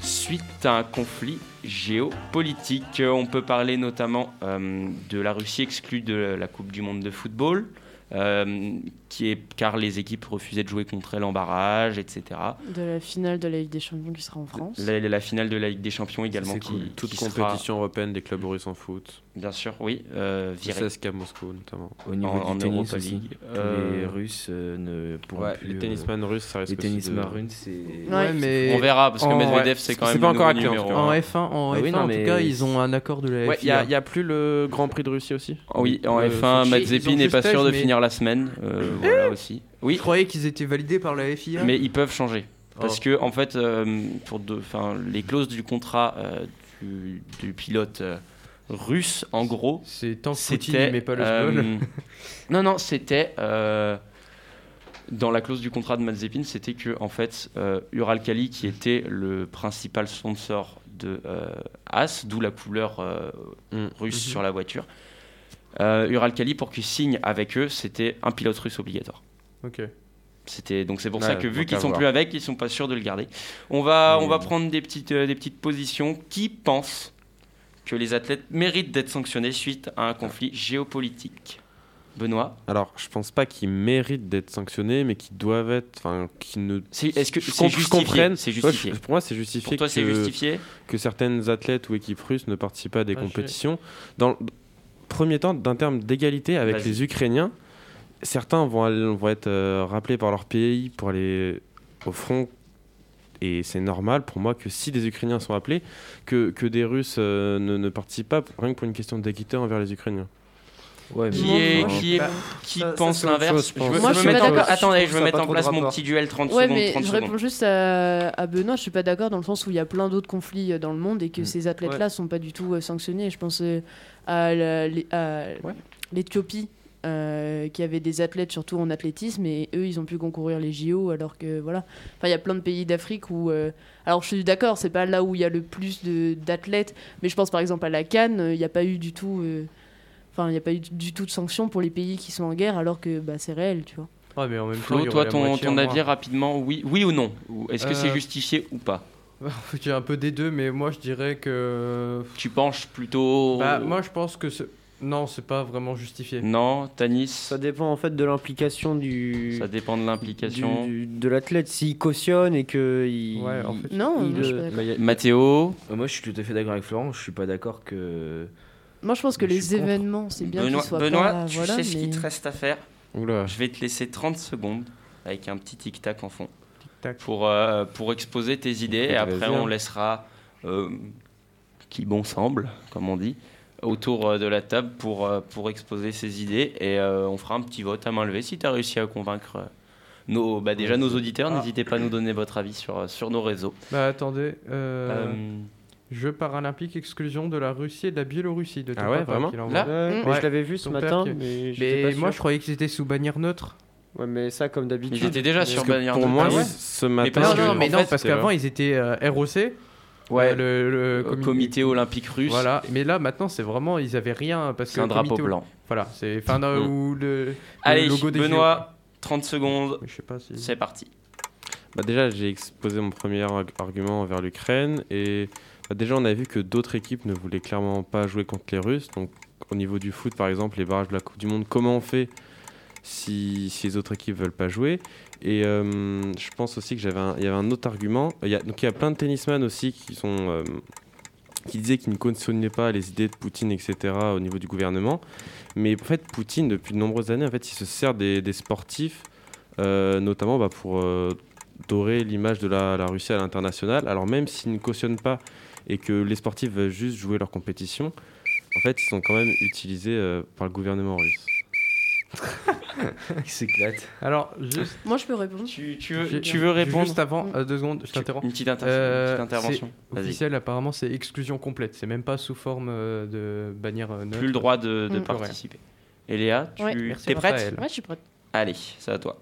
[SPEAKER 5] suite à un conflit géopolitique On peut parler notamment euh, de la Russie exclue de la Coupe du Monde de football, euh, qui est, car les équipes refusaient de jouer contre elle en barrage, etc.
[SPEAKER 6] De la finale de la Ligue des Champions qui sera en France.
[SPEAKER 5] La, la finale de la Ligue des Champions également,
[SPEAKER 9] C'est
[SPEAKER 5] qui,
[SPEAKER 9] cool. Toute
[SPEAKER 5] qui sera,
[SPEAKER 9] compétition européenne des clubs russes en foot.
[SPEAKER 5] bien sûr, oui, euh, virée.
[SPEAKER 9] CSK Moscou notamment.
[SPEAKER 10] Au niveau
[SPEAKER 5] En- en
[SPEAKER 10] du tennis
[SPEAKER 5] Europa
[SPEAKER 10] aussi,
[SPEAKER 5] League,
[SPEAKER 10] tous les
[SPEAKER 5] euh,
[SPEAKER 10] Russes euh, ne pourront
[SPEAKER 9] Ouais,
[SPEAKER 10] plus.
[SPEAKER 9] les
[SPEAKER 10] euh,
[SPEAKER 9] tennisman russes, ça risque
[SPEAKER 10] les tennis
[SPEAKER 9] aussi de...
[SPEAKER 10] marrunes, c'est.
[SPEAKER 6] Ouais.
[SPEAKER 8] Ouais, mais.
[SPEAKER 5] On verra, parce que
[SPEAKER 8] en-
[SPEAKER 5] Medvedev,
[SPEAKER 8] ouais.
[SPEAKER 5] c'est
[SPEAKER 9] Parce
[SPEAKER 5] quand
[SPEAKER 9] que
[SPEAKER 5] même
[SPEAKER 9] c'est
[SPEAKER 5] le
[SPEAKER 9] pas encore
[SPEAKER 5] nouveau
[SPEAKER 9] acquis, en
[SPEAKER 5] numéro
[SPEAKER 9] tout cas.
[SPEAKER 5] un.
[SPEAKER 8] En F1, en
[SPEAKER 10] Ah oui,
[SPEAKER 8] F1
[SPEAKER 10] non,
[SPEAKER 8] en tout
[SPEAKER 10] mais-
[SPEAKER 8] cas, ils ont un accord de la
[SPEAKER 9] Ouais, il
[SPEAKER 8] FIA.
[SPEAKER 9] n'y a, plus le Grand Prix de Russie aussi
[SPEAKER 5] Oui, en
[SPEAKER 9] Le
[SPEAKER 5] F1,
[SPEAKER 9] Sochi.
[SPEAKER 5] Mazepin
[SPEAKER 8] ils ont
[SPEAKER 5] n'est
[SPEAKER 8] fait
[SPEAKER 5] pas
[SPEAKER 8] stage,
[SPEAKER 5] sûr de
[SPEAKER 8] mais-
[SPEAKER 5] finir la semaine. euh,
[SPEAKER 9] Eh
[SPEAKER 5] voilà aussi.
[SPEAKER 8] Je
[SPEAKER 5] Oui,
[SPEAKER 8] croyais qu'ils étaient validés par la FIA.
[SPEAKER 5] mais ils peuvent changer. Parce
[SPEAKER 8] Oh.
[SPEAKER 5] que, en fait, euh, pour de, 'fin, les clauses du contrat euh, du, du pilote euh, russe, en gros,
[SPEAKER 8] C'est tant que Poutine
[SPEAKER 5] c'était.
[SPEAKER 8] n'aimait pas le
[SPEAKER 5] euh,
[SPEAKER 8] football.
[SPEAKER 5] non, non, c'était. euh, dans la clause du contrat de Mazepin, c'était que, en fait, euh, Uralkali, qui était le principal sponsor de euh, As, d'où la couleur euh,
[SPEAKER 9] Mm.
[SPEAKER 5] russe sur la voiture, euh, Uralkali, pour qu'il signe avec eux, c'était un pilote russe obligatoire.
[SPEAKER 8] Ok.
[SPEAKER 5] C'était donc c'est pour
[SPEAKER 9] Ouais,
[SPEAKER 5] ça que vu
[SPEAKER 9] donc
[SPEAKER 5] qu'ils
[SPEAKER 9] à
[SPEAKER 5] sont
[SPEAKER 9] voir.
[SPEAKER 5] plus avec, ils sont pas sûrs de le garder. On va
[SPEAKER 9] Mais-
[SPEAKER 5] on va prendre des petites euh, des petites positions qui pensent que les athlètes méritent d'être sanctionnés suite à un conflit géopolitique. Benoît,
[SPEAKER 9] Alors, je pense pas qu'ils méritent d'être sanctionnés, mais qu'ils doivent être. Enfin, qu'ils ne.
[SPEAKER 5] c'est- est-ce que
[SPEAKER 9] Je
[SPEAKER 5] c'est
[SPEAKER 9] com- je
[SPEAKER 5] justifié
[SPEAKER 9] comprenne.
[SPEAKER 5] C'est
[SPEAKER 9] Ouais,
[SPEAKER 5] justifié.
[SPEAKER 9] je- pour moi, c'est justifié,
[SPEAKER 5] Pour toi, c'est
[SPEAKER 9] que,
[SPEAKER 5] justifié.
[SPEAKER 9] que certaines athlètes ou équipes russes ne participent pas à des
[SPEAKER 8] Ah, je-
[SPEAKER 9] compétitions. Dans le premier temps, d'un terme d'égalité avec
[SPEAKER 5] Vas-y.
[SPEAKER 9] les Ukrainiens, certains vont, aller- vont être euh, rappelés par leur pays pour aller au front. Et c'est normal pour moi que si des Ukrainiens sont appelés, que, que des Russes euh, ne, ne participent pas, rien que pour une question d'équité envers les Ukrainiens.
[SPEAKER 10] Ouais,
[SPEAKER 5] Qui
[SPEAKER 10] mais-
[SPEAKER 5] est
[SPEAKER 10] Enfin,
[SPEAKER 5] qui est-
[SPEAKER 7] Bah,
[SPEAKER 5] qui
[SPEAKER 7] ça- ça,
[SPEAKER 5] pense
[SPEAKER 7] c'est autre
[SPEAKER 5] l'inverse
[SPEAKER 7] chose, je pense.
[SPEAKER 5] veux-
[SPEAKER 6] Moi, je
[SPEAKER 5] veux
[SPEAKER 6] suis
[SPEAKER 5] mettre
[SPEAKER 6] pas
[SPEAKER 5] en-
[SPEAKER 6] d'accord.
[SPEAKER 5] Attendez,
[SPEAKER 7] Je
[SPEAKER 5] je
[SPEAKER 7] trouve
[SPEAKER 5] vais
[SPEAKER 7] ça
[SPEAKER 5] mettre
[SPEAKER 7] pas
[SPEAKER 5] en
[SPEAKER 7] trop de
[SPEAKER 5] place mon
[SPEAKER 7] rapport.
[SPEAKER 5] petit duel 30
[SPEAKER 6] Ouais,
[SPEAKER 5] secondes.
[SPEAKER 6] mais
[SPEAKER 5] 30
[SPEAKER 6] je
[SPEAKER 5] secondes.
[SPEAKER 6] réponds juste à, à Benoît. Je suis pas d'accord dans le sens où il y a plein d'autres conflits euh, dans le monde et
[SPEAKER 13] Mm.
[SPEAKER 6] que ces athlètes-là sont pas du tout euh, sanctionnés. Je pense euh, à la- l'É- à l'Éthiopie. euh, qui avait des athlètes surtout en athlétisme et eux ils ont pu concourir les JO alors que voilà enfin il y a plein de pays d'Afrique où euh, alors je suis d'accord c'est pas là où il y a le plus de d'athlètes mais je pense par exemple à la Cannes euh, il n'y a pas eu du tout euh, enfin il n'y a pas eu du tout de sanctions pour les pays qui sont en guerre alors que bah, c'est réel tu vois
[SPEAKER 8] Ouais, Ah, mais en même temps, il
[SPEAKER 5] Flo,
[SPEAKER 8] y aurait
[SPEAKER 5] toi
[SPEAKER 8] la
[SPEAKER 5] ton,
[SPEAKER 8] moitié
[SPEAKER 5] ton
[SPEAKER 8] en
[SPEAKER 5] avis
[SPEAKER 8] moins.
[SPEAKER 5] rapidement, oui, oui ou non Ou Est-ce que c'est
[SPEAKER 8] Euh,
[SPEAKER 5] justifié ou pas
[SPEAKER 8] J'ai un peu des deux, mais moi je dirais que.
[SPEAKER 5] Tu penches plutôt
[SPEAKER 8] Bah, moi je pense que. c'est- Non, c'est pas vraiment justifié.
[SPEAKER 5] Non, Tanis,
[SPEAKER 13] Ça dépend en fait de l'implication du.
[SPEAKER 5] ça dépend de l'implication.
[SPEAKER 13] du- de l'athlète s'il cautionne et que il
[SPEAKER 8] Ouais, en fait.
[SPEAKER 6] non
[SPEAKER 13] Il,
[SPEAKER 6] moi, je suis
[SPEAKER 13] euh,
[SPEAKER 6] pas
[SPEAKER 5] Bah,
[SPEAKER 6] d'accord.
[SPEAKER 5] Mathéo,
[SPEAKER 10] euh, Moi, je suis tout à fait d'accord avec Florent. Je suis pas d'accord que.
[SPEAKER 6] Moi, je pense que
[SPEAKER 10] Mais je
[SPEAKER 6] les
[SPEAKER 10] suis contre.
[SPEAKER 6] événements, c'est bien qu'ils
[SPEAKER 5] Benoît,
[SPEAKER 6] soient
[SPEAKER 5] Benoît,
[SPEAKER 6] pas là,
[SPEAKER 5] tu
[SPEAKER 6] voilà,
[SPEAKER 5] sais ce
[SPEAKER 6] mais-
[SPEAKER 5] qu'il te reste à faire.
[SPEAKER 9] Oula.
[SPEAKER 5] Je vais te laisser 30 secondes avec un petit tic-tac en fond
[SPEAKER 8] Tac.
[SPEAKER 5] pour, euh, pour exposer tes idées
[SPEAKER 9] fait
[SPEAKER 5] et après
[SPEAKER 9] plaisir.
[SPEAKER 5] on laissera euh, qui bon semble, comme on dit, autour euh, de la table pour, euh, pour exposer ses idées et euh, on fera un petit vote à main levée si tu as réussi à convaincre. euh, nos, bah, déjà nos auditeurs,
[SPEAKER 8] Ah.
[SPEAKER 5] n'hésitez pas à nous donner votre avis sur, euh, sur nos réseaux.
[SPEAKER 8] Bah, attendez. Euh...
[SPEAKER 5] Euh,
[SPEAKER 8] Jeux paralympiques, exclusion de la Russie et de la Biélorussie. De ton
[SPEAKER 9] Ah ouais,
[SPEAKER 8] papa
[SPEAKER 9] vraiment
[SPEAKER 8] qui l'a
[SPEAKER 5] Là
[SPEAKER 8] envoyé.
[SPEAKER 13] Ouais, mais
[SPEAKER 8] Ouais.
[SPEAKER 13] je l'avais vu ce
[SPEAKER 8] Ton père
[SPEAKER 13] matin,
[SPEAKER 8] qui-
[SPEAKER 13] mais j'étais
[SPEAKER 8] Mais
[SPEAKER 13] pas
[SPEAKER 8] moi je
[SPEAKER 13] sûr.
[SPEAKER 8] croyais qu'ils étaient sous bannière neutre.
[SPEAKER 7] Ouais, mais ça, comme d'habitude.
[SPEAKER 5] Ils étaient déjà
[SPEAKER 7] Parce
[SPEAKER 5] sur
[SPEAKER 7] que
[SPEAKER 5] Bagnères
[SPEAKER 7] pour
[SPEAKER 5] de
[SPEAKER 7] moi,
[SPEAKER 5] Paris.
[SPEAKER 7] ils-
[SPEAKER 9] ce matin,
[SPEAKER 8] non, non, mais
[SPEAKER 9] en
[SPEAKER 8] non,
[SPEAKER 9] fait,
[SPEAKER 8] parce
[SPEAKER 9] c'est
[SPEAKER 8] qu'avant
[SPEAKER 9] vrai.
[SPEAKER 8] ils étaient euh, ROC.
[SPEAKER 5] Ouais.
[SPEAKER 8] Euh, le, le
[SPEAKER 5] Au euh, comité olympique russe.
[SPEAKER 8] Voilà, mais là maintenant c'est vraiment ils avaient rien parce
[SPEAKER 5] C'est
[SPEAKER 8] que
[SPEAKER 5] un
[SPEAKER 8] le
[SPEAKER 5] drapeau
[SPEAKER 8] comité-
[SPEAKER 5] blanc.
[SPEAKER 8] Voilà, c'est enfin non,
[SPEAKER 5] Mm.
[SPEAKER 8] ou le, le
[SPEAKER 5] Allez,
[SPEAKER 8] logo des JO.
[SPEAKER 5] Benoît, 30 secondes. C'est parti.
[SPEAKER 9] Bah, déjà, j'ai exposé mon premier arg- argument envers l'Ukraine. Et bah, déjà, on a vu que d'autres équipes ne voulaient clairement pas jouer contre les Russes. Donc, au niveau du foot, par exemple, les barrages de la Coupe du Monde, comment on fait si, si les autres équipes veulent pas jouer Et euh, je pense aussi que j'avais un- il y avait un autre argument. Il y a, donc, il y a plein de tennisman aussi qui sont. euh, qui disaient qu'ils ne cautionnaient pas les idées de Poutine, etc., au niveau du gouvernement. Mais en fait, Poutine, depuis de nombreuses années, en fait, il se sert des, des sportifs, euh, notamment bah, pour euh, dorer l'image de la, la Russie à l'international. Alors même s'ils ne cautionnent pas et que les sportifs veulent juste jouer leur compétition, en fait, ils sont quand même utilisés euh, par le gouvernement russe.
[SPEAKER 10] Il s'éclate.
[SPEAKER 8] Alors, juste
[SPEAKER 6] Moi, je peux répondre.
[SPEAKER 5] Tu
[SPEAKER 8] Ju- ju- Juste avant, euh, deux secondes, je t'interromps.
[SPEAKER 5] une petite inter- une petite intervention.
[SPEAKER 8] Euh, c'est
[SPEAKER 5] Vas-y.
[SPEAKER 8] Officiel, apparemment, c'est exclusion complète. C'est même pas sous forme euh, de bannière euh, neutre.
[SPEAKER 5] Plus le droit de, de
[SPEAKER 8] Ouais.
[SPEAKER 5] participer. Et Léa, tu
[SPEAKER 6] Ouais.
[SPEAKER 5] es prête
[SPEAKER 6] Ouais, je suis prête.
[SPEAKER 5] Allez, c'est à toi.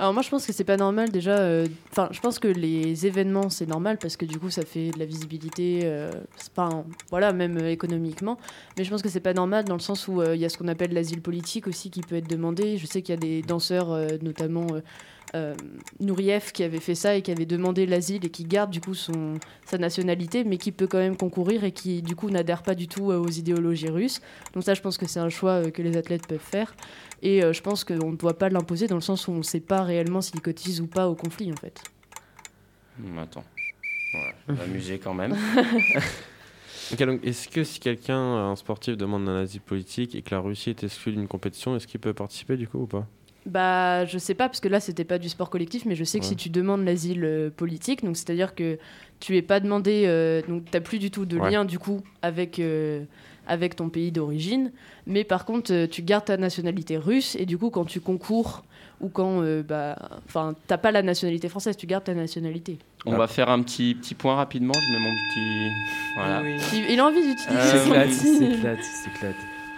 [SPEAKER 6] Alors moi je pense que c'est pas normal déjà. euh, Enfin je pense que les événements c'est normal parce que du coup ça fait de la visibilité. euh, c'est pas un- voilà même euh, économiquement. Mais je pense que c'est pas normal dans le sens où euh, il y a ce qu'on appelle l'asile politique aussi qui peut être demandé. Je sais qu'il y a des danseurs euh, notamment. euh, euh, Nourieff qui avait fait ça et qui avait demandé l'asile et qui garde du coup son, sa nationalité mais qui peut quand même concourir et qui du coup n'adhère pas du tout euh, aux idéologies russes. Donc ça je pense que c'est un choix euh, que les athlètes peuvent faire et euh, je pense qu'on ne doit pas l'imposer dans le sens où on ne sait pas réellement s'ils cotisent ou pas au conflit en fait.
[SPEAKER 7] Mm,
[SPEAKER 5] Hum, attends. Voilà, je vais m'amuser quand même.
[SPEAKER 9] Ok, donc, est-ce que si quelqu'un, euh, un sportif, demande un asile politique et que la Russie est exclue d'une compétition, est-ce qu'il peut participer du coup ou pas
[SPEAKER 6] Bah, je sais pas, parce que là, c'était pas du sport collectif, mais je sais que
[SPEAKER 9] Ouais.
[SPEAKER 6] si tu demandes l'asile euh, politique, donc c'est-à-dire que tu es pas demandé, euh, donc t'as plus du tout de
[SPEAKER 14] Ouais.
[SPEAKER 6] lien du coup avec, euh, avec ton pays d'origine, mais par contre, euh, tu gardes ta nationalité russe, et du coup, quand tu concours ou quand, euh, bah, enfin, t'as pas la nationalité française, tu gardes ta nationalité.
[SPEAKER 5] On va faire un petit, petit point rapidement. Je mets mon petit. Voilà.
[SPEAKER 6] Il, il a envie d'utiliser son
[SPEAKER 5] Euh,
[SPEAKER 6] petit-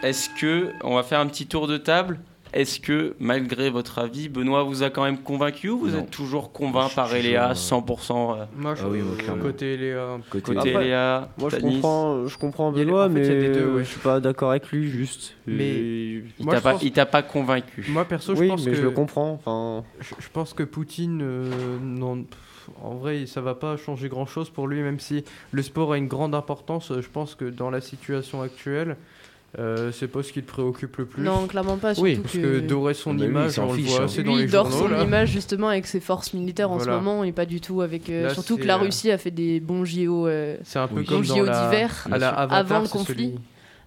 [SPEAKER 5] Est-ce que. On va faire un petit tour de table. Est-ce que, malgré votre avis, Benoît vous a quand même convaincu ou vous êtes toujours convaincu par Eléa 100% euh,
[SPEAKER 8] Moi, je- côté Léa.
[SPEAKER 5] Côté
[SPEAKER 7] Après,
[SPEAKER 5] Léa,
[SPEAKER 7] Moi, je
[SPEAKER 5] Tanis.
[SPEAKER 7] comprends, euh, je comprends Benoît,
[SPEAKER 8] en fait,
[SPEAKER 7] mais
[SPEAKER 8] il y a des deux, ouais.
[SPEAKER 7] je suis pas d'accord avec lui, juste.
[SPEAKER 8] Mais
[SPEAKER 7] Et-
[SPEAKER 5] Il t'a pas, il t'a pas convaincu.
[SPEAKER 8] Moi perso,
[SPEAKER 7] Oui,
[SPEAKER 8] je pense
[SPEAKER 7] mais
[SPEAKER 8] que
[SPEAKER 7] je le comprends, enfin.
[SPEAKER 8] Je, je pense que Poutine, euh, non, pff, en vrai, ça va pas changer grand chose pour lui, même si le sport a une grande importance. euh, Je pense que dans la situation actuelle, euh, c'est pas ce qui le préoccupe le plus.
[SPEAKER 6] Non, clairement pas,
[SPEAKER 8] Oui,
[SPEAKER 6] surtout
[SPEAKER 8] parce
[SPEAKER 6] que-
[SPEAKER 8] que dorer son
[SPEAKER 10] Ah bah lui, il
[SPEAKER 8] image,
[SPEAKER 10] s'en
[SPEAKER 8] on le
[SPEAKER 10] fiche,
[SPEAKER 8] voit
[SPEAKER 10] hein.
[SPEAKER 8] assez
[SPEAKER 6] Lui,
[SPEAKER 8] dans les
[SPEAKER 6] il dort
[SPEAKER 8] journaux
[SPEAKER 6] son
[SPEAKER 8] là.
[SPEAKER 6] image justement avec ses forces militaires en
[SPEAKER 8] Voilà.
[SPEAKER 6] ce moment et pas du tout avec. euh,
[SPEAKER 8] Là,
[SPEAKER 6] surtout
[SPEAKER 8] c'est,
[SPEAKER 6] que la
[SPEAKER 8] euh,
[SPEAKER 6] Russie a fait des bons JO. euh,
[SPEAKER 8] C'est un peu
[SPEAKER 6] bons
[SPEAKER 8] comme dans
[SPEAKER 6] JO
[SPEAKER 8] la-
[SPEAKER 6] d'hiver
[SPEAKER 8] à la Avatar,
[SPEAKER 6] avant le
[SPEAKER 8] c'est
[SPEAKER 6] conflit.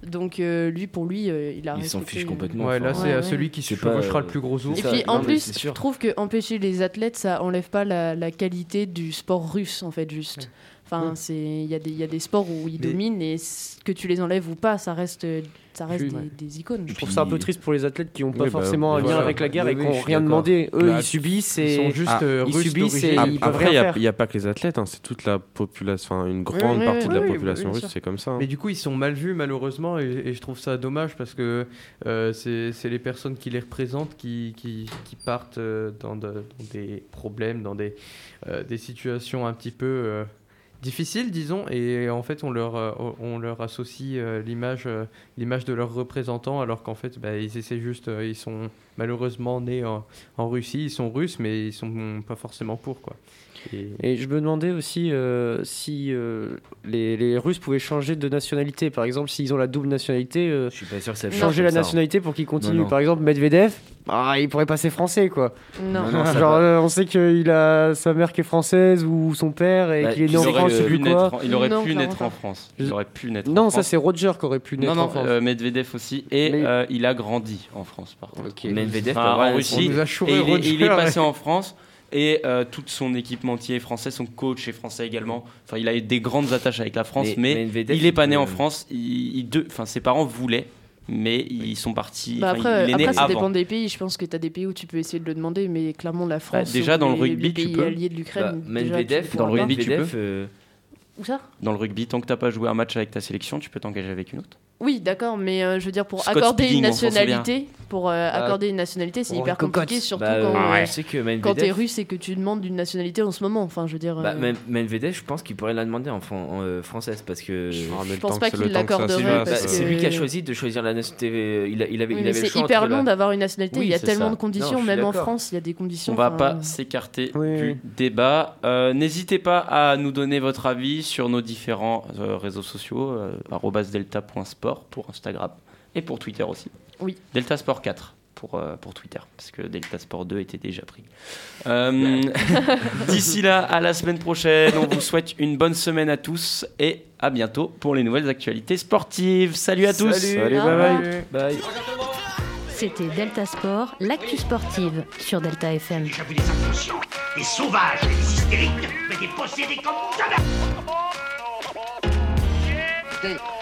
[SPEAKER 6] Donc euh, lui, pour lui, euh, il a.
[SPEAKER 10] Il s'en
[SPEAKER 6] respecté,
[SPEAKER 10] fiche
[SPEAKER 6] euh,
[SPEAKER 10] complètement.
[SPEAKER 8] Ouais, là,
[SPEAKER 10] enfin,
[SPEAKER 8] c'est à celui qui
[SPEAKER 10] c'est
[SPEAKER 8] se
[SPEAKER 10] pas,
[SPEAKER 8] chevauchera
[SPEAKER 10] euh,
[SPEAKER 8] le plus gros ours.
[SPEAKER 6] Et
[SPEAKER 10] c'est ça.
[SPEAKER 6] puis
[SPEAKER 10] Non,
[SPEAKER 6] en
[SPEAKER 10] mais
[SPEAKER 6] plus,
[SPEAKER 10] c'est
[SPEAKER 6] je
[SPEAKER 10] sûr.
[SPEAKER 6] trouve que empêcher les athlètes, ça enlève pas la, la qualité du sport russe en fait, juste. Enfin, c'est il y, a des- il y a des sports où ils
[SPEAKER 7] Mais-
[SPEAKER 6] dominent et c- que tu les enlèves ou pas, ça reste ça reste
[SPEAKER 7] Puis-
[SPEAKER 6] des, des icônes.
[SPEAKER 7] Je trouve ça un peu triste pour les athlètes qui n'ont pas
[SPEAKER 13] Oui, bah,
[SPEAKER 7] forcément un lien
[SPEAKER 13] voilà.
[SPEAKER 7] avec la guerre
[SPEAKER 13] Oui,
[SPEAKER 7] et qui
[SPEAKER 13] oui, je
[SPEAKER 7] n'ont
[SPEAKER 13] suis
[SPEAKER 7] rien
[SPEAKER 13] d'accord.
[SPEAKER 7] demandé. Eux,
[SPEAKER 13] Là,
[SPEAKER 7] ils subissent
[SPEAKER 13] ils
[SPEAKER 7] et
[SPEAKER 13] sont
[SPEAKER 10] Ah,
[SPEAKER 13] juste, euh,
[SPEAKER 7] ils
[SPEAKER 13] russes
[SPEAKER 7] subissent et
[SPEAKER 13] d'origine.
[SPEAKER 7] ils peuvent
[SPEAKER 9] Ah, Après, il
[SPEAKER 7] rien
[SPEAKER 9] n'y a,
[SPEAKER 7] faire.
[SPEAKER 9] il y a pas que les athlètes, hein, c'est toute la population, enfin, une
[SPEAKER 8] Oui,
[SPEAKER 9] grande
[SPEAKER 8] oui,
[SPEAKER 9] partie
[SPEAKER 8] oui,
[SPEAKER 9] de la
[SPEAKER 8] oui, oui,
[SPEAKER 9] population
[SPEAKER 8] bien
[SPEAKER 9] russe,
[SPEAKER 8] sûr.
[SPEAKER 9] c'est comme ça. hein.
[SPEAKER 8] Mais du coup, ils sont mal vus, malheureusement, et, et je trouve ça dommage parce que euh, c'est c'est les personnes qui les représentent qui, qui, qui partent euh, dans, de- dans des problèmes, dans des, euh, des situations un petit peu euh, difficiles, disons, et en fait, on leur, euh, on on leur associe euh, l'image euh, l'image de leurs représentants, alors qu'en fait, bah, ils essaient juste, euh, ils sont malheureusement nés en, en Russie, ils sont russes, mais ils sont pas forcément pour, quoi. Et-
[SPEAKER 7] Et je me demandais aussi euh, si euh, les, les Russes pouvaient changer de nationalité. Par exemple, s'ils ont la double nationalité, euh,
[SPEAKER 10] sûr que ça marche
[SPEAKER 7] changer
[SPEAKER 10] comme
[SPEAKER 7] la
[SPEAKER 10] ça, hein.
[SPEAKER 7] nationalité pour qu'ils continuent.
[SPEAKER 10] Non, non.
[SPEAKER 7] Par exemple, Medvedev, bah, il pourrait passer français, quoi.
[SPEAKER 6] Non. Bah,
[SPEAKER 10] Non, non, ça
[SPEAKER 7] Genre,
[SPEAKER 10] va.
[SPEAKER 7] euh, on sait qu'il a sa mère qui est française ou son père et
[SPEAKER 5] Bah,
[SPEAKER 7] qu'il est né
[SPEAKER 5] il
[SPEAKER 7] en
[SPEAKER 5] aurait
[SPEAKER 7] France, je sais
[SPEAKER 5] pu
[SPEAKER 7] plus
[SPEAKER 5] naître
[SPEAKER 7] quoi.
[SPEAKER 5] en- il aurait pu naître en France. Il aurait pu naître en
[SPEAKER 7] Non, ça
[SPEAKER 5] France.
[SPEAKER 7] c'est Roger qui aurait pu naître
[SPEAKER 5] non,
[SPEAKER 7] en France.
[SPEAKER 5] Non, euh, Medvedev aussi. Et euh, il a grandi en France, par contre.
[SPEAKER 10] Medvedev,
[SPEAKER 5] Enfin,
[SPEAKER 10] pas mal,
[SPEAKER 5] en
[SPEAKER 10] on
[SPEAKER 5] Russie.
[SPEAKER 10] nous a chouré
[SPEAKER 5] et il, est,
[SPEAKER 10] Roger,
[SPEAKER 5] il est
[SPEAKER 10] ouais.
[SPEAKER 5] passé en France. Et euh, tout son équipementier est français, son coach est français également. Enfin, il a eu des grandes attaches avec la France,
[SPEAKER 10] Mais- euh,
[SPEAKER 5] mais,
[SPEAKER 10] mais Medvedev,
[SPEAKER 5] il est pas né
[SPEAKER 10] il peut-
[SPEAKER 5] en France. Il, il deux- enfin, ses parents voulaient, mais ils sont partis.
[SPEAKER 6] Bah
[SPEAKER 5] enfin,
[SPEAKER 6] après,
[SPEAKER 5] il est né
[SPEAKER 6] après, ça
[SPEAKER 5] avant.
[SPEAKER 6] dépend des pays. Je pense que tu as des pays où tu peux essayer de le demander, mais clairement, la France.
[SPEAKER 5] Bah, déjà,
[SPEAKER 6] ou
[SPEAKER 5] dans le
[SPEAKER 6] les-
[SPEAKER 5] rugby,
[SPEAKER 6] les
[SPEAKER 5] tu
[SPEAKER 6] pays
[SPEAKER 5] peux.
[SPEAKER 6] alliés de l'Ukraine.
[SPEAKER 10] Bah,
[SPEAKER 6] déjà, tu
[SPEAKER 10] Medvedev,
[SPEAKER 6] le
[SPEAKER 5] dans
[SPEAKER 6] prends
[SPEAKER 5] le
[SPEAKER 6] pas.
[SPEAKER 10] euh,
[SPEAKER 5] rugby, tu peux.
[SPEAKER 6] Où ça
[SPEAKER 5] Dans le rugby, tant que t'as pas joué un match avec ta sélection, tu peux t'engager avec une autre.
[SPEAKER 6] Oui, d'accord, mais euh, je veux dire, pour
[SPEAKER 10] Scott
[SPEAKER 6] accorder
[SPEAKER 10] Speeding,
[SPEAKER 6] une
[SPEAKER 10] on s'en souvient. Bah,
[SPEAKER 6] nationalité, pour euh, accorder une nationalité, c'est
[SPEAKER 10] pour
[SPEAKER 6] hyper
[SPEAKER 10] une cocotte.
[SPEAKER 6] compliqué, surtout
[SPEAKER 10] Bah,
[SPEAKER 6] quand,
[SPEAKER 10] ouais.
[SPEAKER 6] euh,
[SPEAKER 10] Je sais que Medvedev-
[SPEAKER 6] quand t'es russe et que tu demandes une nationalité en ce moment. Enfin, je veux dire.
[SPEAKER 10] Bah,
[SPEAKER 6] euh,
[SPEAKER 10] même Medvedev, je pense qu'il pourrait la demander en, fran- en, euh, française parce que. Je
[SPEAKER 6] pense temps pas que- qu'il le temps que ça se l'accorderait, fasse, parce
[SPEAKER 10] c'est
[SPEAKER 6] que-
[SPEAKER 10] lui qui a choisi de choisir la nationalité. euh, Il, a- il avait,
[SPEAKER 6] oui,
[SPEAKER 10] il
[SPEAKER 6] mais
[SPEAKER 10] avait le
[SPEAKER 6] c'est
[SPEAKER 10] choix
[SPEAKER 6] hyper
[SPEAKER 10] entre la-
[SPEAKER 6] long d'avoir une nationalité.
[SPEAKER 10] Oui,
[SPEAKER 6] il y a
[SPEAKER 10] c'est
[SPEAKER 6] tellement
[SPEAKER 10] ça.
[SPEAKER 6] de
[SPEAKER 10] Non,
[SPEAKER 6] conditions,
[SPEAKER 10] je suis
[SPEAKER 6] même en
[SPEAKER 10] d'accord.
[SPEAKER 6] France, il y a des conditions.
[SPEAKER 5] On va
[SPEAKER 6] enfin, euh.
[SPEAKER 5] pas s'écarter du débat. Euh, N'hésitez pas à nous donner votre avis sur nos différents euh, réseaux sociaux, euh, arobase delta.sport pour Instagram et pour Twitter aussi.
[SPEAKER 6] Oui.
[SPEAKER 5] Delta Sport 4 pour, euh, pour Twitter, parce que Delta Sport 2 était déjà pris. Euh, D'ici là, à la semaine prochaine, on vous souhaite une bonne semaine à tous et à bientôt pour les nouvelles actualités sportives. Salut à tous
[SPEAKER 3] Salut, Au bye bye. revoir.
[SPEAKER 5] bye.
[SPEAKER 3] C'était Delta Sport, l'actu sportive sur Delta FM.
[SPEAKER 2] Des sauvages, des hystériques, mais des possédés comme jamais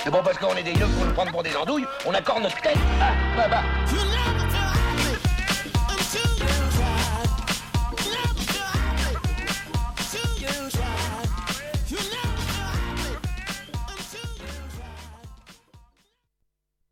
[SPEAKER 4] C'est bon parce qu'on est des yeux pour nous prendre pour des andouilles, on accorde notre tête. Ah, bah, bah.